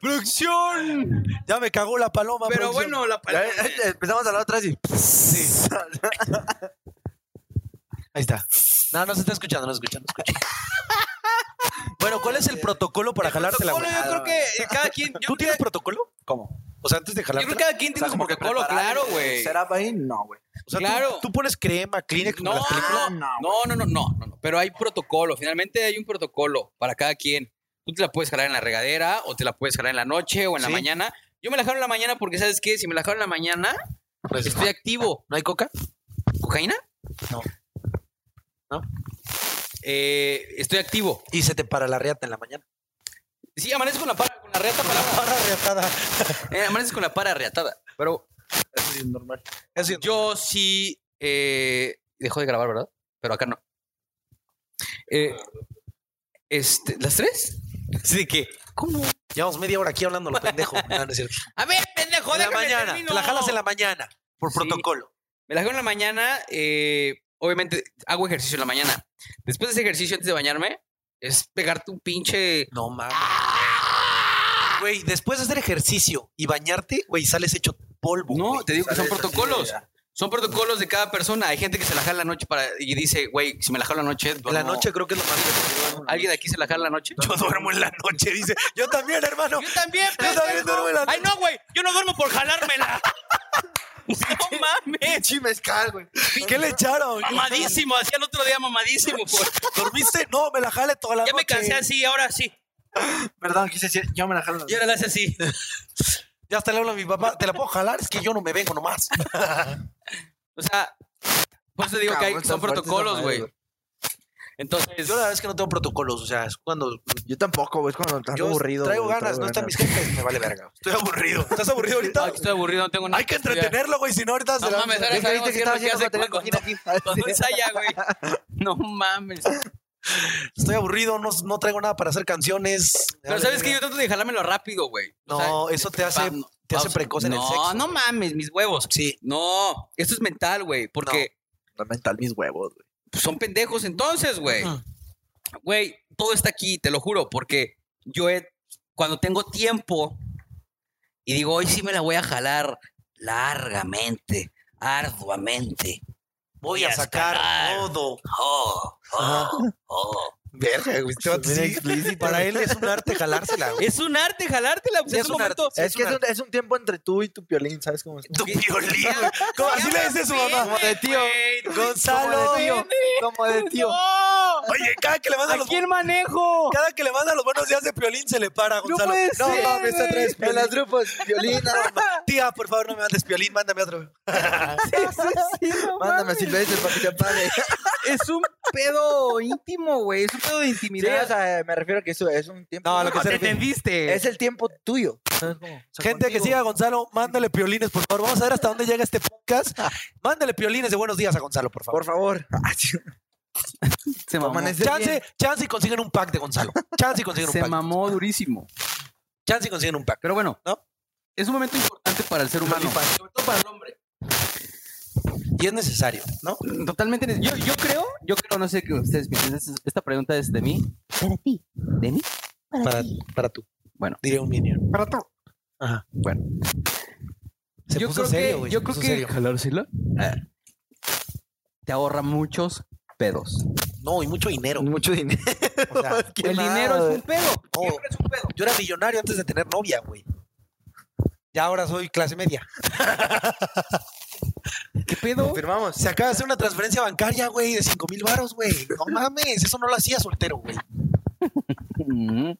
Speaker 4: ¡Producción!
Speaker 1: Ya me cagó la paloma,
Speaker 4: Pero
Speaker 1: producción.
Speaker 4: bueno, la
Speaker 5: Ya,
Speaker 4: palabra.
Speaker 5: eh, empezamos a la otra así.
Speaker 1: Sí. Ahí está. No, no se está escuchando, no se escucha, no se escucha. Bueno, ¿cuál es el protocolo para jalártela,
Speaker 4: Protocolo,
Speaker 1: güey?
Speaker 4: yo creo que cada quien. Yo,
Speaker 1: ¿Tú
Speaker 4: creo,
Speaker 1: tienes
Speaker 4: que-
Speaker 1: protocolo? ¿Cómo? O sea, antes de
Speaker 4: yo creo que
Speaker 1: jalártela.
Speaker 4: cada quien tiene su protocolo, claro, güey.
Speaker 5: ¿Será ahí? No, güey.
Speaker 1: O sea, tú-
Speaker 4: claro.
Speaker 1: tú, pones crema, Kleenex,
Speaker 4: No,
Speaker 1: como las películas.
Speaker 4: no,
Speaker 5: películas.
Speaker 4: no, no, no, no, no, no. Pero hay protocolo. Finalmente hay un protocolo para cada quien. Tú te la puedes jalar en la regadera o te la puedes jalar en la noche o en la
Speaker 1: Sí.
Speaker 4: mañana. Yo me la jalo en la mañana porque, ¿sabes qué? Si me la jalo en la mañana,
Speaker 1: Pues,
Speaker 4: estoy activo.
Speaker 1: ¿No hay coca?
Speaker 4: ¿Cocaína?
Speaker 1: No. ¿No?
Speaker 4: Eh, estoy activo.
Speaker 1: Y se te para la reata en la mañana.
Speaker 4: Sí, amanezco con la para, con la reata para.
Speaker 1: Para reatada.
Speaker 4: Eh, amanezco con la para reatada. Pero
Speaker 5: Es normal.
Speaker 1: Eso yo.
Speaker 4: Yo sí. Eh, dejó de grabar, ¿verdad? Pero acá no. Eh, este, ¿Las tres? Sí, de qué?
Speaker 1: ¿Cómo? Llevamos media hora aquí hablando lo pendejo. No, no es cierto.
Speaker 4: A ver, pendejo,
Speaker 1: en la
Speaker 4: déjame
Speaker 1: mañana.
Speaker 4: termino.
Speaker 1: Te la jalas en la mañana. Por
Speaker 4: Sí.
Speaker 1: protocolo.
Speaker 4: Me la jalo en la mañana. eh, obviamente, hago ejercicio en la mañana. Después de ese ejercicio, antes de bañarme, es pegarte un pinche.
Speaker 1: No mames.
Speaker 4: ¡Ah!
Speaker 1: Güey, después de hacer ejercicio y bañarte, güey, sales hecho polvo.
Speaker 4: No,
Speaker 1: güey.
Speaker 4: te digo que son
Speaker 5: Sales así de-
Speaker 4: protocolos. Son protocolos de cada persona. Hay gente que se la jala en la noche para, y dice, güey, si me la jalo en la noche.
Speaker 1: En la
Speaker 4: duermo".
Speaker 1: noche creo que es lo más divertido.
Speaker 4: ¿Alguien de aquí se la jala en la noche?
Speaker 1: Yo duermo en la noche, dice. Yo también, hermano.
Speaker 4: Yo también,
Speaker 1: Yo también
Speaker 4: pendejo.
Speaker 1: duermo en la
Speaker 4: Ay, no, güey. Yo no duermo por jalármela. no mames.
Speaker 5: Chimezcal, güey.
Speaker 1: ¿Qué le echaron?
Speaker 4: Mamadísimo. Hacía el otro día mamadísimo. por-
Speaker 1: ¿Dormiste? No, me la jale toda la
Speaker 4: Ya me
Speaker 1: noche.
Speaker 4: cansé así, ahora sí.
Speaker 5: Perdón, quise decir, yo me la jalo.
Speaker 4: Y ahora la hace así.
Speaker 1: Ya hasta le hablo a mi papá. ¿Te la puedo jalar? Es que yo no me vengo nomás.
Speaker 4: O sea, por
Speaker 1: Ah,
Speaker 4: eso te digo que hay-
Speaker 5: Cabrón,
Speaker 4: son
Speaker 5: tan fuerte
Speaker 4: protocolos,
Speaker 5: esa madre,
Speaker 4: güey.
Speaker 5: güey.
Speaker 4: Entonces,
Speaker 1: Yo la verdad es que no tengo protocolos. O sea, es cuando
Speaker 5: Yo tampoco, güey. Es cuando estás
Speaker 1: yo
Speaker 5: aburrido.
Speaker 1: traigo
Speaker 5: güey,
Speaker 1: ganas, no están mis
Speaker 5: ganas.
Speaker 1: jefes, me vale verga. Estoy aburrido. ¿Estás aburrido
Speaker 4: ay,
Speaker 1: ahorita?
Speaker 4: ah, que estoy aburrido, no tengo nada.
Speaker 1: Hay que
Speaker 4: estudiar.
Speaker 1: entretenerlo, güey, si no ahorita se
Speaker 4: No
Speaker 1: la...
Speaker 4: mames, ahora
Speaker 5: Yo creí
Speaker 4: sabemos
Speaker 5: que
Speaker 4: qué es lo
Speaker 5: estaba
Speaker 4: que
Speaker 5: haciendo
Speaker 4: hace
Speaker 5: material
Speaker 4: cuando,
Speaker 5: cojín aquí.
Speaker 4: cuando ensaya, güey. No mames.
Speaker 1: Estoy aburrido, no, no traigo nada para hacer canciones.
Speaker 4: Pero
Speaker 1: Vale,
Speaker 4: sabes que yo
Speaker 1: verga.
Speaker 4: trato de dejármelo rápido, güey. O sea,
Speaker 1: No, eso te hace,
Speaker 4: pa-
Speaker 1: te hace
Speaker 4: pausa.
Speaker 1: precoz en el sexo.
Speaker 4: No, no mames, mis huevos.
Speaker 1: Sí.
Speaker 4: No, esto es mental, güey, porque
Speaker 5: La mental, mis huevos, güey.
Speaker 4: pues, son pendejos entonces, güey.
Speaker 1: Ujú.
Speaker 4: Güey, todo está aquí, te lo juro, porque yo he- cuando tengo tiempo y digo, hoy sí me la voy a jalar largamente, arduamente.
Speaker 1: Voy a
Speaker 4: escalar.
Speaker 1: sacar todo.
Speaker 4: Oh, oh, oh.
Speaker 1: Verga, güey. este vato
Speaker 5: Bien
Speaker 1: sí.
Speaker 5: explícito,
Speaker 1: Para
Speaker 5: güey.
Speaker 1: él es un arte jalársela, güey.
Speaker 4: Es un arte jalártela, pues es,
Speaker 1: Es
Speaker 4: un
Speaker 1: un arte.
Speaker 4: momento.
Speaker 1: Sí,
Speaker 5: es que es un, es un tiempo entre tú y tu piolín, ¿sabes cómo es?
Speaker 1: Tu violín. ¿Cómo así le dice su mamá?
Speaker 4: Como de tío.
Speaker 1: Gonzalo.
Speaker 5: Como de tío.
Speaker 4: ¡No!
Speaker 1: Oye, cada que le manda
Speaker 4: ¿A
Speaker 1: los
Speaker 4: quién manejo?
Speaker 1: cada que le manda los buenos días de piolín se le para, Gonzalo.
Speaker 4: puede
Speaker 1: no
Speaker 4: ser,
Speaker 1: mames, otra vez
Speaker 5: En
Speaker 1: piolín.
Speaker 5: las grupos, piolín, no, no.
Speaker 1: Tía, por favor, no me mandes piolín, mándame otro.
Speaker 5: Mándame a Silvestre para que te apague.
Speaker 4: Es un pedo íntimo, güey. Es un pedo de
Speaker 5: Sí,
Speaker 4: intimidad.
Speaker 5: o sea, me refiero a que eso es un tiempo.
Speaker 1: No, a lo que se
Speaker 4: ¿Te
Speaker 1: refiere.
Speaker 4: entendiste?
Speaker 5: Es el tiempo tuyo.
Speaker 1: Gente que siga a Gonzalo, mándale piolines, por favor. Vamos a ver hasta dónde llega este podcast. Mándale piolines de buenos días a Gonzalo, por favor.
Speaker 5: Por favor.
Speaker 2: Se mamó.
Speaker 5: Amanece bien.
Speaker 1: Chance, chance y consiguen un pack de Gonzalo. Chance y consiguen un
Speaker 2: Se
Speaker 1: pack.
Speaker 2: mamó durísimo.
Speaker 1: Chance y consiguen un pack.
Speaker 2: Pero bueno,
Speaker 1: ¿No?
Speaker 2: es un momento importante para el ser humano.
Speaker 4: Sobre todo para el hombre.
Speaker 1: Y es necesario, ¿no?
Speaker 2: Totalmente. ne- Yo, yo creo, yo creo, no sé qué ustedes piensan. es- Esta pregunta es de mí.
Speaker 6: Para ti,
Speaker 2: ¿De mí?
Speaker 6: para,
Speaker 1: Para,
Speaker 6: ti.
Speaker 1: para tú.
Speaker 2: Bueno.
Speaker 1: Diré un minion. Para tú. Ajá.
Speaker 2: Bueno.
Speaker 1: Se
Speaker 2: yo
Speaker 1: puso
Speaker 2: creo
Speaker 1: serio,
Speaker 2: que,
Speaker 1: güey.
Speaker 2: yo
Speaker 1: se
Speaker 2: creo
Speaker 1: puso
Speaker 2: que
Speaker 1: serio.
Speaker 2: jalársela eh, te ahorra muchos pedos.
Speaker 1: No, y mucho dinero.
Speaker 5: Mucho dinero.
Speaker 1: O sea,
Speaker 2: El dinero es un pedo.
Speaker 1: no, yo era millonario antes de tener novia, güey. Ya ahora soy clase media.
Speaker 2: ¿Qué pedo?
Speaker 5: Confirmamos.
Speaker 1: Se acaba de hacer una transferencia bancaria, güey, de 5 mil baros, güey. No mames, eso no lo hacía soltero, güey.
Speaker 2: Mm.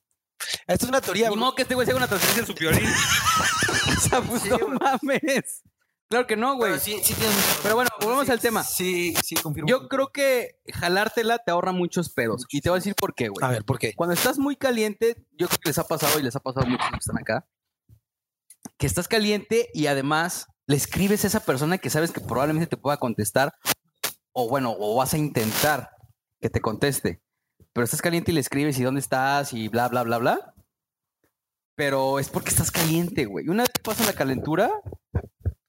Speaker 1: Esta es una teoría,
Speaker 2: Ni modo que este güey se haga una transferencia en su violín. o sea, pues no mames. Claro que no, güey. Pero,
Speaker 5: sí, sí tienes mucho-
Speaker 2: bueno, volvemos al tema.
Speaker 5: Sí, sí, confirmo.
Speaker 2: Yo creo que jalártela te ahorra muchos pedos. Y te voy a decir por qué, güey.
Speaker 1: A ver, ¿por qué?
Speaker 2: Cuando estás muy caliente, yo creo que les ha pasado y les ha pasado a muchos que están acá, que estás caliente y además le escribes a esa persona que sabes que probablemente te pueda contestar, o bueno, o vas a intentar que te conteste, pero estás caliente y le escribes y dónde estás y bla, bla, bla, bla. Pero es porque estás caliente, güey. Una vez que pasa la calentura,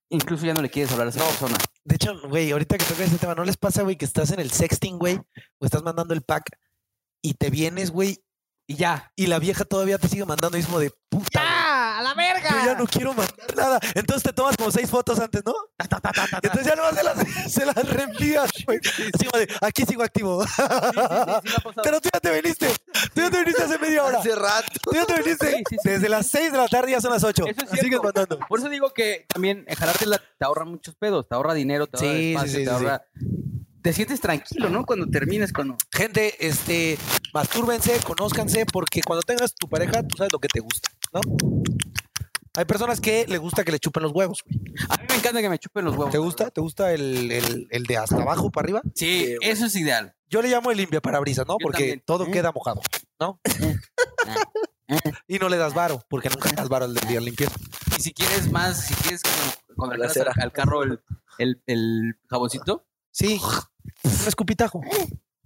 Speaker 2: incluso ya no le quieres hablar a esa persona.
Speaker 1: De hecho, güey, ahorita que toca ese tema, ¿no les pasa, güey, que estás en el sexting, güey, o estás mandando el pack y te vienes, güey,
Speaker 2: Y ya.
Speaker 1: y la vieja todavía te sigue mandando y es como de puta, güey,
Speaker 6: ¡Ya! ¡A la verga!
Speaker 1: yo ya no quiero mandar nada. Entonces te tomas como seis fotos antes, ¿no? Entonces ya nomás se las, se las reenvías, güey. Así como de, aquí sigo activo. Pero tú ya te viniste. Tú ya te viniste hace media hora.
Speaker 5: Hace rato.
Speaker 1: Tú ya te viniste.
Speaker 2: Sí, sí, sí.
Speaker 1: Desde las seis de la tarde ya son las ocho.
Speaker 2: Eso es
Speaker 1: Y sigues
Speaker 2: cierto.
Speaker 1: mandando.
Speaker 2: Por eso digo que también eh, jalarte la, te ahorra muchos pedos, te ahorra dinero, te ahorra
Speaker 1: Sí, sí,
Speaker 2: espacio,
Speaker 1: sí,
Speaker 2: te
Speaker 1: sí, sí.
Speaker 2: ahorra. Te sientes tranquilo, ¿no? Cuando terminas, cuando.
Speaker 1: Gente, este, mastúrbense, conózcanse, porque cuando tengas tu pareja, tú sabes lo que te gusta, ¿no? Hay personas que le gusta que le chupen los huevos. güey.
Speaker 2: A mí me encanta que me chupen los huevos.
Speaker 1: ¿Te gusta? ¿Te gusta el, el- el de hasta abajo para arriba?
Speaker 2: Sí,
Speaker 5: Sí, güey.
Speaker 2: eso es ideal.
Speaker 1: Yo le llamo el limpia parabrisas, ¿no?
Speaker 2: Yo
Speaker 1: Porque
Speaker 2: también.
Speaker 1: todo
Speaker 2: ¿Eh?
Speaker 1: queda mojado, ¿no? y no le das varo, porque nunca le das varo al del día limpieza.
Speaker 2: Y si quieres más, si quieres como cuando
Speaker 5: La
Speaker 2: le jalas al, al carro el, el, el jaboncito.
Speaker 1: Sí, un escupitajo.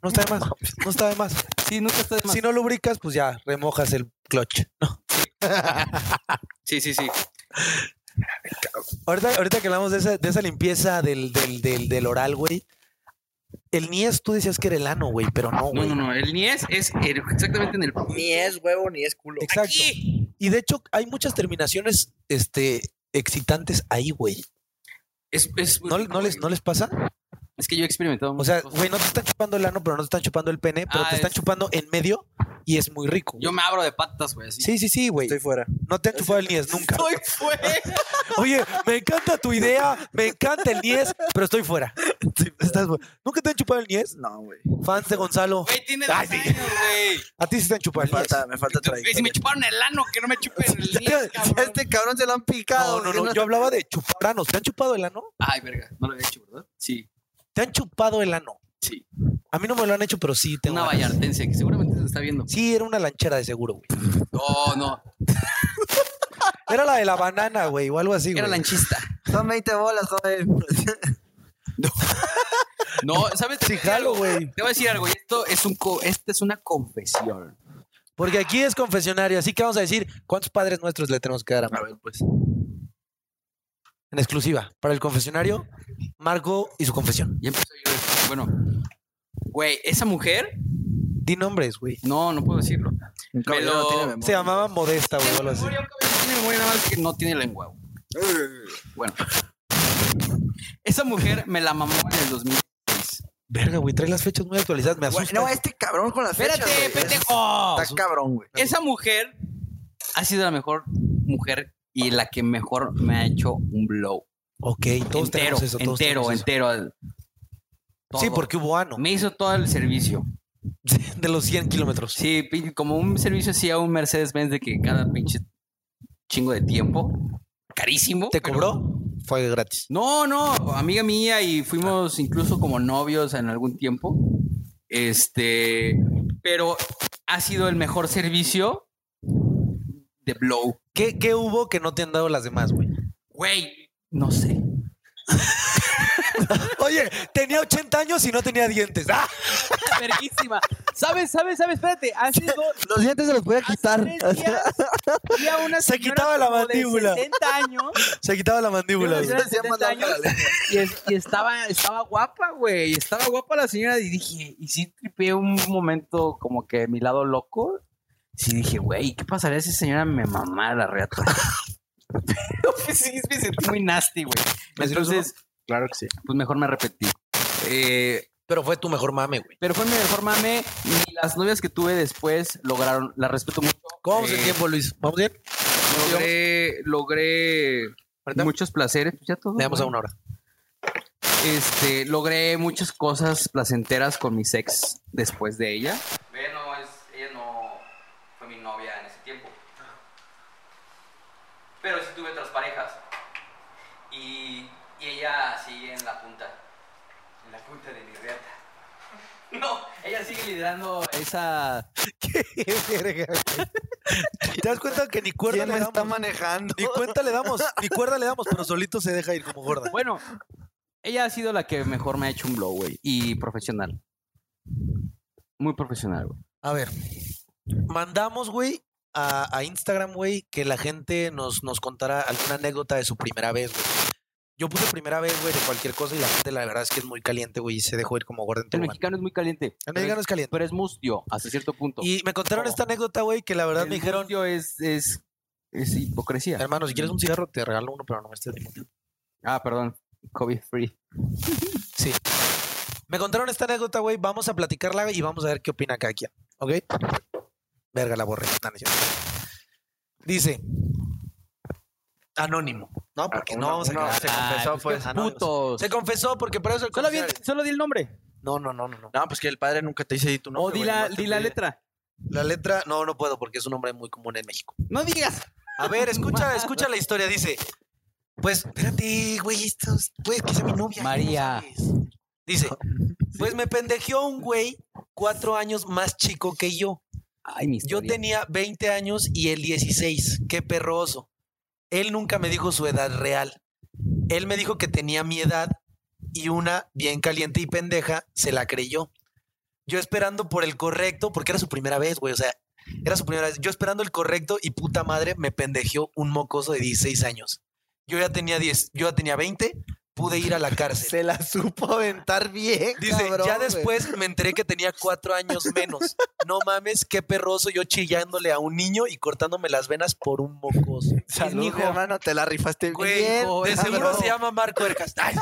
Speaker 1: No está de más, no está de más.
Speaker 2: Sí, nunca estás de más.
Speaker 1: Si no lubricas, pues ya remojas el clutch.
Speaker 4: Sí, sí, sí.
Speaker 1: Ahorita, ahorita que hablamos de esa, de esa limpieza del, del, del, del oral, güey. El niés tú decías que era el ano, güey, pero no,
Speaker 4: No,
Speaker 1: güey.
Speaker 4: no, no. El niés es el- exactamente en el.
Speaker 5: Ni es huevo ni es culo.
Speaker 1: Exacto. Y de hecho, hay muchas terminaciones este, excitantes ahí, güey.
Speaker 4: Es, es
Speaker 2: Pues
Speaker 4: muy
Speaker 1: ¿No,
Speaker 4: rico,
Speaker 1: no les,
Speaker 4: güey.
Speaker 1: ¿No les pasa?
Speaker 2: Es que yo he experimentado.
Speaker 1: O sea,
Speaker 2: muchas cosas.
Speaker 1: güey, no te están chupando el ano, pero no te están chupando el pene, pero
Speaker 4: Ah,
Speaker 1: te están
Speaker 4: es-
Speaker 1: chupando en medio y es muy rico.
Speaker 4: Yo me abro de patas, güey. así.
Speaker 1: Sí, sí, sí, güey.
Speaker 5: Estoy fuera.
Speaker 1: No te han chupado el niés nunca.
Speaker 4: Estoy fuera.
Speaker 1: Oye, me encanta tu idea, me encanta el niés, pero estoy fuera. Estás fuera. ¿Nunca te han chupado el niés?
Speaker 5: No, güey.
Speaker 1: Fans de Gonzalo,
Speaker 4: Güey, tiene
Speaker 1: Ay,
Speaker 4: 10 años, güey.
Speaker 1: a ti sí te han chupado
Speaker 5: Me
Speaker 1: el niés.
Speaker 5: falta, me falta
Speaker 4: Güey, Si me
Speaker 5: trayectoria.
Speaker 4: chuparon el ano, que no me chupen el niés,
Speaker 5: A
Speaker 4: cabrón.
Speaker 5: Este cabrón se lo han
Speaker 1: No,
Speaker 5: picado.
Speaker 1: no,
Speaker 5: que
Speaker 1: no, yo hablaba de chupanos. ¿Te han chupado el ano?
Speaker 4: Ay, verga. No lo había hecho, ¿verdad? Sí,
Speaker 1: ¿Te han chupado el ano?
Speaker 4: sí.
Speaker 1: A mí no me lo han hecho, pero sí tengo.
Speaker 4: Una
Speaker 1: ganas.
Speaker 4: vallartense que seguramente se está viendo.
Speaker 1: Sí, era una lanchera de seguro, güey.
Speaker 4: No, no.
Speaker 1: Era la de la banana, güey, o algo así,
Speaker 4: Era
Speaker 1: güey.
Speaker 4: lanchista.
Speaker 5: Son 20 bolas, joder.
Speaker 4: No, ¿sabes? Te
Speaker 1: Sí,
Speaker 4: voy a decir
Speaker 1: jalo,
Speaker 4: algo.
Speaker 1: güey.
Speaker 4: Te voy a decir algo. y Esto es un co- esta es una confesión.
Speaker 1: Porque aquí es confesionario, así que vamos a decir cuántos padres nuestros le tenemos que dar a Marco.
Speaker 5: ver, pues.
Speaker 1: En exclusiva, para el confesionario, Marco y su confesión.
Speaker 4: Ya empezó yo. Bueno, güey, esa mujer,
Speaker 1: Di nombres, güey.
Speaker 4: no, no puedo decirlo.
Speaker 5: Un caballero
Speaker 4: lo-
Speaker 5: no tiene
Speaker 1: Se
Speaker 5: memoria.
Speaker 1: llamaba Modesta, güey, o algo
Speaker 4: Tiene
Speaker 1: así.
Speaker 4: memoria, un cabrón tiene memoria, nada más que no tiene lengua. güey. Bueno, esa mujer me la mamó en el 2006.
Speaker 1: Verga, güey, trae las fechas muy actualizadas, me
Speaker 5: Güey,
Speaker 1: asusta.
Speaker 5: No, este cabrón con las fechas.
Speaker 4: Espérate,
Speaker 5: güey.
Speaker 4: pendejo.
Speaker 5: Está cabrón, güey.
Speaker 4: Esa mujer ha sido la mejor mujer y la que mejor me ha hecho un blow.
Speaker 1: ok, todos
Speaker 4: entero,
Speaker 1: tenemos eso, todos
Speaker 4: entero,
Speaker 1: tenemos eso.
Speaker 4: entero.
Speaker 1: Sí,
Speaker 4: Todo.
Speaker 1: porque hubo ano.
Speaker 4: me hizo todo el servicio.
Speaker 1: De los 100 kilómetros.
Speaker 4: Sí, pin- como un servicio así a un Mercedes-Benz de que cada pinche chingo de tiempo, carísimo.
Speaker 1: ¿Te
Speaker 4: pero-
Speaker 1: cobró? Fue gratis.
Speaker 4: No, no, amiga mía y
Speaker 1: Ah.
Speaker 4: fuimos incluso como novios en algún tiempo. Este, pero ha sido el mejor servicio de blow.
Speaker 1: ¿Qué, qué hubo que no te han dado las demás, güey?
Speaker 4: Güey, no sé.
Speaker 1: Oye, tenía 80 años y no tenía dientes. ¡Ah!
Speaker 2: Verguísima. ¿Sabes, sabes, sabes? Espérate. Hace dos,
Speaker 5: Los dientes se los
Speaker 1: Ah,
Speaker 5: podía
Speaker 2: hace
Speaker 5: quitar.
Speaker 2: tres días vi a una
Speaker 1: Se
Speaker 2: señora
Speaker 1: quitaba la
Speaker 2: como de
Speaker 1: mandíbula.
Speaker 2: 70 años.
Speaker 1: Se quitaba la mandíbula.
Speaker 2: Yo
Speaker 1: güey.
Speaker 2: no sé- 70 años. Y, es- y estaba, estaba guapa, güey. y Estaba guapa la señora. Y dije, y sí tripié un momento como que mi lado loco. Sí dije, güey, ¿qué pasaría si esa señora me mamara la reata? Pero pues sí, me sentí muy nasty, güey.
Speaker 1: ¿Me sirves
Speaker 2: Entonces,
Speaker 5: Claro que sí.
Speaker 2: pues mejor me arrepentí. Eh,
Speaker 1: Pero fue tu mejor mame, güey.
Speaker 2: pero fue mi mejor mame. Y las novias que tuve después lograron, las respeto mucho.
Speaker 1: ¿Cómo vamos en
Speaker 2: Eh,
Speaker 1: tiempo, Luis? ¿Vamos bien?
Speaker 4: Logré, logré
Speaker 1: Ahorita
Speaker 2: Muchos placeres. pues ya todo.
Speaker 1: Le damos a
Speaker 2: güey.
Speaker 1: una hora.
Speaker 2: Este, logré muchas cosas placenteras con mis ex después de ella. Bueno, es, ella no fue mi novia en ese tiempo. Pero sí tuve otras parejas. Y, y ella sigue en la punta. En la punta de mi reata. No, ella sigue liderando esa,
Speaker 1: Qué verga, güey. ¿Te das cuenta que ni cuerda
Speaker 5: ¿Quién
Speaker 1: le
Speaker 5: está
Speaker 1: damos?
Speaker 5: manejando?
Speaker 1: Ni cuenta le damos, ni cuerda le damos, pero solito se deja ir como gorda.
Speaker 4: Bueno, ella ha sido la que mejor me ha hecho un blow, güey. Y profesional. Muy profesional, güey.
Speaker 1: A ver, mandamos, güey, a, a Instagram, güey, que la gente nos, nos contara alguna anécdota de su primera vez, güey. Yo puse primera vez, güey, de cualquier cosa y la gente, la verdad es que es muy caliente, güey, y se dejó ir como gorda en
Speaker 4: El
Speaker 1: tobogán.
Speaker 4: mexicano es muy caliente.
Speaker 1: El
Speaker 4: pero es-
Speaker 1: mexicano es caliente.
Speaker 4: Pero es mustio, hasta cierto punto.
Speaker 1: Y me contaron
Speaker 4: Oh.
Speaker 1: esta anécdota, güey, que la verdad
Speaker 4: el
Speaker 1: me dijeron,
Speaker 4: mustio es, es, es hipocresía.
Speaker 1: hermano, si quieres un cigarro, te regalo uno, pero no este me estés mintiendo.
Speaker 4: Ah, perdón. COVID free.
Speaker 1: Sí. Me contaron esta anécdota, güey, vamos a platicarla y vamos a ver qué opina cada quien, ¿ok? Verga, la borré. No, no es cierto. Dice, anónimo, ¿no? Porque no
Speaker 5: uno-
Speaker 1: vamos a
Speaker 5: uno-
Speaker 1: quedar-
Speaker 5: Se confesó,
Speaker 4: pues,
Speaker 5: pues,
Speaker 4: qué
Speaker 5: ah, no,
Speaker 4: putos.
Speaker 1: Se confesó porque para eso el
Speaker 4: Solo,
Speaker 1: confesar-
Speaker 4: vi- solo di el nombre.
Speaker 1: No, no, no, no, no.
Speaker 5: No, pues que el padre nunca te dice di tu
Speaker 4: o
Speaker 5: nombre.
Speaker 4: di
Speaker 5: güey,
Speaker 4: la,
Speaker 5: nomás te
Speaker 4: di la
Speaker 5: pide-
Speaker 4: letra.
Speaker 1: La letra, no, no puedo porque es un nombre muy común en México.
Speaker 4: No digas.
Speaker 1: A ver, escucha, escucha la historia, dice. Pues, espérate, güey, estos, pues, que sea mi novia. ¿cómo
Speaker 4: María.
Speaker 1: sabes? Dice, pues me pendejeó un güey cuatro años más chico que yo.
Speaker 4: Ay, mi
Speaker 1: Yo
Speaker 4: historia.
Speaker 1: tenía 20 años y él 16. Qué perroso. Él nunca me dijo su edad real. Él me dijo que tenía mi edad y una bien caliente y pendeja se la creyó. Yo esperando por el correcto, porque era su primera vez, güey. O sea, era su primera vez. Yo esperando el correcto y puta madre me pendejeó un mocoso de 16 años. Yo ya tenía 10, yo ya tenía 20, pude ir a la cárcel.
Speaker 5: Se la supo aventar bien.
Speaker 1: Dice,
Speaker 5: cabrón,
Speaker 1: ya
Speaker 5: güey.
Speaker 1: después me enteré que tenía cuatro años menos. No mames, qué perroso yo chillándole a un niño y cortándome las venas por un mocoso.
Speaker 5: Salud,
Speaker 1: hijo.
Speaker 5: hermano, te la rifaste
Speaker 1: Güey,
Speaker 5: bien.
Speaker 1: de seguro
Speaker 5: cabrón.
Speaker 1: se llama Marco Ercas. Ay,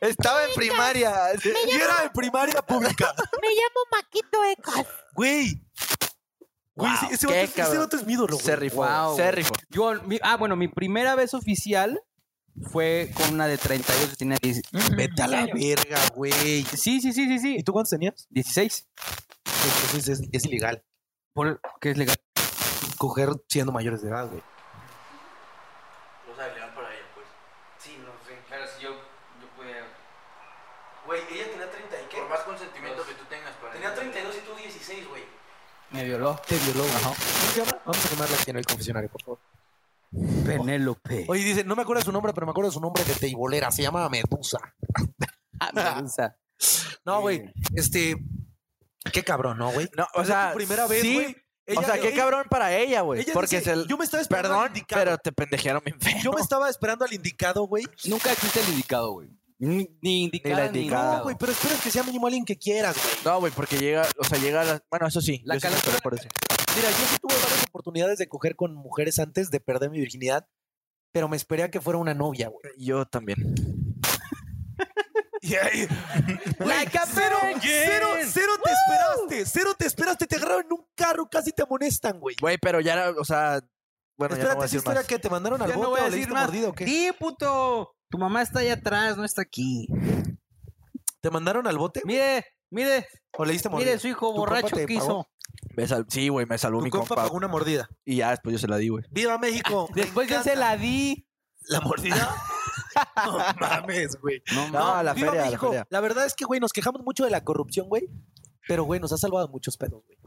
Speaker 5: Estaba en primaria.
Speaker 1: yo era de primaria pública.
Speaker 6: Me llamo Maquito Ecas.
Speaker 1: Güey. Güey,
Speaker 5: Wow,
Speaker 1: ese- ese,
Speaker 5: qué
Speaker 1: vato, ese
Speaker 5: cabrón.
Speaker 1: vato es mi ídolo, güey.
Speaker 5: Se rifó,
Speaker 4: Wow.
Speaker 5: se rifó.
Speaker 4: Yo, mi- ah, bueno, mi primera vez oficial fue con una de 32 que tenía 10.
Speaker 1: Vete a la verga, güey.
Speaker 4: Sí, sí, sí, sí, sí.
Speaker 1: tú cuántos tenías?
Speaker 4: 16.
Speaker 1: Pues Entonces es, es ilegal
Speaker 4: Por, que es legal.
Speaker 1: coger siendo mayores de edad, güey.
Speaker 5: Sí, no sé.
Speaker 7: Pero si yo, yo podía...
Speaker 1: Güey, ella tenía 30 y
Speaker 5: más consentimiento que tú tengas para
Speaker 1: y tú 16, güey.
Speaker 4: Me violó.
Speaker 1: Te violó, güey. Vamos a quemarla aquí en el confesionario, por favor.
Speaker 4: Penélope.
Speaker 1: Oye, dice, no me acuerdo de su nombre, pero me acuerdo de su nombre de teibolera. Se llama Medusa.
Speaker 4: Ah, me gusta.
Speaker 1: No, güey. Este. Qué cabrón, ¿no, güey?
Speaker 3: No, o
Speaker 1: Es tu
Speaker 3: sea,
Speaker 1: primera vez,
Speaker 3: sí,
Speaker 1: güey.
Speaker 3: O
Speaker 1: Ella-
Speaker 3: sea, qué
Speaker 1: ella-
Speaker 3: cabrón para ella, güey.
Speaker 1: ella
Speaker 3: Porque
Speaker 1: dice,
Speaker 3: se l-
Speaker 1: Yo me estaba esperando
Speaker 3: Perdón,
Speaker 1: al indicado.
Speaker 3: pero te pendejearon bien feo.
Speaker 1: Yo me estaba esperando al indicado, güey.
Speaker 4: Nunca existe el indicado, güey. Ni, ni indicado.
Speaker 3: la
Speaker 4: Ni
Speaker 3: indicada.
Speaker 4: indicado.
Speaker 1: No, güey, pero esperas que sea mínimo alguien que quieras, güey.
Speaker 3: No, güey, porque llega, o sea, llega la... Bueno, eso sí.
Speaker 4: La
Speaker 3: yo sí me
Speaker 4: calentura-
Speaker 3: esperé por eso.
Speaker 1: Mira, yo sí tuve varias oportunidades de coger con mujeres antes de perder mi virginidad, pero me esperé a que fuera una novia, güey.
Speaker 3: Eh, Yo también.
Speaker 1: Y ahí-
Speaker 4: Like a
Speaker 1: pues, cero,
Speaker 4: virgin.
Speaker 1: cero, cero te esperaste, cero te esperaste, te agarraron en un carro, casi te amonestan, güey.
Speaker 3: Güey, pero ya era, o sea... Bueno, ya no voy
Speaker 1: Espérate, ¿esa
Speaker 3: a decir
Speaker 1: historia
Speaker 3: más.
Speaker 1: que te mandaron al
Speaker 4: Ya
Speaker 1: bote
Speaker 4: no voy a
Speaker 1: o le
Speaker 4: decir
Speaker 1: diste
Speaker 4: más.
Speaker 1: mordido o qué?
Speaker 4: Sí, puto. Tu mamá está allá atrás, no está aquí.
Speaker 1: ¿Te mandaron al bote
Speaker 4: Mire, mire,
Speaker 1: o le diste mordido?
Speaker 4: mire su hijo
Speaker 1: ¿Tu compa
Speaker 4: borracho
Speaker 1: te
Speaker 4: que hizo.
Speaker 1: pagó?
Speaker 3: Me sal- Sí, güey, me salvó
Speaker 1: Tu
Speaker 3: mi
Speaker 1: compa
Speaker 3: compa.
Speaker 1: pagó una mordida.
Speaker 3: Y ya después yo se la di, güey.
Speaker 1: ¡Viva México! Me
Speaker 4: Después yo se
Speaker 1: encanta.
Speaker 4: la di.
Speaker 1: ¿La mordida? no mames, güey.
Speaker 4: No,
Speaker 3: No, a Ah, la
Speaker 1: ¡Viva
Speaker 3: feria, a la
Speaker 1: México!
Speaker 3: feria.
Speaker 1: La verdad es que, güey, nos quejamos mucho de la corrupción, güey. Pero, güey, nos ha salvado muchos pedos, güey.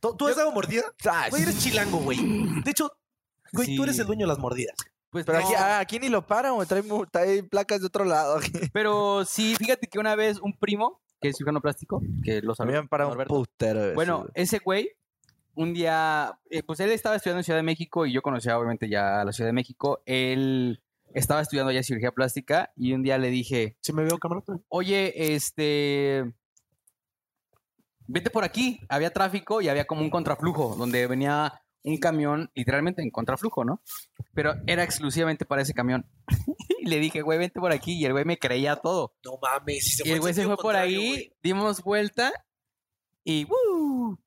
Speaker 1: ¿Tú, tú has dado mordida?
Speaker 3: Ah,
Speaker 1: Güey,
Speaker 3: sí.
Speaker 1: eres chilango, güey. De hecho, güey,
Speaker 4: Sí.
Speaker 1: tú eres el dueño de las mordidas.
Speaker 4: Pues
Speaker 3: Pero
Speaker 4: no.
Speaker 3: aquí, ah, aquí ni lo paran, güey. Trae, mu- trae placas de otro lado.
Speaker 4: Pero sí, fíjate que una vez un primo, que es cirujano plástico, que lo sabía.
Speaker 3: También para un
Speaker 4: Norberto.
Speaker 3: putero. de veces,
Speaker 4: Bueno,
Speaker 3: güey.
Speaker 4: ese güey, un día, eh, pues él estaba estudiando en Ciudad de México y yo conocía obviamente ya la Ciudad de México. Él estaba estudiando ya cirugía plástica y un día le dije,
Speaker 1: Si me veo camarota.
Speaker 4: oye, este, vete por aquí. Había tráfico y había como un contraflujo donde venía un camión literalmente en contraflujo, ¿no? Pero era exclusivamente para ese camión. y le dije, güey, vente por aquí. Y el güey me creía todo.
Speaker 1: No mames, si se
Speaker 4: Y el
Speaker 1: en
Speaker 4: güey se
Speaker 1: sentido
Speaker 4: fue por
Speaker 1: contrario,
Speaker 4: ahí,
Speaker 1: güey.
Speaker 4: dimos vuelta y ¡woo!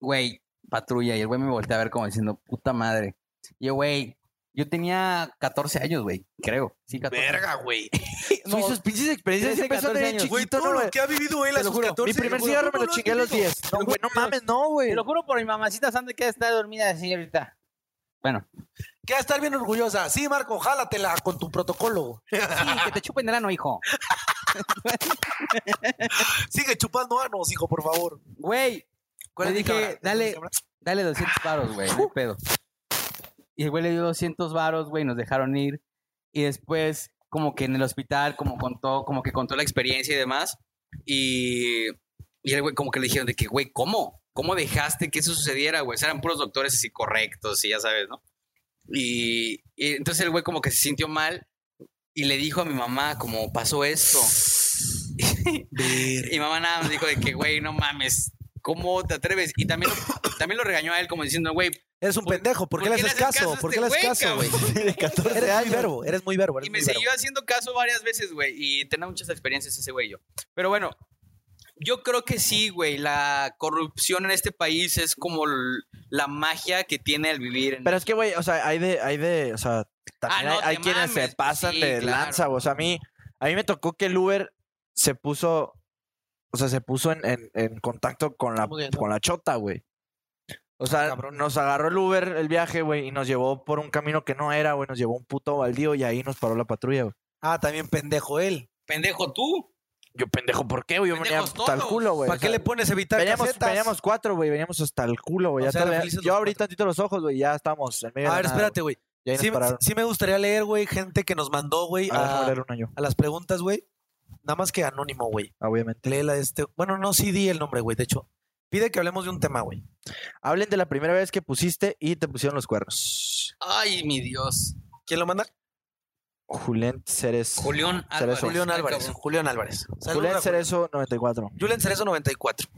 Speaker 4: Güey, patrulla. Y el güey me voltea a ver como diciendo, puta madre. Y yo, güey, yo tenía 14 años, güey, creo. Sí, 14.
Speaker 1: Verga, güey.
Speaker 3: No, sus pinches experiencias
Speaker 4: 13,
Speaker 3: siempre son
Speaker 4: 14
Speaker 3: de
Speaker 4: años.
Speaker 1: Güey,
Speaker 3: chiquito,
Speaker 1: todo
Speaker 3: ¿no,
Speaker 1: lo
Speaker 3: güey?
Speaker 1: que ha vivido él
Speaker 4: Te
Speaker 1: a
Speaker 4: lo
Speaker 1: sus
Speaker 4: juro, mi
Speaker 1: 14
Speaker 3: Mi primer
Speaker 1: güey,
Speaker 3: cigarro me
Speaker 1: ¿cómo
Speaker 3: lo
Speaker 1: has
Speaker 3: chingué a los
Speaker 1: vivido?
Speaker 3: 10. No, güey, no mames, no, güey.
Speaker 4: Te lo juro por mi mamacita santa que está dormida así ahorita. Bueno,
Speaker 1: Que va a estar bien orgullosa. Sí, Marco, jálatela con tu protocolo.
Speaker 4: sí, que te chupen el ano, hijo.
Speaker 1: Sigue chupando anos, hijo, por favor.
Speaker 4: Güey,
Speaker 1: ¿Cuál
Speaker 2: Le
Speaker 1: es mi
Speaker 2: dije,
Speaker 1: cámara?
Speaker 2: dale.
Speaker 1: ¿Es mi cámara?
Speaker 2: Dale 200 varos, güey, no hay pedo. Y el güey le dio 200 varos, güey, nos dejaron ir. Y después, como que en el hospital, como contó, como
Speaker 4: como que contó la experiencia y demás. Y, y el güey, como que le dijeron de que, güey, ¿cómo? ¿Cómo dejaste que eso sucediera, güey? O sea, eran puros doctores así correctos y ya sabes, ¿no? Y, y entonces el güey como que se sintió mal y le dijo a mi mamá como pasó esto.
Speaker 1: Ver-
Speaker 4: Y mi mamá nada más dijo de que, güey, no mames, ¿cómo te atreves? Y también lo, también lo regañó a él como diciendo, güey,
Speaker 1: Eres un
Speaker 4: ¿Por-
Speaker 1: pendejo. ¿Por qué le haces caso?
Speaker 4: a
Speaker 1: ¿Por qué
Speaker 4: este
Speaker 1: le haces
Speaker 4: güey,
Speaker 1: caso, güey?
Speaker 8: De 14
Speaker 1: Eres muy
Speaker 8: años.
Speaker 1: verbo. Eres muy verbo. eres
Speaker 4: Y me
Speaker 1: muy verbo.
Speaker 4: siguió haciendo caso varias veces, güey. Y tenía muchas experiencias ese güey y yo. Pero bueno, yo creo que sí, güey. La corrupción en este país es como l- la magia que tiene el vivir en
Speaker 8: Pero es que, güey, o sea, hay de, hay de, o sea, también
Speaker 4: Ah, no,
Speaker 8: hay, hay
Speaker 4: te
Speaker 8: quienes se
Speaker 4: mames,
Speaker 8: pasan
Speaker 4: sí,
Speaker 8: de
Speaker 4: claro.
Speaker 8: lanza, güey. O sea, a mí, a mí me tocó que el Uber se puso, o sea, se puso en, en- en contacto con la,
Speaker 1: ¿Cómo que no?
Speaker 8: con la chota, güey. O sea,
Speaker 1: cabrón.
Speaker 8: nos agarró el Uber el viaje, güey, y nos llevó por un camino que no era, güey, nos llevó a un puto baldío y ahí nos paró la patrulla, güey.
Speaker 1: Ah, también pendejo él.
Speaker 4: pendejo tú.
Speaker 8: Yo, pendejo, ¿por qué, güey? Yo venía
Speaker 4: Pendejos
Speaker 8: hasta el
Speaker 4: todos.
Speaker 8: culo, güey.
Speaker 1: ¿Para
Speaker 8: O
Speaker 1: qué
Speaker 8: sea,
Speaker 1: le pones evitar
Speaker 8: Veníamos,
Speaker 1: casetas?
Speaker 8: veníamos cuatro, güey, veníamos hasta el culo, güey.
Speaker 1: O
Speaker 8: ya
Speaker 1: sea, eran
Speaker 8: todavía-
Speaker 1: felices
Speaker 8: Yo
Speaker 1: los
Speaker 8: abrí
Speaker 1: cuatro.
Speaker 8: tantito los ojos, güey, y ya estábamos en medio
Speaker 1: A
Speaker 8: de
Speaker 1: ver,
Speaker 8: la nada,
Speaker 1: espérate, güey.
Speaker 8: güey. Y ahí
Speaker 1: Sí,
Speaker 8: nos pararon.
Speaker 1: sí me gustaría leer, güey, gente que nos mandó, güey,
Speaker 8: Ah, déjame
Speaker 1: a,
Speaker 8: leer una yo,
Speaker 1: a las preguntas, güey. Nada más que anónimo, güey.
Speaker 8: obviamente.
Speaker 1: Léela este. Bueno, no, sí di el nombre, güey. De hecho, pide que hablemos de un tema, güey.
Speaker 8: Hablen de la primera vez que pusiste y te pusieron los cuernos.
Speaker 4: Ay, mi Dios.
Speaker 1: ¿Quién lo manda?
Speaker 8: Julián Cerezo.
Speaker 4: Julián
Speaker 8: Cerezo.
Speaker 4: Álvarez.
Speaker 1: Julián
Speaker 4: Ay,
Speaker 1: Álvarez.
Speaker 4: cabrón.
Speaker 1: Julián Álvarez. Saludos a
Speaker 8: Julián
Speaker 1: Julián.
Speaker 8: Cerezo, 94.
Speaker 1: Julián Cerezo 94.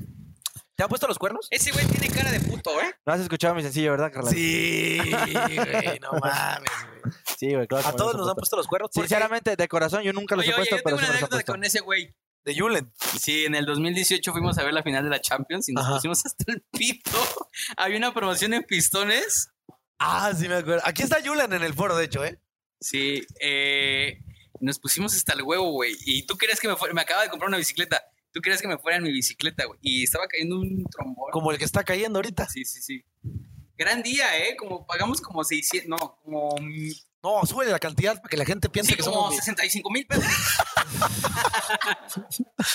Speaker 1: ¿Te han puesto los cuernos?
Speaker 4: Ese güey tiene cara de puto, ¿eh?
Speaker 8: No has escuchado mi sencillo, ¿verdad, Carla?
Speaker 1: Sí, güey, no mames, güey.
Speaker 8: Sí, güey, claro. que
Speaker 1: A
Speaker 8: me
Speaker 1: todos
Speaker 8: los
Speaker 1: nos
Speaker 8: he puesto.
Speaker 1: han puesto los cuernos. porque-
Speaker 8: Sinceramente, de corazón, yo nunca los
Speaker 4: Oye,
Speaker 8: he
Speaker 4: oye,
Speaker 8: puesto,
Speaker 4: yo
Speaker 8: pero
Speaker 4: tengo
Speaker 8: sí
Speaker 4: una
Speaker 8: me los han
Speaker 4: anécdota
Speaker 8: puesto.
Speaker 4: con ese güey.
Speaker 1: De Julen.
Speaker 4: Sí, en el 2018 fuimos a ver la final de la Champions y nos
Speaker 1: Ajá.
Speaker 4: pusimos hasta el pito. Había una promoción en pistones
Speaker 1: Ah, sí me acuerdo. Aquí está Julen en el foro, de hecho, ¿eh?
Speaker 4: Sí, eh, nos pusimos hasta el huevo, güey. Y tú querías que me fuera, me acaba de comprar una bicicleta. Tú querías que me fuera en mi bicicleta, güey. Y estaba cayendo un trombón.
Speaker 1: Como el que está cayendo ahorita.
Speaker 4: Sí, sí, sí. Gran día, ¿eh? Como pagamos como 600, no, como,
Speaker 1: No, sube la cantidad para que la gente piense
Speaker 4: sí,
Speaker 1: que
Speaker 4: como
Speaker 1: somos mis-
Speaker 4: 65 mil pesos. Oh,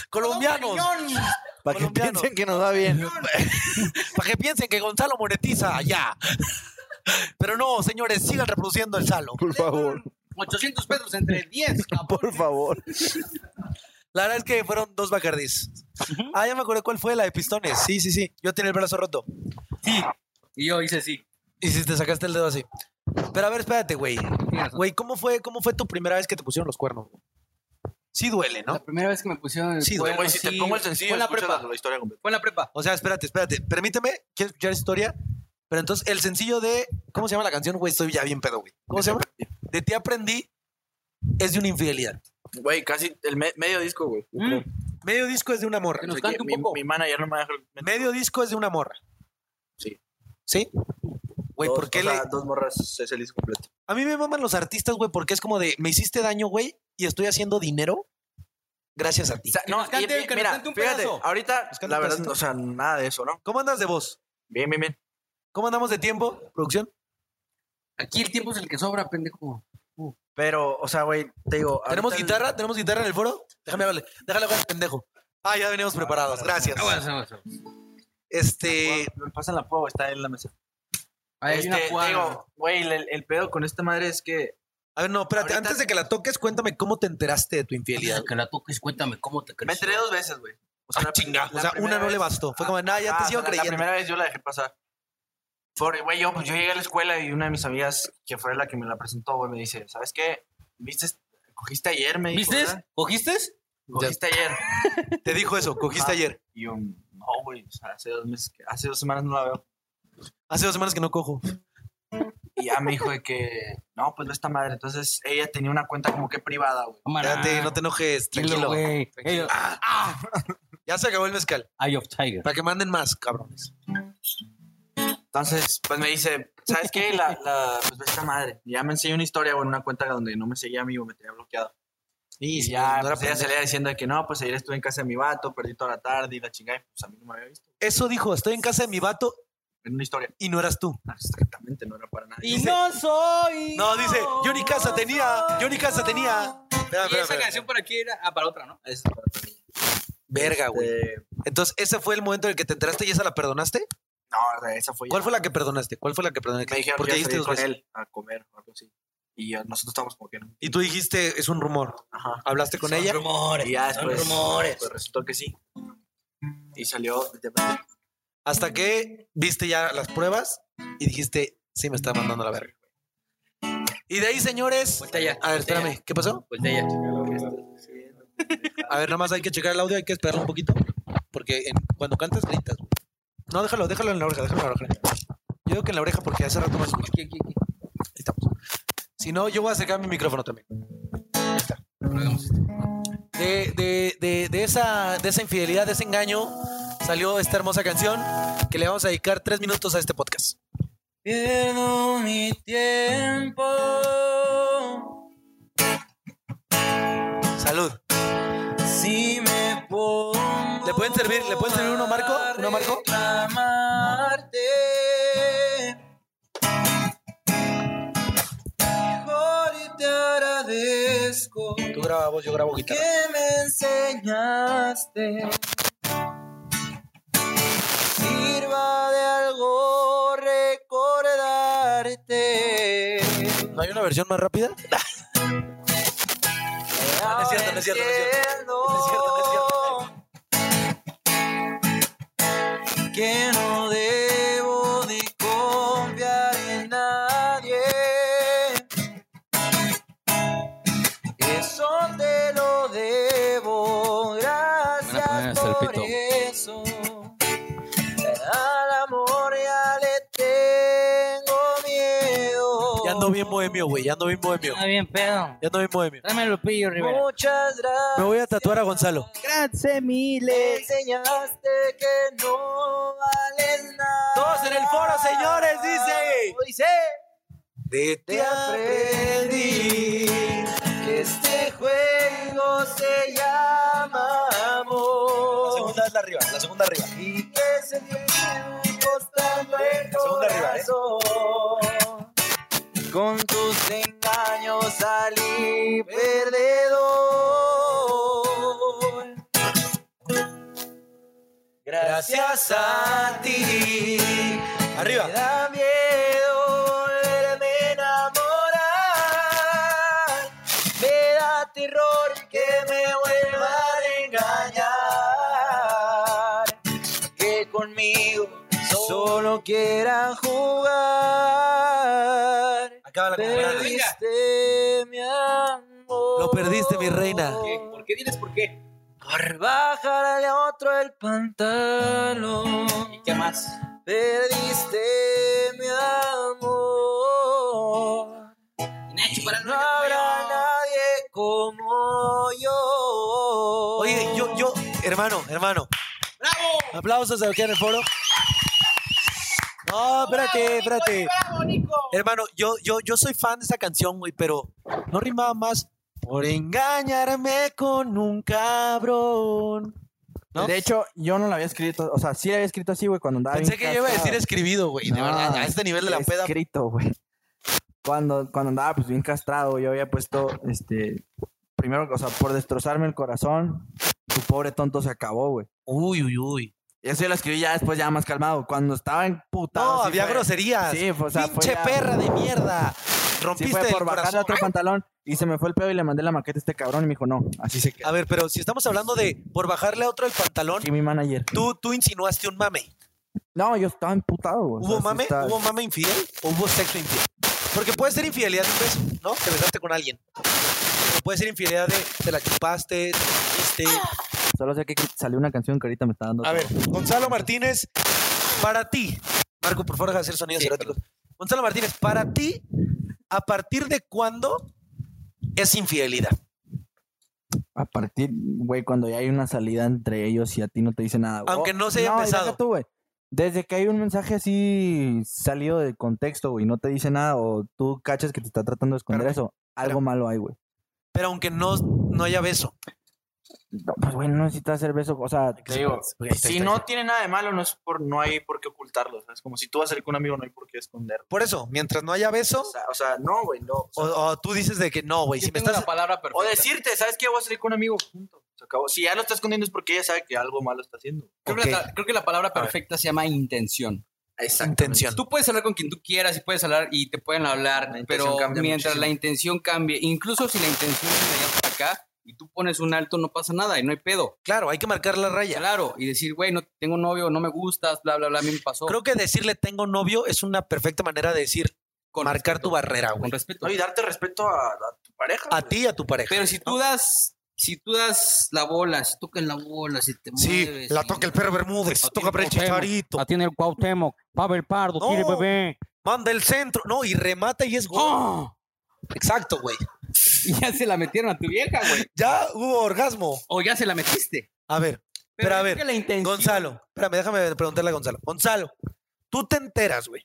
Speaker 1: colombianos.
Speaker 4: ¡Millón!
Speaker 8: Para que
Speaker 1: colombiano.
Speaker 8: piensen que nos va bien.
Speaker 1: Para que piensen que Gonzalo monetiza allá. Pero no, señores, sigan reproduciendo el salo.
Speaker 8: Por favor,
Speaker 4: 800 pesos entre 10, cabrón.
Speaker 8: por favor.
Speaker 1: La verdad es que fueron dos Bacardís. Ah, ya me acordé cuál fue la de pistones. Sí, sí, sí. Yo tenía el brazo roto.
Speaker 4: Sí. Y yo hice así.
Speaker 1: Y si te sacaste el dedo así. Pero a ver, espérate, güey. Güey, ¿cómo fue, ¿cómo fue tu primera vez que te pusieron los cuernos? güey? Sí duele,
Speaker 4: La
Speaker 1: ¿no?
Speaker 4: primera vez que me pusieron el
Speaker 1: Sí,
Speaker 4: cuerno,
Speaker 5: Güey, si te
Speaker 4: sí,
Speaker 5: pongo el
Speaker 4: güey.
Speaker 5: sencillo,
Speaker 4: Fue en la
Speaker 5: escucha
Speaker 4: prepa.
Speaker 5: la historia completa.
Speaker 4: Fue en la prepa.
Speaker 1: O sea, espérate, espérate. Permíteme, quiero escuchar historia. Pero entonces, el sencillo de. ¿Cómo se llama la canción, güey? Estoy ya bien pedo, güey. ¿Cómo se llama? De ti aprendí es de una infidelidad.
Speaker 5: Güey, casi el me- medio disco, güey.
Speaker 8: Mm,
Speaker 5: yo creo.
Speaker 1: Medio disco es de una morra.
Speaker 4: Mm, Que nos
Speaker 5: De
Speaker 4: cante
Speaker 5: que
Speaker 4: un
Speaker 5: mi,
Speaker 4: poco.
Speaker 5: mi manager no me deja. el-
Speaker 1: Medio disco es de una morra.
Speaker 5: Sí.
Speaker 1: ¿Sí? Güey,
Speaker 5: Dos,
Speaker 1: ¿por qué
Speaker 5: o
Speaker 1: le.?
Speaker 5: sea, dos morras es el disco completo.
Speaker 1: A mí me maman los artistas, güey, porque es como de. Me hiciste daño, güey, y estoy haciendo dinero gracias a ti.
Speaker 5: O sea, no,
Speaker 4: nos cante-
Speaker 5: y-
Speaker 4: que nos
Speaker 5: mira,
Speaker 4: cante un
Speaker 5: fíjate,
Speaker 4: pedazo.
Speaker 5: ahorita,
Speaker 1: cante
Speaker 5: la
Speaker 1: un
Speaker 5: verdad,
Speaker 1: pedacito.
Speaker 5: o sea, nada de eso, ¿no?
Speaker 1: ¿Cómo andas de voz?
Speaker 5: Bien, bien, bien.
Speaker 1: ¿Cómo andamos de tiempo, producción?
Speaker 4: Aquí el tiempo es el que sobra, pendejo.
Speaker 5: Pero, o sea, güey, te digo.
Speaker 1: ¿Tenemos
Speaker 5: ahorita el-
Speaker 1: guitarra? ¿Tenemos guitarra en el foro? Déjame hablarle. Déjale hablar, al pendejo. Ah, ya venimos preparados. Gracias.
Speaker 4: Aguas, aguas, aguas.
Speaker 3: Ah,
Speaker 1: Este.
Speaker 5: Me pasan la púa, está en la mesa.
Speaker 4: Ahí hay
Speaker 5: Este,
Speaker 4: una
Speaker 5: te
Speaker 4: jugada.
Speaker 5: digo, güey, el, el pedo con esta madre es que.
Speaker 1: A ver, no, espérate.
Speaker 5: Ahorita-
Speaker 1: Antes de que la toques, cuéntame cómo te enteraste de tu infidelidad.
Speaker 4: que la toques, cuéntame cómo te
Speaker 5: Me enteré dos veces, güey. O sea, la-
Speaker 1: Chinga. O
Speaker 5: la
Speaker 1: sea, una
Speaker 5: primera
Speaker 1: no le
Speaker 5: vez-
Speaker 1: bastó. Fue como, nada, ya
Speaker 5: Ah,
Speaker 1: te
Speaker 5: o
Speaker 1: sigo
Speaker 5: sea, La
Speaker 1: creyendo.
Speaker 5: primera vez yo la dejé pasar. Por, güey, yo, pues, yo llegué a la escuela y una de mis amigas, que fue la que me la presentó, güey, me dice, ¿sabes qué? ¿Viste? Cogiste ayer, me dijo.
Speaker 4: ¿Viste?
Speaker 5: ¿verdad?
Speaker 4: ¿Cogiste?
Speaker 5: Cogiste ayer.
Speaker 1: Te dijo eso, cogiste
Speaker 5: Ajá.
Speaker 1: ayer.
Speaker 5: Y yo, no, güey, o sea, hace dos meses, que- hace dos semanas no la veo.
Speaker 1: Hace dos semanas que no cojo.
Speaker 5: Y ya me dijo de que, no, pues no está madre. Entonces ella tenía una cuenta como que privada, güey.
Speaker 1: Espérate, no te enojes.
Speaker 4: Tranquilo,
Speaker 1: Tranquilo.
Speaker 4: güey. Ellos-
Speaker 1: Ya se acabó el mezcal.
Speaker 4: Eye of Tiger.
Speaker 1: Para que manden más, cabrones.
Speaker 5: Entonces, pues me dice, ¿sabes qué? La, la, pues ve esta madre. Y ya me enseñó una historia, bueno, una cuenta donde no me seguía a mí o me tenía bloqueado. Y ya,
Speaker 1: no era
Speaker 5: pues, ella
Speaker 1: pendejo.
Speaker 5: salía diciendo de que no, pues ayer estuve en casa de mi vato, perdí toda la tarde y la chingada, y pues a mí no me había visto.
Speaker 1: Eso dijo, estoy en casa de mi vato
Speaker 5: En una historia. Ah,
Speaker 1: y no eras tú.
Speaker 5: Exactamente, no era para nada.
Speaker 4: Y no soy.
Speaker 1: No, dice, yo ni casa tenía, yo ni casa tenía. Espera,
Speaker 4: Y
Speaker 1: espera,
Speaker 4: esa
Speaker 1: espera.
Speaker 4: canción para qué era. Ah, para otra, ¿no?
Speaker 5: Eso es para mí.
Speaker 1: Verga, güey.
Speaker 5: Este,
Speaker 1: Entonces, ese fue el momento en el que te enteraste y esa la perdonaste.
Speaker 5: No, o sea, esa fue ya.
Speaker 1: ¿Cuál fue la que perdonaste? ¿Cuál fue la que perdonaste?
Speaker 5: Me dijeron
Speaker 1: Porque
Speaker 5: que iba a
Speaker 1: dijiste
Speaker 5: salir
Speaker 1: dos
Speaker 5: con
Speaker 1: veces.
Speaker 5: él a comer o algo así. Y ya nosotros estábamos como que... no.
Speaker 1: Y tú dijiste, es un rumor.
Speaker 5: Ajá.
Speaker 1: Hablaste con ella.
Speaker 5: rumores, y ya
Speaker 4: son
Speaker 5: después,
Speaker 4: rumores.
Speaker 5: pues, resultó que sí. Y salió... de-
Speaker 1: Hasta que viste ya las pruebas y dijiste, sí, me está mandando a la verga. Y de ahí, señores.
Speaker 4: Vuelta ya.
Speaker 1: A ver, espérame, ¿qué pasó?
Speaker 4: Vuelta ya.
Speaker 1: A ver, nada más hay que checar el audio, hay que esperarlo un poquito. Porque en- cuando cantas, gritas. güey. No, déjalo, déjalo en la oreja, déjalo en la oreja. Yo digo que en la oreja porque hace rato me escucho.
Speaker 4: Aquí, aquí, aquí.
Speaker 1: Ahí estamos. Si no, yo voy a sacar mi micrófono también. Ahí está.
Speaker 4: Hagamos esto.
Speaker 1: De, de- de- de esa, de esa infidelidad, de ese engaño, salió esta hermosa canción que le vamos a dedicar tres minutos a este podcast.
Speaker 9: Pierdo mi tiempo
Speaker 1: Salud.
Speaker 9: si me pongo.
Speaker 1: ¿Le pueden servir- le pueden servir uno, Marco? ¿Uno, Marco?
Speaker 9: a reclamarte. Mejor y te agradezco
Speaker 1: Tú grabas voz, yo grabo guitarra.
Speaker 9: que me enseñaste. Sirva de algo recordarte.
Speaker 1: ¿No hay una versión más rápida?
Speaker 9: No es cierto, no es cierto, no es cierto. No es cierto, no es cierto. Que no debo de confiar en nadie. Eso te lo debo.
Speaker 2: Van a poner
Speaker 9: Gracias
Speaker 2: hasta el
Speaker 9: por
Speaker 2: pito.
Speaker 9: eso. Al amor ya le tengo miedo.
Speaker 1: Ya ando bien bohemio, güey. Ya ando bien bohemio.
Speaker 9: Está bien, pedo.
Speaker 1: Ya ando bien bohemio.
Speaker 9: Dame el Lupillo, Rivera. Muchas gracias.
Speaker 1: Me voy a tatuar a Gonzalo.
Speaker 2: Gracias,
Speaker 9: Me
Speaker 2: miles.
Speaker 9: enseñaste que no vales nada.
Speaker 1: Todos en el foro, señores, dice.
Speaker 9: Dice.
Speaker 1: De
Speaker 9: Te aprendí que este juego se llama
Speaker 1: La
Speaker 9: amor.
Speaker 1: segunda es la arriba, la segunda arriba.
Speaker 9: Y que se viene costando el
Speaker 1: Segunda arriba, ¿eh?
Speaker 9: corazón. Con tus engaños salí perdedor. Gracias a ti.
Speaker 1: Arriba.
Speaker 9: Me da miedo volverme a enamorar. Me da terror que me vuelva a engañar que conmigo solo quieran jugar.
Speaker 1: Acaba la conferencia.
Speaker 9: Perdiste mi amor.
Speaker 1: Lo perdiste, mi reina.
Speaker 4: ¿Qué? ¿Por qué? Diles por qué.
Speaker 9: Por bajarle a otro el pantalón.
Speaker 4: ¿Qué más?
Speaker 9: Perdiste mi amor.
Speaker 4: Nacho, para
Speaker 9: No habrá nadie como yo.
Speaker 1: Oye, yo, yo, hermano, hermano. ¡Bravo! Aplausos aquí en el foro. No, espérate, espérate. Hermano, yo, yo, yo soy fan de esa canción, güey, pero no rimaba más por engañarme con un cabrón. ¿No?
Speaker 3: De hecho, yo no la había escrito, o sea, sí la había escrito así, güey, cuando andaba
Speaker 1: Pensé
Speaker 3: bien
Speaker 1: que yo iba a
Speaker 3: cascado.
Speaker 1: decir escribido, güey. De
Speaker 3: No,
Speaker 1: verdad, a este nivel de la peda.
Speaker 3: Escrito, güey. Cuando, cuando andaba pues bien castrado, yo había puesto, este, primero, o sea, por destrozarme el corazón, tu pobre tonto se acabó, güey.
Speaker 1: Uy, uy, uy.
Speaker 3: Eso yo la escribí ya después, ya más calmado. Cuando estaba emputado.
Speaker 1: No,
Speaker 3: sí
Speaker 1: había
Speaker 3: fue-
Speaker 1: groserías.
Speaker 3: Sí, fue, o sea, fue
Speaker 1: Pinche
Speaker 3: ya-
Speaker 1: perra de mierda.
Speaker 3: Sí,
Speaker 1: Rompiste
Speaker 3: fue por
Speaker 1: el
Speaker 3: bajarle
Speaker 1: corazón.
Speaker 3: otro pantalón. Y se me fue el pedo y le mandé la maqueta a este cabrón y me dijo, no, así se quedó.
Speaker 1: A ver, pero si estamos hablando de por bajarle a otro el pantalón,
Speaker 3: Y mi manager.
Speaker 1: tú, tú insinuaste un mame.
Speaker 3: No, yo estaba emputado, güey. O sea,
Speaker 1: ¿Hubo
Speaker 3: sí
Speaker 1: mame?
Speaker 3: estaba-
Speaker 1: ¿Hubo mame infiel? ¿O hubo sexo infiel? Porque puede ser infidelidad de un beso, ¿no? Te besaste con alguien. Pero puede ser infidelidad de te la chupaste, te la metiste.
Speaker 3: Solo sé que salió una canción que ahorita me está dando.
Speaker 1: A
Speaker 3: todo.
Speaker 1: ver, Gonzalo Martínez, para ti. Marco, por favor, deja de hacer sonidos
Speaker 4: Sí,
Speaker 1: eróticos. Gonzalo Martínez, para ti, ¿a partir de cuándo es infidelidad?
Speaker 3: A partir, güey, cuando ya hay una salida entre ellos y a ti no te dice nada, güey.
Speaker 1: Aunque no se haya
Speaker 3: y
Speaker 1: empezado.
Speaker 3: deja tú, güey. Desde que hay un mensaje así salido de contexto, güey, no te dice nada o tú cachas que te está tratando de esconder
Speaker 1: Espérame,
Speaker 3: eso, algo
Speaker 1: espérame.
Speaker 3: malo hay, güey.
Speaker 1: Pero aunque no, no haya beso.
Speaker 3: No, pues, güey, no necesitas hacer beso, o sea,
Speaker 5: Te digo, si no tiene nada de malo, no, es por, no hay por qué ocultarlo. Es como si tú vas a salir con un amigo, no hay por qué esconderlo.
Speaker 1: Por eso, mientras no haya beso,
Speaker 5: O sea, o sea, no, güey, no. O,
Speaker 1: o, o tú dices de que no, güey,
Speaker 4: Yo
Speaker 1: si me
Speaker 4: tengo
Speaker 1: estás...
Speaker 4: la palabra perfecta.
Speaker 5: decirte, ¿sabes qué? Voy a salir con un amigo, punto. O Se acabó. Si ya lo está escondiendo es porque ella sabe que algo malo está haciendo.
Speaker 4: Creo, que la, creo que la palabra perfecta se llama intención.
Speaker 5: Exactamente.
Speaker 1: Intención.
Speaker 4: Tú puedes hablar con quien tú quieras y puedes hablar y te pueden hablar,
Speaker 5: La intención
Speaker 4: pero
Speaker 5: cambia
Speaker 4: mientras la
Speaker 5: muchísimo.
Speaker 4: intención cambie, incluso si la intención es de allá para acá y tú pones un alto, no pasa nada y no hay pedo.
Speaker 1: Claro, hay que marcar la raya.
Speaker 4: Claro, y decir, güey, no tengo novio, no me gustas, bla, bla, bla, a mí me pasó.
Speaker 1: Creo que decirle tengo novio es una perfecta manera de decir
Speaker 4: con
Speaker 1: marcar
Speaker 4: respeto,
Speaker 1: tu barrera,
Speaker 4: Con
Speaker 1: güey.
Speaker 4: respeto.
Speaker 5: No, y darte respeto a, a tu pareja.
Speaker 1: A
Speaker 5: güey.
Speaker 1: ti y a tu pareja.
Speaker 4: Pero si tú das, si tú das la bola, si tocan la bola, si te
Speaker 1: sí,
Speaker 4: mueves.
Speaker 1: la
Speaker 4: y-
Speaker 1: toca el perro Bermúdez,
Speaker 4: A ti
Speaker 1: toca
Speaker 4: no
Speaker 1: para el
Speaker 4: te
Speaker 2: vemos.
Speaker 1: chicharito,
Speaker 2: Atiende el Cuauhtémoc. Pavel Pardo,
Speaker 1: No.
Speaker 2: tire bebé.
Speaker 1: manda el centro, no, y remata y es gol.
Speaker 4: ¡Oh!
Speaker 1: Exacto, güey.
Speaker 4: Y ya se la metieron a tu vieja, güey.
Speaker 1: Ya hubo orgasmo.
Speaker 4: O ya se la metiste.
Speaker 1: A ver, Pero a
Speaker 4: yo
Speaker 1: ver,
Speaker 4: creo que la intención-
Speaker 1: Gonzalo, espérame, déjame preguntarle a Gonzalo. Gonzalo, tú te enteras, güey,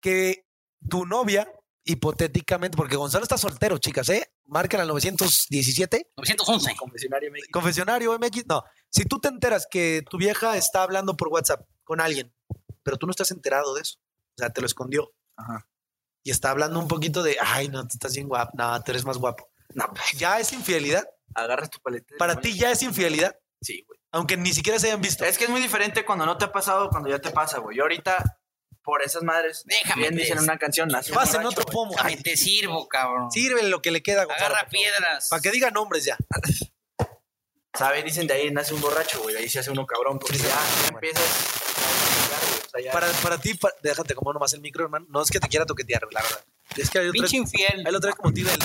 Speaker 1: que tu novia, hipotéticamente, porque Gonzalo está soltero, chicas, ¿eh? Marcan al 917,
Speaker 4: 911.
Speaker 5: Confesionario México.
Speaker 1: confesionario MX. No, si tú te enteras que tu vieja está hablando por WhatsApp con alguien, pero tú no estás enterado de eso, o sea, te lo escondió.
Speaker 5: Ajá.
Speaker 1: Y está hablando un poquito de, ay, no, tú estás bien guapo, no, tú eres más guapo. No, ya es infidelidad.
Speaker 5: Agarras tu paleta.
Speaker 1: Para ti ya es infidelidad,
Speaker 5: Sí, güey.
Speaker 1: aunque ni siquiera se hayan visto.
Speaker 5: Es que es muy diferente cuando no te ha pasado, cuando ya te pasa, güey. Yo ahorita, por esas madres,
Speaker 4: Déjame,
Speaker 5: bien dicen en
Speaker 4: pues.
Speaker 5: una canción, nací
Speaker 1: Pasen
Speaker 5: borracho,
Speaker 1: otro
Speaker 5: güey.
Speaker 1: pomo.
Speaker 4: Déjame, te sirvo, cabrón.
Speaker 1: Sirve lo que le queda, Gonzalo.
Speaker 4: Agarra piedras.
Speaker 1: Para que digan nombres ya.
Speaker 5: ¿Sabes? Dicen de ahí nace un borracho, güey. de Ahí se hace uno cabrón. Porque
Speaker 1: Sí,
Speaker 5: ya,
Speaker 1: sí,
Speaker 5: ya
Speaker 1: bueno.
Speaker 5: empiezas. a- o sea, ya-
Speaker 1: Para, para ti, pa- déjate como nomás el micro, hermano. No es que te quiera toquetear, la verdad. Es que ahí lo traes,
Speaker 4: Pinche infiel.
Speaker 1: ahí lo traes como tira el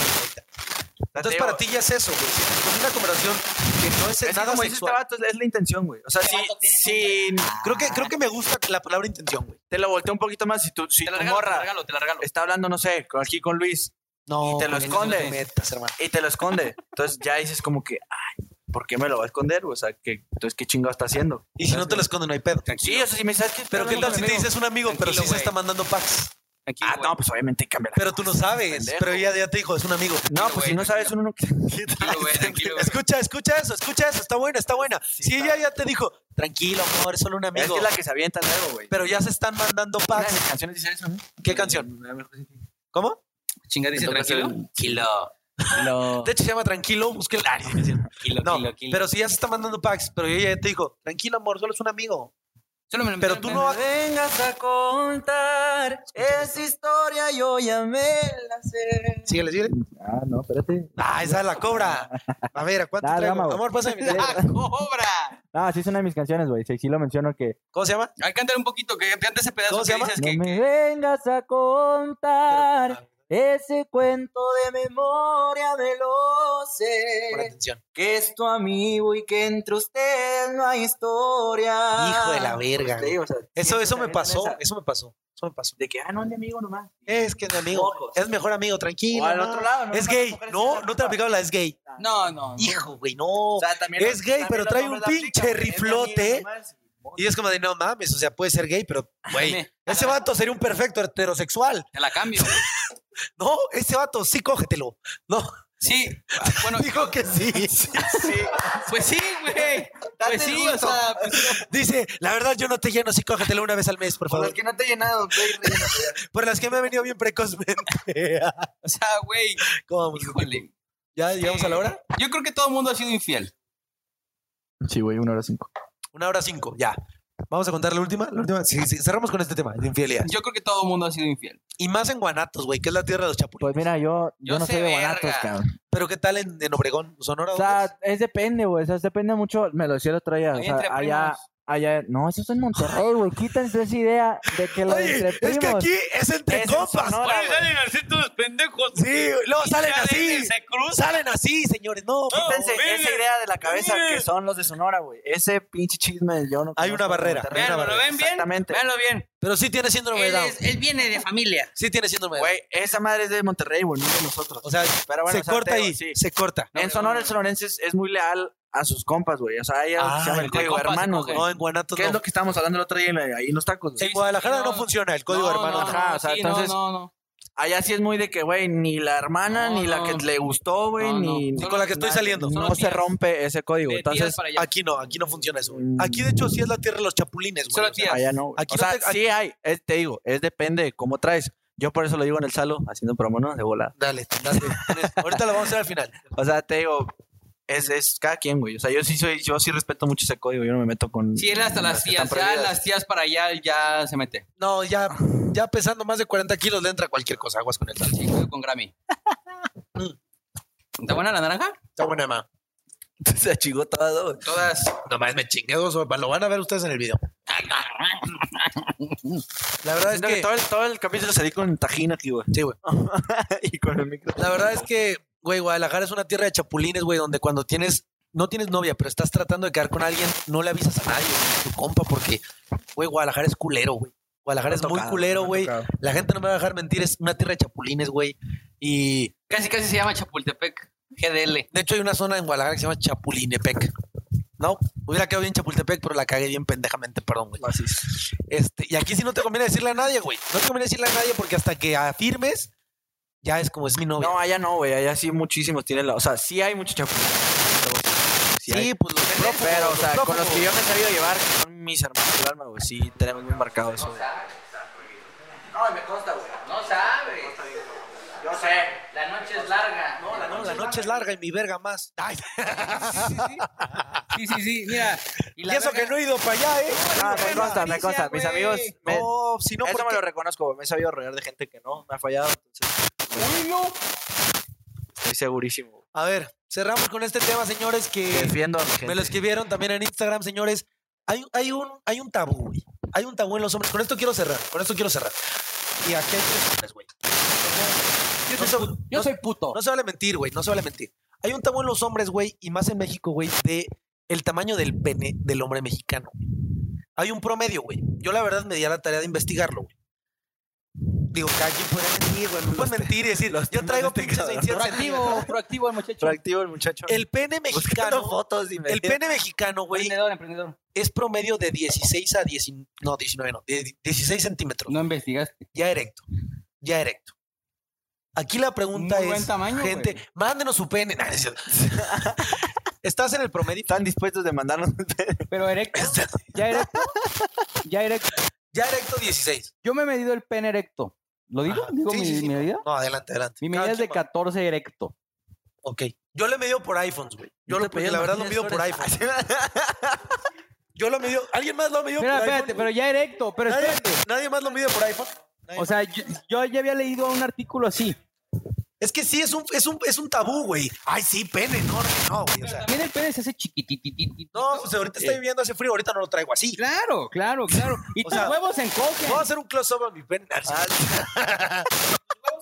Speaker 1: Entonces, para ti ya es eso, güey. Si Con una conversación que no es,
Speaker 5: Es que
Speaker 1: nada
Speaker 5: como dice este
Speaker 1: sexual.
Speaker 5: vato, es la intención, güey. O sea, si, si
Speaker 1: Creo que, creo que me gusta la palabra intención, güey.
Speaker 5: te la volteo un poquito más, si tu, si
Speaker 4: Te
Speaker 5: tu
Speaker 4: la regalo, te la
Speaker 5: morra
Speaker 4: regalo, te la regalo.
Speaker 5: está hablando, no sé, con- aquí con Luis
Speaker 1: No,
Speaker 5: Y te lo
Speaker 1: güey,
Speaker 5: esconde.
Speaker 1: no te metas, hermano.
Speaker 5: y te lo esconde, entonces ya dices como que, ay, ¿por qué me lo va a esconder? güey? O sea, que, entonces, ¿qué chingado está haciendo?
Speaker 1: Y si no te lo esconde, no hay pedo.
Speaker 5: Sí, o sea, si me sabes que...
Speaker 1: Pero qué tal si te
Speaker 5: dices?
Speaker 1: dices un amigo, pero sí
Speaker 4: Tranquilo,
Speaker 1: se
Speaker 4: güey.
Speaker 1: está mandando packs.
Speaker 4: Tranquilo,
Speaker 5: Ah,
Speaker 4: güey.
Speaker 5: no, pues obviamente cambia la-
Speaker 1: Pero tú no sabes.
Speaker 5: Pendejo.
Speaker 1: Pero ella ya te dijo, es un amigo.
Speaker 5: No, pues
Speaker 4: güey,
Speaker 5: si no sabes,
Speaker 4: tranquilo.
Speaker 5: uno no...
Speaker 4: Tranquilo, güey, tranquilo, güey.
Speaker 1: Escucha, escucha eso, escucha eso. Está buena, está buena. Si ella ya te dijo, tranquilo, amor, es solo un
Speaker 5: Es
Speaker 1: amigo.
Speaker 5: que es la que se avienta luego, güey.
Speaker 1: Pero ya se están mandando
Speaker 5: Una de
Speaker 1: packs.
Speaker 5: mis canciones dice eso, ¿no?
Speaker 1: ¿Qué canción? ¿Cómo?
Speaker 4: Chinga, dice tranquilo. Kilo,
Speaker 1: De hecho, se llama Tranquilo, busque el área.
Speaker 4: kilo,
Speaker 1: No,
Speaker 4: kilo, kilo.
Speaker 1: pero si ya se está mandando packs, pero ella ya te dijo, tranquilo, amor, solo es un amigo.
Speaker 4: Solo me lo
Speaker 1: Pero tú no.
Speaker 4: metieron-
Speaker 9: vengas a contar esa historia, yo ya me la sé.
Speaker 1: Síguele, síguele.
Speaker 3: Ah, no, espérate.
Speaker 1: Ah, esa es la cobra. A ver, ¿a cuánto
Speaker 3: Dale,
Speaker 1: traigo?
Speaker 3: vamos.
Speaker 1: Amor, pásame. mi-
Speaker 4: ¡Ah, cobra!
Speaker 3: Ah, sí es una de mis canciones, güey. Sí, sí lo menciono que...
Speaker 1: ¿Cómo se llama?
Speaker 4: Hay que cantar un poquito, que cante ese pedazo
Speaker 1: ¿Cómo se
Speaker 4: que
Speaker 1: llama?
Speaker 4: dices
Speaker 3: No
Speaker 4: que...
Speaker 3: me vengas a contar ese cuento de memoria me lo
Speaker 1: Pon
Speaker 3: sé.
Speaker 1: atención.
Speaker 9: Que es tu amigo y que entre usted no hay historia.
Speaker 1: Hijo de la verga.
Speaker 5: Te
Speaker 1: güey.
Speaker 5: digo, o sea,
Speaker 1: Eso, eso me
Speaker 5: también
Speaker 1: pasó,
Speaker 5: esa.
Speaker 1: eso me pasó, eso me pasó.
Speaker 5: De que, ah, no, es de amigo nomás.
Speaker 3: Eh,
Speaker 1: Es que es mi amigo,
Speaker 5: Ojos.
Speaker 1: es mejor amigo, tranquilo.
Speaker 5: O al
Speaker 1: no.
Speaker 5: otro lado, ¿no?
Speaker 1: Es
Speaker 5: Las
Speaker 1: gay.
Speaker 5: mujeres
Speaker 1: No,
Speaker 5: siempre
Speaker 1: no te la aplicaba la es gay.
Speaker 4: No, no.
Speaker 1: Hijo, güey, no.
Speaker 5: sea, también
Speaker 1: Es gay, pero
Speaker 5: los
Speaker 1: trae un
Speaker 5: hombres la aplican,
Speaker 1: pinche
Speaker 5: güey. Es mi
Speaker 1: riflote.
Speaker 5: amigo nomás.
Speaker 1: Y es como de, no mames, o sea, puede ser gay, pero, güey,
Speaker 4: Dame.
Speaker 1: ese vato sería un perfecto heterosexual.
Speaker 4: Te la cambio.
Speaker 1: No, ese vato, sí, cógetelo. No,
Speaker 4: Sí. Bueno,
Speaker 1: dijo que sí.
Speaker 4: pues sí, güey. Pues
Speaker 5: Date el
Speaker 4: sí, o
Speaker 5: gusto.
Speaker 4: sea... pues-
Speaker 1: Dice, la verdad yo no te lleno, sí, cógetelo una vez al mes, por
Speaker 5: Por
Speaker 1: favor.
Speaker 5: los que no te he llenado, güey, rellena, güey.
Speaker 1: Por las que me ha venido bien precozmente.
Speaker 4: O sea, güey,
Speaker 1: ¿Cómo vamos?
Speaker 4: híjole.
Speaker 1: ¿Ya llegamos a la hora?
Speaker 4: Yo creo que todo el mundo ha sido infiel.
Speaker 3: Sí, güey, una hora cinco.
Speaker 1: Una hora cinco, ya. Vamos a contar la última. La última. Sí, sí, cerramos con este tema de infidelidad.
Speaker 4: Yo creo que todo el mundo ha sido infiel.
Speaker 1: Y más en Guanatos, güey, que es la tierra de los chapulines.
Speaker 3: Pues mira, yo, yo,
Speaker 4: Yo
Speaker 3: no
Speaker 4: sé
Speaker 3: soy de guanatos,
Speaker 4: verga.
Speaker 3: cabrón.
Speaker 1: Pero ¿qué tal en, en Obregón, Sonora?
Speaker 3: O
Speaker 1: dónde es?
Speaker 5: pues
Speaker 3: sea, es depende, güey. O sea, es depende mucho. Me lo decía el otro día. O
Speaker 4: Ahí
Speaker 3: sea,
Speaker 4: entre
Speaker 3: allá,
Speaker 4: primos.
Speaker 3: allá. No, eso es en Monterrey, güey. Quítense esa idea de que lo de
Speaker 1: Oye,
Speaker 3: entre
Speaker 1: es que
Speaker 3: primos-
Speaker 1: aquí es entre
Speaker 3: Es en
Speaker 1: copas.
Speaker 3: Sonora,
Speaker 1: güey.
Speaker 3: güey.
Speaker 4: así todos pendejos.
Speaker 1: Sí, luego salen así.
Speaker 4: cruzan.
Speaker 1: Salen así, señores. No, por
Speaker 5: Quítense esa idea de la cabeza que son los de Sonora, güey. Ese pinche chisme yo no
Speaker 1: Hay una
Speaker 5: conozco,
Speaker 1: barrera.
Speaker 5: güey.
Speaker 1: Vean,
Speaker 4: Véanlo, ¿lo ven bien?
Speaker 5: Exactamente.
Speaker 4: Véanlo bien.
Speaker 1: Pero sí tiene síndrome de
Speaker 4: Él,
Speaker 1: Down.
Speaker 4: es- él viene de familia.
Speaker 1: Sí tiene síndrome de Down.
Speaker 5: pues, Güey, esa madre es de Monterrey, güey, no de nosotros.
Speaker 1: O sea,
Speaker 5: Pero bueno,
Speaker 1: Pues, se
Speaker 5: o sea,
Speaker 1: corta
Speaker 5: te digo,
Speaker 1: ahí,
Speaker 5: sí.
Speaker 1: se corta.
Speaker 5: En Sonora el sonorense es, es muy leal a sus compas, güey. O sea, hay algo que se
Speaker 1: Ah,
Speaker 5: llama el
Speaker 1: el
Speaker 5: código
Speaker 4: compas, se
Speaker 5: hermanos, güey.
Speaker 4: cogen.
Speaker 1: No, en Guanatos
Speaker 5: ¿Qué es
Speaker 1: no.
Speaker 5: lo que estábamos hablando el otro día en la- ahí en los tacos, güey?
Speaker 1: En Guadalajara no,
Speaker 4: No,
Speaker 1: funciona el código
Speaker 4: No,
Speaker 1: hermano.
Speaker 4: no,
Speaker 1: Ajá.
Speaker 5: Ajá, o sea,
Speaker 4: sí, no,
Speaker 5: entonces-
Speaker 4: No, no,
Speaker 5: Allá sí es muy de que, güey, ni la hermana,
Speaker 4: No,
Speaker 5: ni la
Speaker 4: no.
Speaker 5: que le gustó, güey,
Speaker 4: No,
Speaker 5: ni...
Speaker 4: no.
Speaker 1: Ni con la que estoy saliendo.
Speaker 4: Solo
Speaker 5: No se
Speaker 4: tiras.
Speaker 5: rompe ese código,
Speaker 4: De tiras
Speaker 5: entonces...
Speaker 4: para allá.
Speaker 1: Aquí no, aquí no funciona eso. güey. Aquí de hecho sí es la tierra de los chapulines, güey.
Speaker 4: Solo
Speaker 1: O sea,
Speaker 4: tiras.
Speaker 5: Allá no, güey.
Speaker 1: Aquí
Speaker 5: o
Speaker 1: no
Speaker 5: sea,
Speaker 1: te-
Speaker 5: sí hay, es- te digo, es depende de cómo traes. Yo por eso lo digo en el salo, haciendo promo, ¿no? De volada.
Speaker 1: Dale, dale. Ahorita lo vamos a hacer al final.
Speaker 5: O sea, te digo, es, es cada quien, güey. O sea, yo sí soy, yo sí respeto mucho ese código. Yo no me meto con.
Speaker 10: Sí, él hasta las
Speaker 5: que están
Speaker 10: tías, ya
Speaker 5: prohibidas.
Speaker 10: las tías para allá ya se mete.
Speaker 1: No, ya, ya pesando más de 40 kilos le entra cualquier cosa. Aguas con el sal.
Speaker 10: Sí, cuidado con Grammy. ¿Está buena la naranja?
Speaker 1: Está buena, ma.
Speaker 5: Se achigó todo.
Speaker 10: Todas.
Speaker 1: No mames, me chingué dos. sopas. Lo van a ver ustedes en el video. La verdad es
Speaker 5: Siento que
Speaker 1: que,
Speaker 5: todo, el, todo el capítulo salí con tajín aquí, güey.
Speaker 1: sí, güey.
Speaker 5: y con el micro.
Speaker 1: La verdad es que, güey, Guadalajara es una tierra de chapulines, güey, donde cuando tienes, no tienes novia, pero estás tratando de quedar con alguien, no le avisas a nadie, güey, a tu compa, porque, güey, Guadalajara es culero, güey. Guadalajara es muy culero, güey. La gente no me va a dejar mentir, es una tierra de chapulines, güey. Y
Speaker 10: Casi, casi se llama Chapultepec. GDL.
Speaker 1: de hecho hay una zona en Guadalajara que se llama Chapulinepec. No, hubiera quedado bien Chapultepec, pero la cagué bien pendejamente, perdón, güey.
Speaker 5: Así es.
Speaker 1: Este, y aquí sí no te conviene decirle a nadie, güey. No te conviene decirle a nadie porque hasta que afirmes, ya es como es mi novia.
Speaker 5: No, allá no, güey. Allá sí muchísimos tienen la. O sea, sí hay muchos chapulines.
Speaker 1: sí, pues los prófugos,
Speaker 5: Pero, o sea, con los
Speaker 1: prófugos.
Speaker 5: que yo me he sabido llevar, que son mis hermanos del alma, güey. Sí, tenemos bien marcado eso. güey.
Speaker 10: No sabes. Yo sé. La noche es larga. No, la
Speaker 1: No, la noche es larga y mi verga más. Ay,
Speaker 10: Sí, sí, sí. Mira.
Speaker 1: y eso que no he ido para allá, ¿eh?
Speaker 5: Ah, me consta, me consta. Mis
Speaker 10: Güey.
Speaker 5: amigos. Me,
Speaker 1: No, si no,
Speaker 5: eso
Speaker 1: porque-
Speaker 5: me lo reconozco, güey. Me he sabido rodear de gente que no me ha fallado. Entonces, estoy segurísimo. güey.
Speaker 1: A ver, cerramos con este tema, señores, que
Speaker 5: Defiendo a mi gente.
Speaker 1: me lo escribieron también en Instagram, señores. Hay, hay, un, hay un tabú, güey. Hay un tabú en los hombres. Con esto quiero cerrar, con esto quiero cerrar. Y aquí hay tres hombres, güey. No se-
Speaker 4: Yo
Speaker 1: no-
Speaker 4: soy puto.
Speaker 1: No se vale mentir, güey, no se vale mentir. Hay un tabú en los hombres, güey, y más en México, güey, de el tamaño del pene del hombre mexicano. Hay un promedio, güey. Yo la verdad me di a la tarea de investigarlo, güey. Digo, cada quien puede mentir, güey. No puedes mentir y decir, yo traigo pinche 600
Speaker 4: Proactivo,
Speaker 1: centímetros.
Speaker 4: proactivo el muchacho.
Speaker 5: Proactivo el muchacho.
Speaker 1: El pene
Speaker 5: Buscando
Speaker 1: mexicano,
Speaker 5: fotos y me
Speaker 1: el pene mexicano, güey,
Speaker 4: Emprendedor, emprendedor.
Speaker 1: es promedio de 16 a 19, no, 19 no, de 16 centímetros.
Speaker 4: No investigaste.
Speaker 1: Ya erecto, ya erecto. Aquí la pregunta
Speaker 4: Muy
Speaker 1: es,
Speaker 4: buen tamaño,
Speaker 1: gente,
Speaker 4: güey.
Speaker 1: mándenos su pene. Nah, no es cierto. Estás en el promedio.
Speaker 5: Están dispuestos de mandarnos.
Speaker 4: Pero erecto. Ya erecto. Ya erecto.
Speaker 1: Ya erecto 16.
Speaker 4: Yo me he medido el pene erecto. ¿Lo digo?
Speaker 1: Ajá.
Speaker 4: ¿Digo
Speaker 1: Sí,
Speaker 4: mi,
Speaker 1: sí, sí.
Speaker 4: mi medida?
Speaker 1: No, adelante, adelante.
Speaker 4: Mi
Speaker 1: Cada
Speaker 4: medida es de
Speaker 1: quien va.
Speaker 4: 14 erecto.
Speaker 1: Ok. Yo le mido por iPhones, güey. Yo lo,
Speaker 5: pedí
Speaker 1: la
Speaker 5: el
Speaker 1: verdad lo
Speaker 5: Martínez
Speaker 1: mido por iPhones. Yo lo mido. ¿Alguien más lo midió
Speaker 4: Mira,
Speaker 1: por
Speaker 4: espérate,
Speaker 1: iPhone?
Speaker 4: pero ya erecto. Pero
Speaker 1: nadie,
Speaker 4: espérate.
Speaker 1: nadie más lo mide por iPhone. Nadie
Speaker 4: O sea, yo, yo ya había leído un artículo así.
Speaker 1: Es que sí, es un, es un, es un tabú, güey. Ay, sí, pene, no, no, güey. O sea,
Speaker 4: También el pene se hace chiquitititito.
Speaker 1: no, pues ahorita está viviendo hace frío, ahorita no lo traigo así.
Speaker 4: Claro, claro, claro. Y
Speaker 1: O
Speaker 4: tus
Speaker 1: sea,
Speaker 4: huevos se encogen.
Speaker 1: Voy a hacer un close-up a mi pene.
Speaker 4: se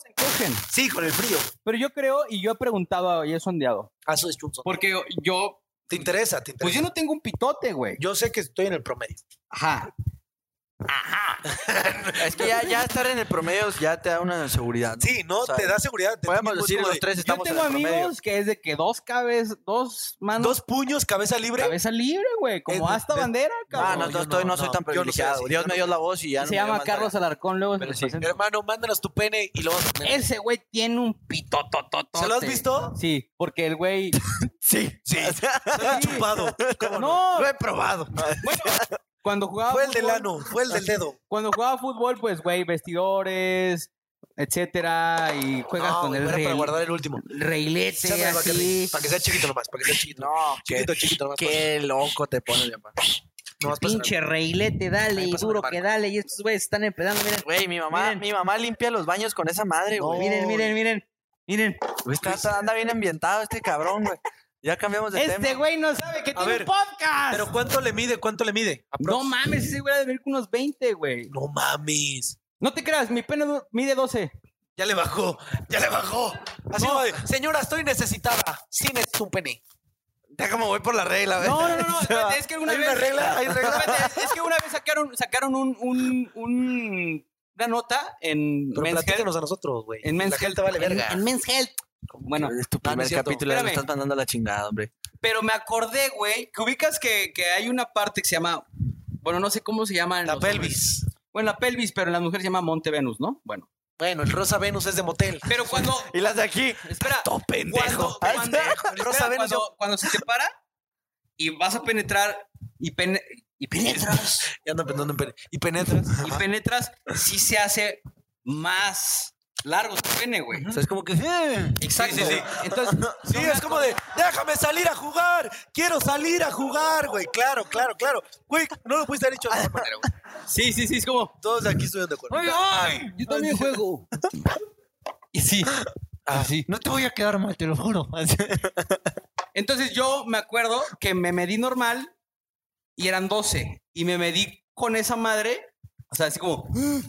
Speaker 4: encogen.
Speaker 1: Ah, Sí, con el frío.
Speaker 4: Pero yo creo, y yo he preguntado y he sondeado.
Speaker 1: Ah, eso es chunzo.
Speaker 10: Porque yo.
Speaker 1: ¿Te interesa? ¿Te
Speaker 4: Pues
Speaker 1: interesa?
Speaker 4: yo no tengo un pitote, güey.
Speaker 1: Yo sé que estoy en el promedio.
Speaker 4: Ajá.
Speaker 5: Es que ya, ya estar en el promedio ya te da una seguridad. ¿no?
Speaker 1: Sí, no,
Speaker 5: O sea,
Speaker 1: te da seguridad. te
Speaker 5: Podemos
Speaker 1: da un
Speaker 5: decir
Speaker 1: poco
Speaker 5: los
Speaker 1: de-
Speaker 5: tres
Speaker 4: Yo
Speaker 5: estamos
Speaker 4: tengo
Speaker 5: en el
Speaker 4: amigos
Speaker 5: promedio. Ah,
Speaker 4: que es de que dos cabezas, dos manos,
Speaker 1: Dos puños, cabeza libre.
Speaker 4: cabeza libre, güey. Como
Speaker 1: Es-
Speaker 4: hasta
Speaker 1: es-
Speaker 4: bandera,
Speaker 5: Ah,
Speaker 4: cabrón.
Speaker 1: No,
Speaker 5: no,
Speaker 1: yo
Speaker 5: no, estoy,
Speaker 1: no,
Speaker 5: no, soy
Speaker 1: no,
Speaker 5: tan
Speaker 1: yo no soy
Speaker 5: privilegiado.
Speaker 1: así,
Speaker 5: Dios
Speaker 1: yo
Speaker 5: me
Speaker 1: no-
Speaker 5: dio la voz y ya no
Speaker 4: se
Speaker 5: me dio
Speaker 4: llama
Speaker 5: más
Speaker 4: Carlos
Speaker 5: nada.
Speaker 4: Alarcón, luego se
Speaker 5: Pero
Speaker 4: los
Speaker 5: sí.
Speaker 4: presento.
Speaker 1: Hermano, mándanos tu pene y lo vamos a poner.
Speaker 4: Ese güey tiene un pitotototote.
Speaker 1: ¿Se lo has visto?
Speaker 4: Sí, porque el güey...
Speaker 1: Sí, sí.
Speaker 4: Sí.
Speaker 1: Chupado. ¿Cómo
Speaker 4: No, Ah,
Speaker 1: Lo he probado.
Speaker 4: cuando jugaba
Speaker 1: Fue el del
Speaker 4: fútbol-
Speaker 1: ano, fue el del dedo.
Speaker 4: Cuando jugaba fútbol, pues, güey, vestidores, etcétera, y juegas
Speaker 1: No,
Speaker 4: con el
Speaker 1: Ah, era
Speaker 4: rey,
Speaker 1: para guardar el último.
Speaker 4: reilete
Speaker 1: Sácame la
Speaker 4: así.
Speaker 1: Bacardi, Para que sea chiquito nomás, para que sea chiquito.
Speaker 5: No, qué,
Speaker 1: chiquito, chiquito nomás.
Speaker 5: qué loco te pones, mi papá.
Speaker 1: nomás pasa
Speaker 4: Pinche reilete, dale,
Speaker 1: Ahí
Speaker 4: y
Speaker 1: pásame
Speaker 4: duro
Speaker 1: el
Speaker 4: que dale. Y estos güeyes están empezando, miren,
Speaker 5: Güey, mi mamá,
Speaker 4: Miren.
Speaker 5: mi mamá limpia los baños con esa madre, güey.
Speaker 4: miren, miren, miren. Miren,
Speaker 5: Güey, está- está- anda bien ambientado este cabrón, güey. Ya cambiamos de
Speaker 4: este
Speaker 5: tema.
Speaker 4: güey no sabe que tiene
Speaker 1: ver,
Speaker 4: un podcast.
Speaker 1: Pero ¿cuánto le mide? ¿Cuánto le mide?
Speaker 4: no mames, ese güey ha de venir con unos 20, güey.
Speaker 1: No mames.
Speaker 4: No te creas, mi pene du- mide 12.
Speaker 1: Ya le bajó, ya le bajó. Así
Speaker 4: No.
Speaker 1: como de, señora, estoy necesitada. Sí, necesito un pene.
Speaker 5: Ya como voy por la regla, güey.
Speaker 4: No, no, no, no, espérate, es que una
Speaker 1: ¿Hay
Speaker 4: vez...
Speaker 1: una regla? ¿Hay regla?
Speaker 4: Espérate, Es que una vez sacaron, sacaron un, un, un- una nota en
Speaker 1: Pero
Speaker 4: Men's Health.
Speaker 1: platícanos a nosotros, güey.
Speaker 4: En Men's
Speaker 1: La
Speaker 4: Health.
Speaker 1: gente vale
Speaker 4: en-
Speaker 1: verga.
Speaker 4: En, Men's Health. Bueno,
Speaker 5: Es tu
Speaker 1: no es
Speaker 5: primer
Speaker 1: cierto.
Speaker 5: capítulo,
Speaker 4: Espérame.
Speaker 5: me estás mandando la chingada, hombre.
Speaker 4: pero me acordé, güey, que ubicas que, que hay una parte que se llama, bueno, no sé cómo se llama. en
Speaker 1: La
Speaker 4: los hombres.
Speaker 1: pelvis.
Speaker 4: Bueno, la pelvis, pero en las mujeres se llama Monte Venus, ¿no? Bueno.
Speaker 1: Bueno, el Rosa Venus es de motel.
Speaker 4: Pero cuando,
Speaker 5: Y las de aquí.
Speaker 4: espera,
Speaker 5: ¡Todo pendejo!
Speaker 4: cuando, cuando,
Speaker 1: Rosa
Speaker 4: espera,
Speaker 1: Venus,
Speaker 4: cuando, cuando se te para y vas a penetrar y, pene- y penetras,
Speaker 1: Y ando pensando en pene. Y penetras.
Speaker 4: y penetras, sí se hace más largo tu pene, güey.
Speaker 1: O sea, es como que. "Eh".
Speaker 4: Exacto.
Speaker 1: Sí, sí, sí.
Speaker 4: Entonces,
Speaker 1: Sí, es como de, déjame salir a jugar, quiero salir a jugar, güey. Claro, claro, claro. Güey, no lo pudiste haber hecho de otra manera, güey.
Speaker 4: sí, sí, sí, es como,
Speaker 1: Todos aquí estuvieron de acuerdo.
Speaker 4: ¡ay, ay! Yo también juego. Y sí, así.
Speaker 5: No te voy a quedar mal, te lo juro.
Speaker 4: Entonces yo me acuerdo que me medí normal y eran 12. Y me medí con esa madre, o sea, así como... ¡ah!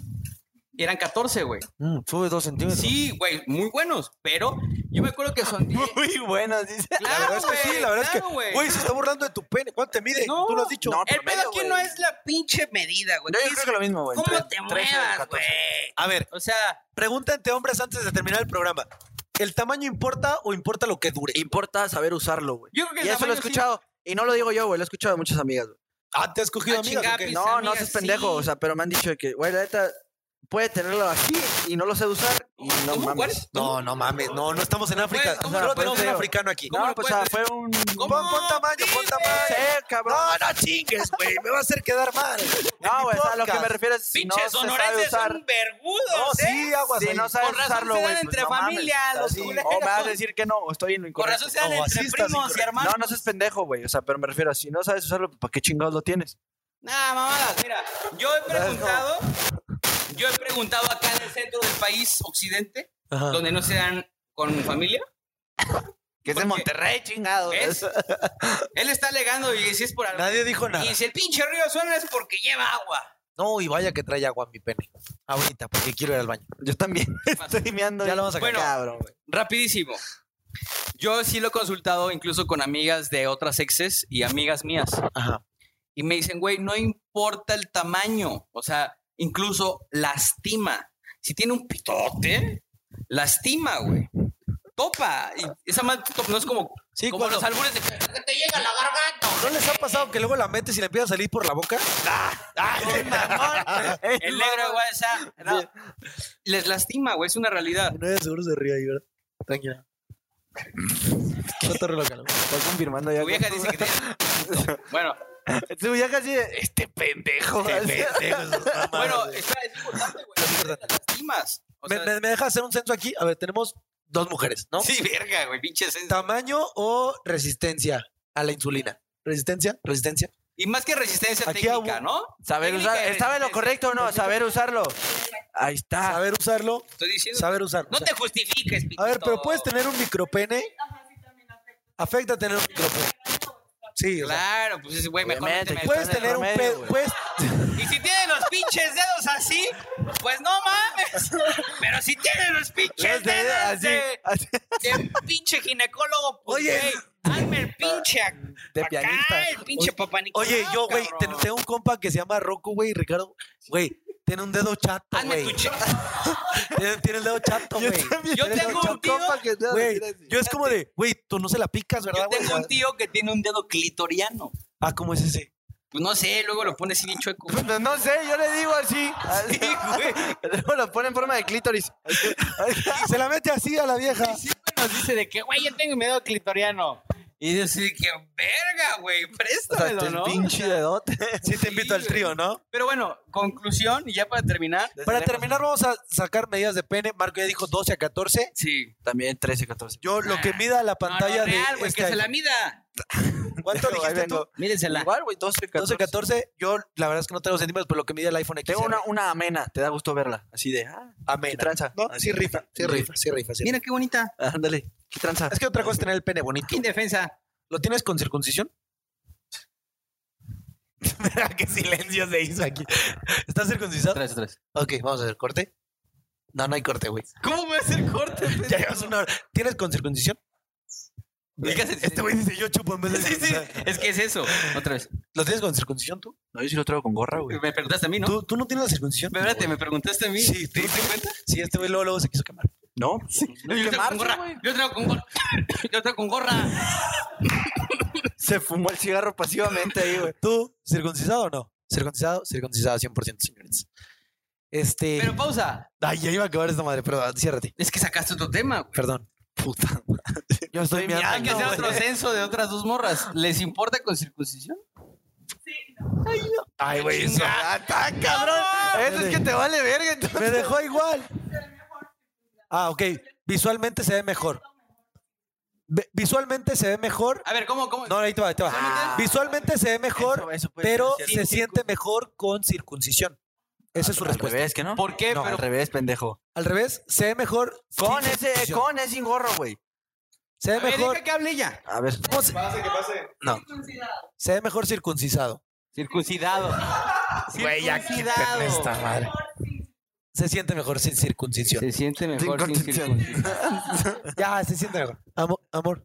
Speaker 4: y eran 14, güey.
Speaker 11: Mm, sube dos centímetros.
Speaker 4: Sí, güey, muy buenos. Pero yo me acuerdo que son...
Speaker 11: Muy buenas, dice.
Speaker 1: La verdad es que sí, la verdad es que, güey, se está burlando de tu pene. ¿Cuánto te mide?
Speaker 4: No.
Speaker 1: Tú lo has dicho.
Speaker 11: No,
Speaker 4: El pedo
Speaker 11: promedio,
Speaker 4: aquí
Speaker 11: güey.
Speaker 4: no es la pinche medida, güey.
Speaker 11: No, yo
Speaker 4: Es
Speaker 11: creo que lo mismo, güey.
Speaker 4: ¿Cómo
Speaker 11: Tre-
Speaker 4: te
Speaker 11: 13 o
Speaker 4: muevas,
Speaker 11: 14.
Speaker 4: güey?
Speaker 1: A ver,
Speaker 4: O sea,
Speaker 1: pregúntate, hombres, antes de terminar el programa. ¿El tamaño importa o importa lo que dure?
Speaker 5: Importa saber usarlo, güey.
Speaker 4: yo creo que el
Speaker 5: Y eso lo
Speaker 4: tamaño
Speaker 5: he escuchado. Y no lo digo yo, güey. Lo he escuchado de muchas amigas, güey.
Speaker 1: Ah, ¿te has cogido
Speaker 4: Ah,
Speaker 1: amigas o
Speaker 4: chinga,
Speaker 1: qué?
Speaker 4: Mis
Speaker 5: No, no
Speaker 4: amigas,
Speaker 5: seas pendejo.
Speaker 4: sí.
Speaker 5: O sea, pero me han dicho de que, güey, la neta, puede tenerlo así y no lo sé usar. Y no
Speaker 4: ¿Cómo?
Speaker 5: mames.
Speaker 4: ¿Cuál es?
Speaker 1: No, no mames, no, no estamos en África.
Speaker 4: ¿cómo
Speaker 1: no
Speaker 5: lo
Speaker 1: tenemos
Speaker 5: puedes-
Speaker 1: un africano aquí.
Speaker 4: ¿Cómo
Speaker 5: No,
Speaker 4: lo
Speaker 5: pues,
Speaker 4: puedes
Speaker 5: o sea, fue un...
Speaker 4: ¿Cómo?
Speaker 1: Pon, pon tamaño, pon
Speaker 4: Dime.
Speaker 1: tamaño.
Speaker 5: Sí, cabrón.
Speaker 1: No, no chingues, güey. Me va a hacer quedar mal.
Speaker 5: No, güey, o sea, a lo que me
Speaker 1: podcast.
Speaker 5: refiero es si no se
Speaker 4: Pinches
Speaker 5: sabe
Speaker 4: sonorenses
Speaker 5: usar.
Speaker 4: son vergudos,
Speaker 1: No,
Speaker 4: ¿eh?
Speaker 1: sí, aguas.
Speaker 5: Si
Speaker 1: ahí.
Speaker 5: no sabes
Speaker 4: Con razón
Speaker 5: usarlo,
Speaker 4: se dan
Speaker 5: güey, pues
Speaker 4: entre
Speaker 5: no mames.
Speaker 4: familias, los
Speaker 5: Así.
Speaker 4: culeros.
Speaker 5: O me vas a decir que no, o estoy en lo
Speaker 4: Con
Speaker 5: incorrecto.
Speaker 4: razón se dan
Speaker 1: No, así
Speaker 4: entre
Speaker 1: estás
Speaker 4: primos y
Speaker 1: incorrecto.
Speaker 4: hermanos.
Speaker 5: No, no seas pendejo, güey. O sea, pero me refiero, si no sabes usarlo, ¿para qué chingados lo tienes?
Speaker 4: Nah, mamadas, mira, yo he preguntado, yo he preguntado acá en el centro del país, occidente,
Speaker 1: Ajá.
Speaker 4: donde no se dan con familia.
Speaker 5: Que es
Speaker 4: de
Speaker 5: Monterrey, chingado.
Speaker 4: ¿Ves? Él está alegando y si es por algo.
Speaker 1: Ah, Nadie dijo nada.
Speaker 4: Y si el pinche río suena es porque lleva agua.
Speaker 1: No, y vaya que trae agua mi pene. Ahorita, porque quiero ir al baño.
Speaker 5: Yo también estoy meando.
Speaker 1: Ya lo
Speaker 5: bien
Speaker 1: vamos a
Speaker 4: Bueno,
Speaker 5: Cabrón, güey.
Speaker 4: rapidísimo. Yo sí lo he consultado incluso con amigas de otras exes y amigas mías.
Speaker 1: Ajá.
Speaker 4: Y me dicen, güey, no importa el tamaño. O sea, incluso lastima. Si tiene un pitote, lastima, güey. Topa. Y esa madre top- no es como,
Speaker 1: Sí,
Speaker 4: como
Speaker 1: cuando-
Speaker 4: los albures de que te llega la garganta.
Speaker 1: ¿No les ha pasado que luego la metes y le empieza a salir por la boca? Ah,
Speaker 4: El negro de WhatsApp. no. Les lastima, güey. Es una realidad.
Speaker 1: No, de seguro se ríe ahí, ¿verdad? Tranquila. No te relojes, ¿no?
Speaker 5: Estoy confirmando ya.
Speaker 4: Tu vieja dice que te- Bueno,
Speaker 5: Tu vieja así de, este pendejo. así.
Speaker 4: bueno, está- es importante, güey. Las lastimas. O
Speaker 1: ¿Me,
Speaker 4: sea,
Speaker 1: me- me dejas hacer un censo aquí? A ver, tenemos dos mujeres, ¿no?
Speaker 4: Sí, verga, güey, pinche sensa.
Speaker 1: ¿Tamaño o resistencia a la insulina? ¿Resistencia? ¿Resistencia?
Speaker 4: Y más que resistencia
Speaker 1: Aquí
Speaker 4: técnica,
Speaker 1: abu-
Speaker 4: ¿no?
Speaker 5: Saber
Speaker 4: Técnica
Speaker 5: usar,
Speaker 4: de
Speaker 5: ¿estaba en lo
Speaker 4: resistencia.
Speaker 5: correcto o no? Saber usarlo. Ahí está.
Speaker 1: Saber usarlo,
Speaker 4: Estoy diciendo.
Speaker 1: saber usarlo.
Speaker 4: No
Speaker 1: O sea,
Speaker 4: te justifiques, pinche.
Speaker 1: A ver, pero
Speaker 4: todo.
Speaker 1: puedes tener un micropene. Afecta tener un micropene. Sí, o sea,
Speaker 4: Claro, pues ese güey, mejor no te
Speaker 5: Obviamente,
Speaker 4: metas.
Speaker 1: puedes
Speaker 5: está en el
Speaker 1: tener un
Speaker 5: promedio,
Speaker 1: pe-
Speaker 5: güey.
Speaker 1: puedes-
Speaker 4: Y si tiene los pinches dedos así, pues no mames. Pero si tiene los pinches dedos
Speaker 5: Así,
Speaker 4: de,
Speaker 5: así.
Speaker 4: de pinche ginecólogo, pues,
Speaker 1: Oye. ah,
Speaker 4: güey, hazme el pinche ac-
Speaker 5: De
Speaker 4: acá,
Speaker 5: pianista.
Speaker 4: el pinche papá Nicolau,
Speaker 1: Oye, yo, güey,
Speaker 4: cabrón.
Speaker 1: ten- tengo un compa que se llama Rocco, güey, Ricardo. Güey, tiene un dedo chato,
Speaker 4: Hazme tu
Speaker 1: güey. Ah,
Speaker 4: che-
Speaker 1: Tiene, tiene el dedo chato, güey.
Speaker 4: Yo
Speaker 1: Tiene el
Speaker 4: tengo
Speaker 1: dedo
Speaker 4: un tío,
Speaker 1: chato, Güey, yo es como de, güey, tú no se la picas, ¿verdad,
Speaker 4: yo
Speaker 1: güey?
Speaker 4: tengo un tío que tiene un dedo clitoriano.
Speaker 1: Ah, ¿cómo es ese?
Speaker 4: Pues no sé, luego lo pones así bien chueco.
Speaker 5: Pues no sé, yo le digo así. así. Luego lo pone en forma de clítoris.
Speaker 1: Se la mete así a la vieja.
Speaker 4: nos dice de que, güey, yo tengo miedo clitoriano. Y yo así de que, verga, güey, préstamelo, ¿no?
Speaker 5: dedote.
Speaker 1: Sí, te invito al trío, ¿no?
Speaker 4: Pero bueno, conclusión, y ya para terminar.
Speaker 1: Para terminar, vamos a sacar medidas de pene. Marco ya dijo 12 a 14.
Speaker 4: Sí.
Speaker 5: También 13, 14.
Speaker 1: Yo lo que mida la pantalla
Speaker 4: no, no, real,
Speaker 1: de.
Speaker 4: güey,
Speaker 1: este
Speaker 4: que se la
Speaker 1: iPhone.
Speaker 4: mida.
Speaker 1: ¿Cuánto
Speaker 5: Ahí
Speaker 1: dijiste tú?
Speaker 5: vengo.
Speaker 4: Míresela.
Speaker 5: Igual, güey, 12, 14.
Speaker 1: 12, 14. Yo, la verdad es que no tengo centímetros, pero lo que mide el iPhone X.
Speaker 5: Tengo una, una amena, te da gusto verla. Así de, ah,
Speaker 1: Amén.
Speaker 5: ¿Qué tranza?
Speaker 1: No, sí rifa, sí rifa, sí rifa. sí rifa.
Speaker 4: Mira qué bonita.
Speaker 5: ándale, ¿qué tranza?
Speaker 1: Es que otra cosa es tener el pene bonito.
Speaker 4: Qué indefensa.
Speaker 1: ¿Lo tienes con circuncisión? Mira qué silencio se hizo aquí. ¿Estás circuncisado?
Speaker 12: Tres, tres.
Speaker 1: Ok, vamos a hacer corte. No, no hay corte, güey.
Speaker 4: ¿Cómo voy a hacer corte?
Speaker 1: Ya llevas una hora. ¿Tienes con circuncisión? Este güey dice yo chupo en vez de
Speaker 4: Sí, sí,
Speaker 1: circuncisar.
Speaker 4: es que es eso. Otra vez.
Speaker 1: ¿Lo tienes con circuncisión tú?
Speaker 5: No, yo sí lo traigo con gorra, güey.
Speaker 4: Me preguntaste a mí, ¿no?
Speaker 1: ¿Tú, tú no tienes la circuncisión?
Speaker 4: Espérate, me preguntaste a mí.
Speaker 1: Sí,
Speaker 4: ¿Te
Speaker 1: tú-
Speaker 4: diste cuenta?
Speaker 1: Sí, este güey luego, luego se quiso quemar.
Speaker 5: No,
Speaker 4: No, yo traigo con gorra. Yo traigo con gorra. Yo traigo con gorra.
Speaker 5: se fumó el cigarro pasivamente ahí, güey.
Speaker 1: ¿Tú circuncisado o no? Circuncisado, circuncisado 100%, señores. Este.
Speaker 4: Pero pausa.
Speaker 1: Ay, ya iba a acabar esta madre, perdón, ciérrate.
Speaker 4: Es que sacaste otro tema, güey.
Speaker 1: Perdón. Puta. Yo estoy
Speaker 5: Estoy
Speaker 4: Hay que
Speaker 1: meando,
Speaker 4: hacer
Speaker 1: güey.
Speaker 4: otro censo de otras dos morras. ¿Les importa con circuncisión?
Speaker 1: Ay, güey, eso.
Speaker 5: Ah, cabrón. Eso es que te vale verga. Entonces.
Speaker 1: Me dejó igual. Ah, ok. Visualmente se ve mejor. Ve- Visualmente se ve mejor.
Speaker 4: A ver, ¿cómo? cómo?
Speaker 1: No, ahí te va, ahí te va.
Speaker 4: Ah.
Speaker 1: Visualmente se ve mejor,
Speaker 5: Eso- eso puede
Speaker 1: pero
Speaker 5: ser
Speaker 1: se
Speaker 5: cierto.
Speaker 1: siente mejor con circuncisión. Esa es su
Speaker 5: Al
Speaker 1: respuesta.
Speaker 5: revés, ¿qué no?
Speaker 4: ¿Por qué?
Speaker 1: No,
Speaker 4: Pero-
Speaker 5: Al revés, pendejo.
Speaker 1: Al revés, se ve mejor sin
Speaker 5: Con ese,
Speaker 1: circuncisión.
Speaker 5: con ese sin gorro, güey.
Speaker 1: Se ve
Speaker 4: A ver,
Speaker 1: mejor.
Speaker 4: deja que hable ya.
Speaker 5: A ver.
Speaker 1: ¿cómo se- No. Se ve mejor circuncisado.
Speaker 4: Circuncidado.
Speaker 8: Güey, ya
Speaker 4: Circuncidado.
Speaker 8: quítenme esta madre.
Speaker 1: Se siente mejor sin circuncisión.
Speaker 2: Se siente mejor sin circuncisión.
Speaker 1: Ya, se siente mejor. Amor, amor.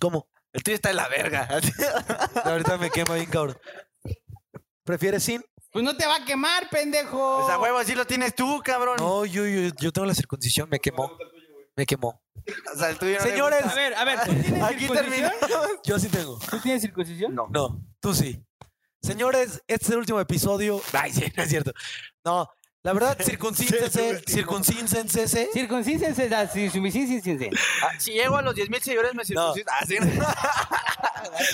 Speaker 1: ¿Cómo?
Speaker 5: El tuyo está de la verga.
Speaker 1: Ahorita me quema bien, cabrón. ¿Prefieres sin?
Speaker 4: Pues no te va a quemar, pendejo.
Speaker 5: Pues a huevo, así lo tienes tú, cabrón.
Speaker 1: No, yo, yo, yo tengo la circuncisión, me quemó. Me quemó.
Speaker 5: O sea, el tuyo no le
Speaker 1: Señores,
Speaker 4: A ver, a ver, ¿tú tienes
Speaker 5: Aquí
Speaker 4: circuncisión?
Speaker 1: yo sí tengo.
Speaker 2: ¿Tú tienes circuncisión?
Speaker 5: No.
Speaker 1: No, tú sí. Señores, este es el último episodio. Ay, sí, no es cierto. No, la verdad, circuncíncense, circuncíncense.
Speaker 2: Circuncícense, la- circuncícense.
Speaker 5: gusta. Ah, si llego a los 10 mil seguidores, me circuncido. Ah, sí.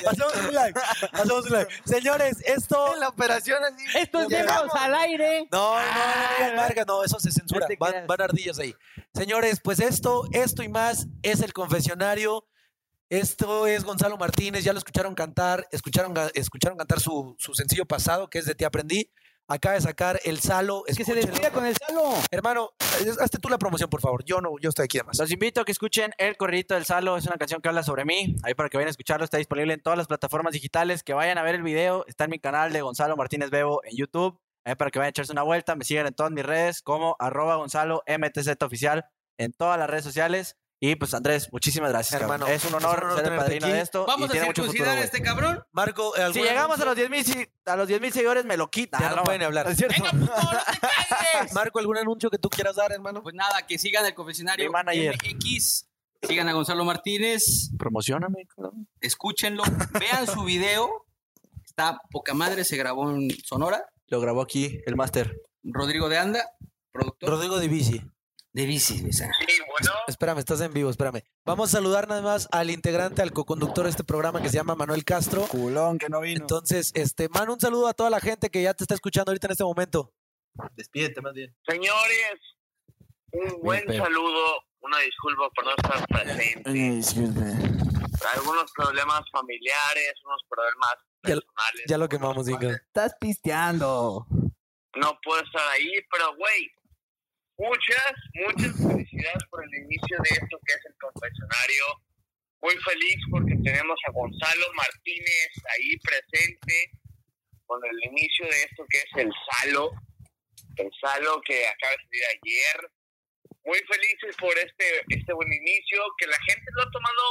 Speaker 1: Hacemos un like, hacemos un like. Señores, esto...
Speaker 5: la operación así.
Speaker 2: Estos miembros al aire.
Speaker 1: No, no, no digan marca, no, eso se censura.
Speaker 2: Ah, No te
Speaker 1: Van,
Speaker 2: creas.
Speaker 1: van ardillas ahí. Señores, pues esto, esto y más es el confesionario. Esto es Gonzalo Martínez, ya lo escucharon cantar, escucharon, ga- escucharon cantar su, su sencillo pasado, que es de Te Aprendí. Acaba de sacar el Salo.
Speaker 2: Que se
Speaker 1: escúchenlo.
Speaker 2: despida con el salo.
Speaker 1: Hermano, eh, hazte tú la promoción, por favor. Yo no, yo estoy aquí además.
Speaker 8: Los invito a que escuchen El Corridito del Salo. Es una canción que habla sobre mí. Ahí para que vayan a escucharlo. Está disponible en todas las plataformas digitales. Que vayan a ver el video. Está en mi canal de Gonzalo Martínez Bebo en YouTube. Ahí para que vayan a echarse una vuelta. Me sigan en todas mis redes como arroba Gonzalo MTZ oficial en todas las redes sociales. Y pues Andrés, muchísimas gracias,
Speaker 1: Hermano,
Speaker 8: cabrón. Es un
Speaker 1: es
Speaker 8: honor,
Speaker 1: un honor
Speaker 8: ser el
Speaker 1: tenerte
Speaker 8: padrino
Speaker 1: aquí.
Speaker 8: de esto.
Speaker 4: Vamos
Speaker 8: y
Speaker 4: a
Speaker 8: tiene mucho futuro,
Speaker 4: circuncidar a
Speaker 8: güey.
Speaker 4: este cabrón.
Speaker 1: Marco,
Speaker 5: Pues
Speaker 1: eh,
Speaker 8: Si
Speaker 1: ¿algún
Speaker 8: llegamos a
Speaker 1: anuncio?
Speaker 8: los 10 mil a los 10,000 seguidores me lo quitan.
Speaker 1: Ya no pueden hablar.
Speaker 8: ¿Es cierto?
Speaker 4: Venga, puto, no te calles.
Speaker 1: Marco, ¿algún anuncio que tú quieras dar, hermano?
Speaker 4: Pues nada, que sigan el confesionario
Speaker 8: Mi manager.
Speaker 4: MX. Sigan a Gonzalo Martínez.
Speaker 8: Promocioname, cabrón.
Speaker 4: Escúchenlo. Vean su video. Está poca madre. Se grabó en Sonora.
Speaker 8: Lo grabó aquí el máster.
Speaker 4: Rodrigo de Anda, productor
Speaker 1: Rodrigo Divisi.
Speaker 4: de Bicis. o sea.
Speaker 1: Espérame, estás en vivo, espérame. Vamos a saludar nada más al integrante, al coconductor de este programa que se llama Manuel Castro.
Speaker 5: Culón, que no vino.
Speaker 1: Entonces, este, Manu, un saludo a toda la gente que ya te está escuchando ahorita en este momento.
Speaker 5: Despídete más bien.
Speaker 13: Señores, un buen
Speaker 1: pedo.
Speaker 13: saludo, una disculpa por no estar presente. Algunos problemas familiares, unos problemas
Speaker 1: Ya-
Speaker 13: personales.
Speaker 1: Ya lo quemamos, Inga.
Speaker 2: Estás pisteando.
Speaker 13: No puedo estar ahí, pero güey, muchas, muchas felicidades por el inicio de esto que es el confesionario. Muy feliz porque tenemos a Gonzalo Martínez ahí presente con el inicio de esto que es el Salo. El Salo que acaba de salir ayer. Muy felices por este, este buen inicio, que la gente lo ha tomado,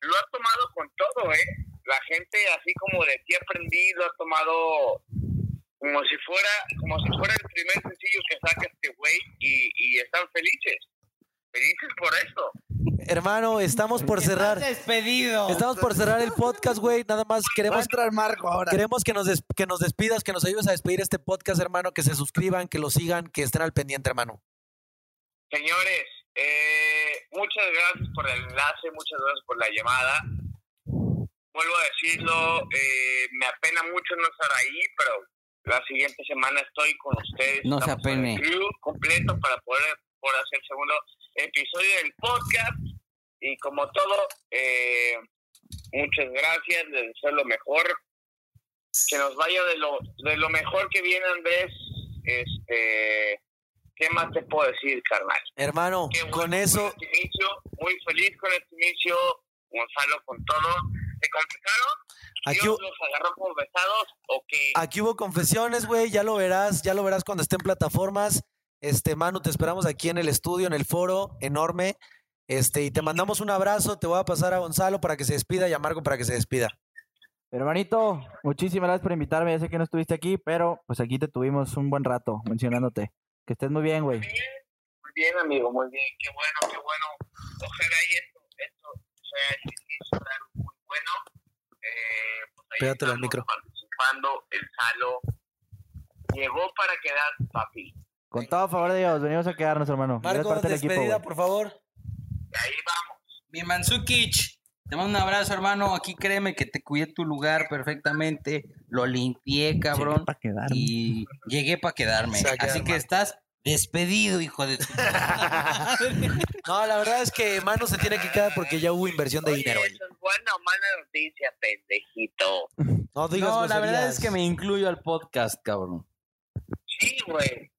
Speaker 13: lo ha tomado con todo, eh. La gente así como de ti aprendí, lo ha tomado como si fuera como si fuera el primer sencillo que saca este güey y, y están felices felices por eso
Speaker 1: Hermano, estamos por cerrar.
Speaker 4: Despedido.
Speaker 1: Estamos por cerrar el podcast, güey. Nada más queremos. Marco ahora. Queremos que nos, des- que nos despidas, que nos ayudes a despedir este podcast, hermano. Que se suscriban, que lo sigan, que estén al pendiente, hermano.
Speaker 13: señores eh, muchas gracias por el enlace muchas gracias por la llamada vuelvo a decirlo eh, me apena mucho no estar ahí pero la siguiente semana estoy con ustedes
Speaker 2: No se
Speaker 13: Estamos con el
Speaker 2: apene.
Speaker 13: crew completo para poder, poder hacer el segundo episodio del podcast y como todo eh, muchas gracias, les deseo lo mejor. Que nos vaya de lo, de lo mejor que viene, Andrés. Este, ¿Qué más te puedo decir, carnal?
Speaker 1: Hermano,
Speaker 13: Qué bueno
Speaker 1: con
Speaker 13: fue
Speaker 1: eso,
Speaker 13: este inicio, muy feliz con este inicio, Gonzalo, con todo. ¿Te confesaron?
Speaker 1: aquí,
Speaker 13: ¿Dios los agarró confesados o qué?
Speaker 1: aquí hubo confesiones, güey. Ya lo verás, ya lo verás cuando esté en plataformas. Este, Manu, te esperamos aquí en el estudio, en el foro enorme. Este, y te mandamos un abrazo. Te voy a pasar a Gonzalo para que se despida y a Marco para que se despida.
Speaker 3: Hermanito, muchísimas gracias por invitarme. Ya sé que no estuviste aquí, pero pues aquí te tuvimos un buen rato mencionándote. Que estés muy bien, güey.
Speaker 13: Muy bien, amigo, muy bien. Qué bueno, qué bueno. Ojalá y esto, esto sea el inicio de algo muy bueno. Eh, pues ahí
Speaker 1: Pégatelo al
Speaker 13: estamos
Speaker 1: micro.
Speaker 13: Participando, el Salo llegó para quedar, papi.
Speaker 3: Con todo favor de Dios, venimos a quedarnos, hermano. Eres
Speaker 1: Marco,
Speaker 3: parte del equipo,
Speaker 1: despedida,
Speaker 3: güey.
Speaker 1: por favor.
Speaker 13: Ahí vamos.
Speaker 4: Mi Mansukich. Te mando un abrazo, hermano. Aquí créeme que te cuidé tu lugar perfectamente. Lo limpié, cabrón.
Speaker 3: Para quedarnos.
Speaker 4: y llegué para quedarme.
Speaker 1: Se va a quedar
Speaker 4: Así que
Speaker 1: mal.
Speaker 4: estás Despedido, hijo de tu
Speaker 1: No, la verdad es que Manu se tiene que quedar porque ya hubo inversión de dinero. ahí.
Speaker 13: Eso es buena o mala noticia, pendejito.
Speaker 1: No digas
Speaker 9: No, la
Speaker 1: groserías.
Speaker 9: verdad es que me incluyo al podcast, cabrón.
Speaker 13: Sí, güey.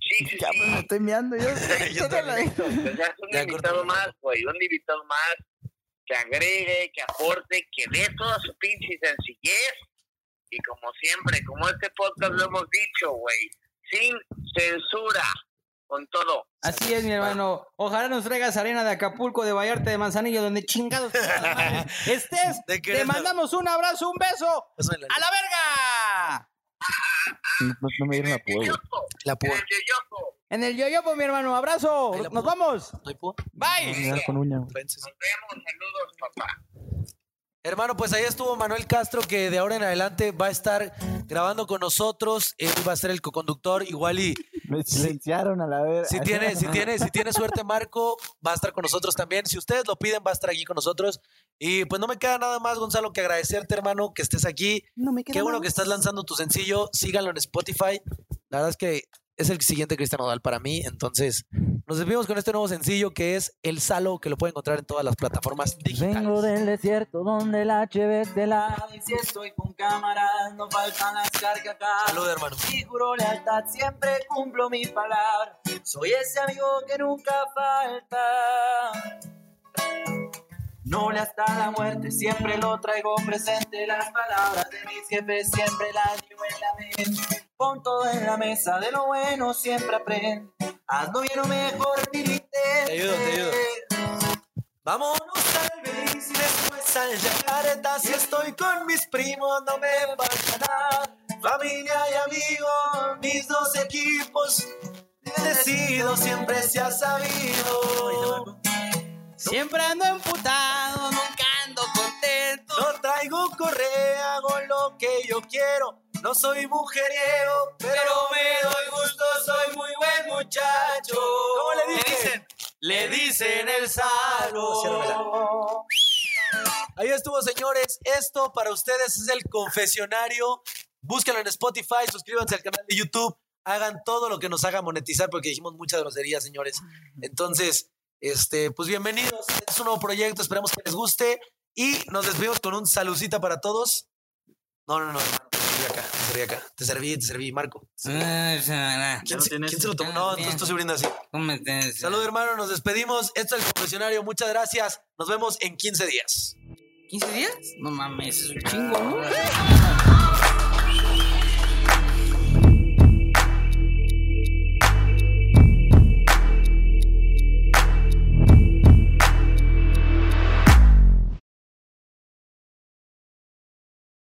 Speaker 13: Sí, sí,
Speaker 3: Ya pues, me
Speaker 1: pues,
Speaker 13: sí.
Speaker 3: estoy meando yo.
Speaker 13: O sea, es un
Speaker 1: Ya
Speaker 13: invitado
Speaker 1: cortamos.
Speaker 13: más, güey. Un invitado más que agregue, que aporte, que dé toda su pinche sencillez. Y como siempre, como este podcast lo hemos dicho, güey, sin censura, con todo.
Speaker 9: Así es, mi hermano. Ojalá nos traigas arena de Acapulco, de Vallarta, de Manzanillo, donde chingados estés.
Speaker 1: De
Speaker 9: Te
Speaker 1: Querétaro.
Speaker 9: mandamos un abrazo, un beso.
Speaker 1: Pásame la-
Speaker 9: ¡A la verga!
Speaker 3: No, pues, no me dieron apoyo.
Speaker 13: Yoyoco,
Speaker 1: La púa.
Speaker 13: el yoyoco.
Speaker 9: En el yo-yo, pues, mi hermano. Abrazo.
Speaker 1: Ahí la puedo.
Speaker 9: Nos vamos.
Speaker 1: ¿No hay púa?
Speaker 9: Bye.
Speaker 3: Con uña.
Speaker 1: Fences.
Speaker 13: Nos vemos, saludos, papá.
Speaker 1: Hermano, pues ahí estuvo Manuel Castro, que de ahora en adelante va a estar grabando con nosotros. Él va a ser el coconductor. Igual y
Speaker 3: Me silenciaron a la verga.
Speaker 1: si tiene, si tiene, si tiene suerte, Marco, va a estar con nosotros también. Si ustedes lo piden, va a estar aquí con nosotros. Y pues no me queda nada más, Gonzalo, que agradecerte, hermano, que estés aquí.
Speaker 9: No me
Speaker 1: Qué bueno que estás lanzando tu sencillo. Síganlo en Spotify. La verdad es que es el siguiente Cristian Nodal para mí. Entonces, nos despedimos con este nuevo sencillo que es El Salo, que lo pueden encontrar en todas las plataformas
Speaker 3: Vengo
Speaker 1: digitales.
Speaker 3: del desierto donde la cheve es de la.
Speaker 5: Y si estoy con cámaras, no faltan las carcajadas.
Speaker 1: Salud, hermano.
Speaker 5: Y juro lealtad, siempre cumplo mi palabra. Soy ese amigo que nunca falta. No le hasta la muerte, siempre lo traigo presente. Las palabras de mis jefes siempre las llevo en la mente. Pon todo en la mesa, de lo bueno siempre aprende. Hazlo bien o mejor, ni lo Te
Speaker 1: ayudo, te ayudo. Vámonos.
Speaker 5: tal vez y después al Yakarta Si estoy con mis primos no me falta nada Familia y amigos, mis dos equipos Bendecido siempre se ha sabido
Speaker 9: Siempre ando emputado, nunca ando contento.
Speaker 5: No traigo correa, hago lo que yo quiero No soy mujeriego, pero me doy gusto Soy muy buen muchacho ¿Cómo le dicen?
Speaker 1: Le
Speaker 5: Dicen el salvo
Speaker 1: Ahí estuvo, señores. Esto para ustedes es el confesionario. Búsquenlo en Spotify, suscríbanse al canal de YouTube, hagan todo lo que nos haga monetizar, porque dijimos muchas groserías, señores. Entonces, este, pues bienvenidos. Es un nuevo proyecto, esperamos que les guste. Y nos despedimos con un saludcita para todos. No, no, no, hermano, te serví acá, te serví acá. Te serví, te serví, Marco.
Speaker 4: madre.
Speaker 1: Ah, ¿Quién, se, quién se lo Ah, tomó? No, entonces tú se brindas así.
Speaker 4: Cómete esa.
Speaker 1: Salud, hermano, nos despedimos. Esto es el confesionario, muchas gracias. Nos vemos en 15 días.
Speaker 4: ¿15 días? No mames, es un chingo, ¿no?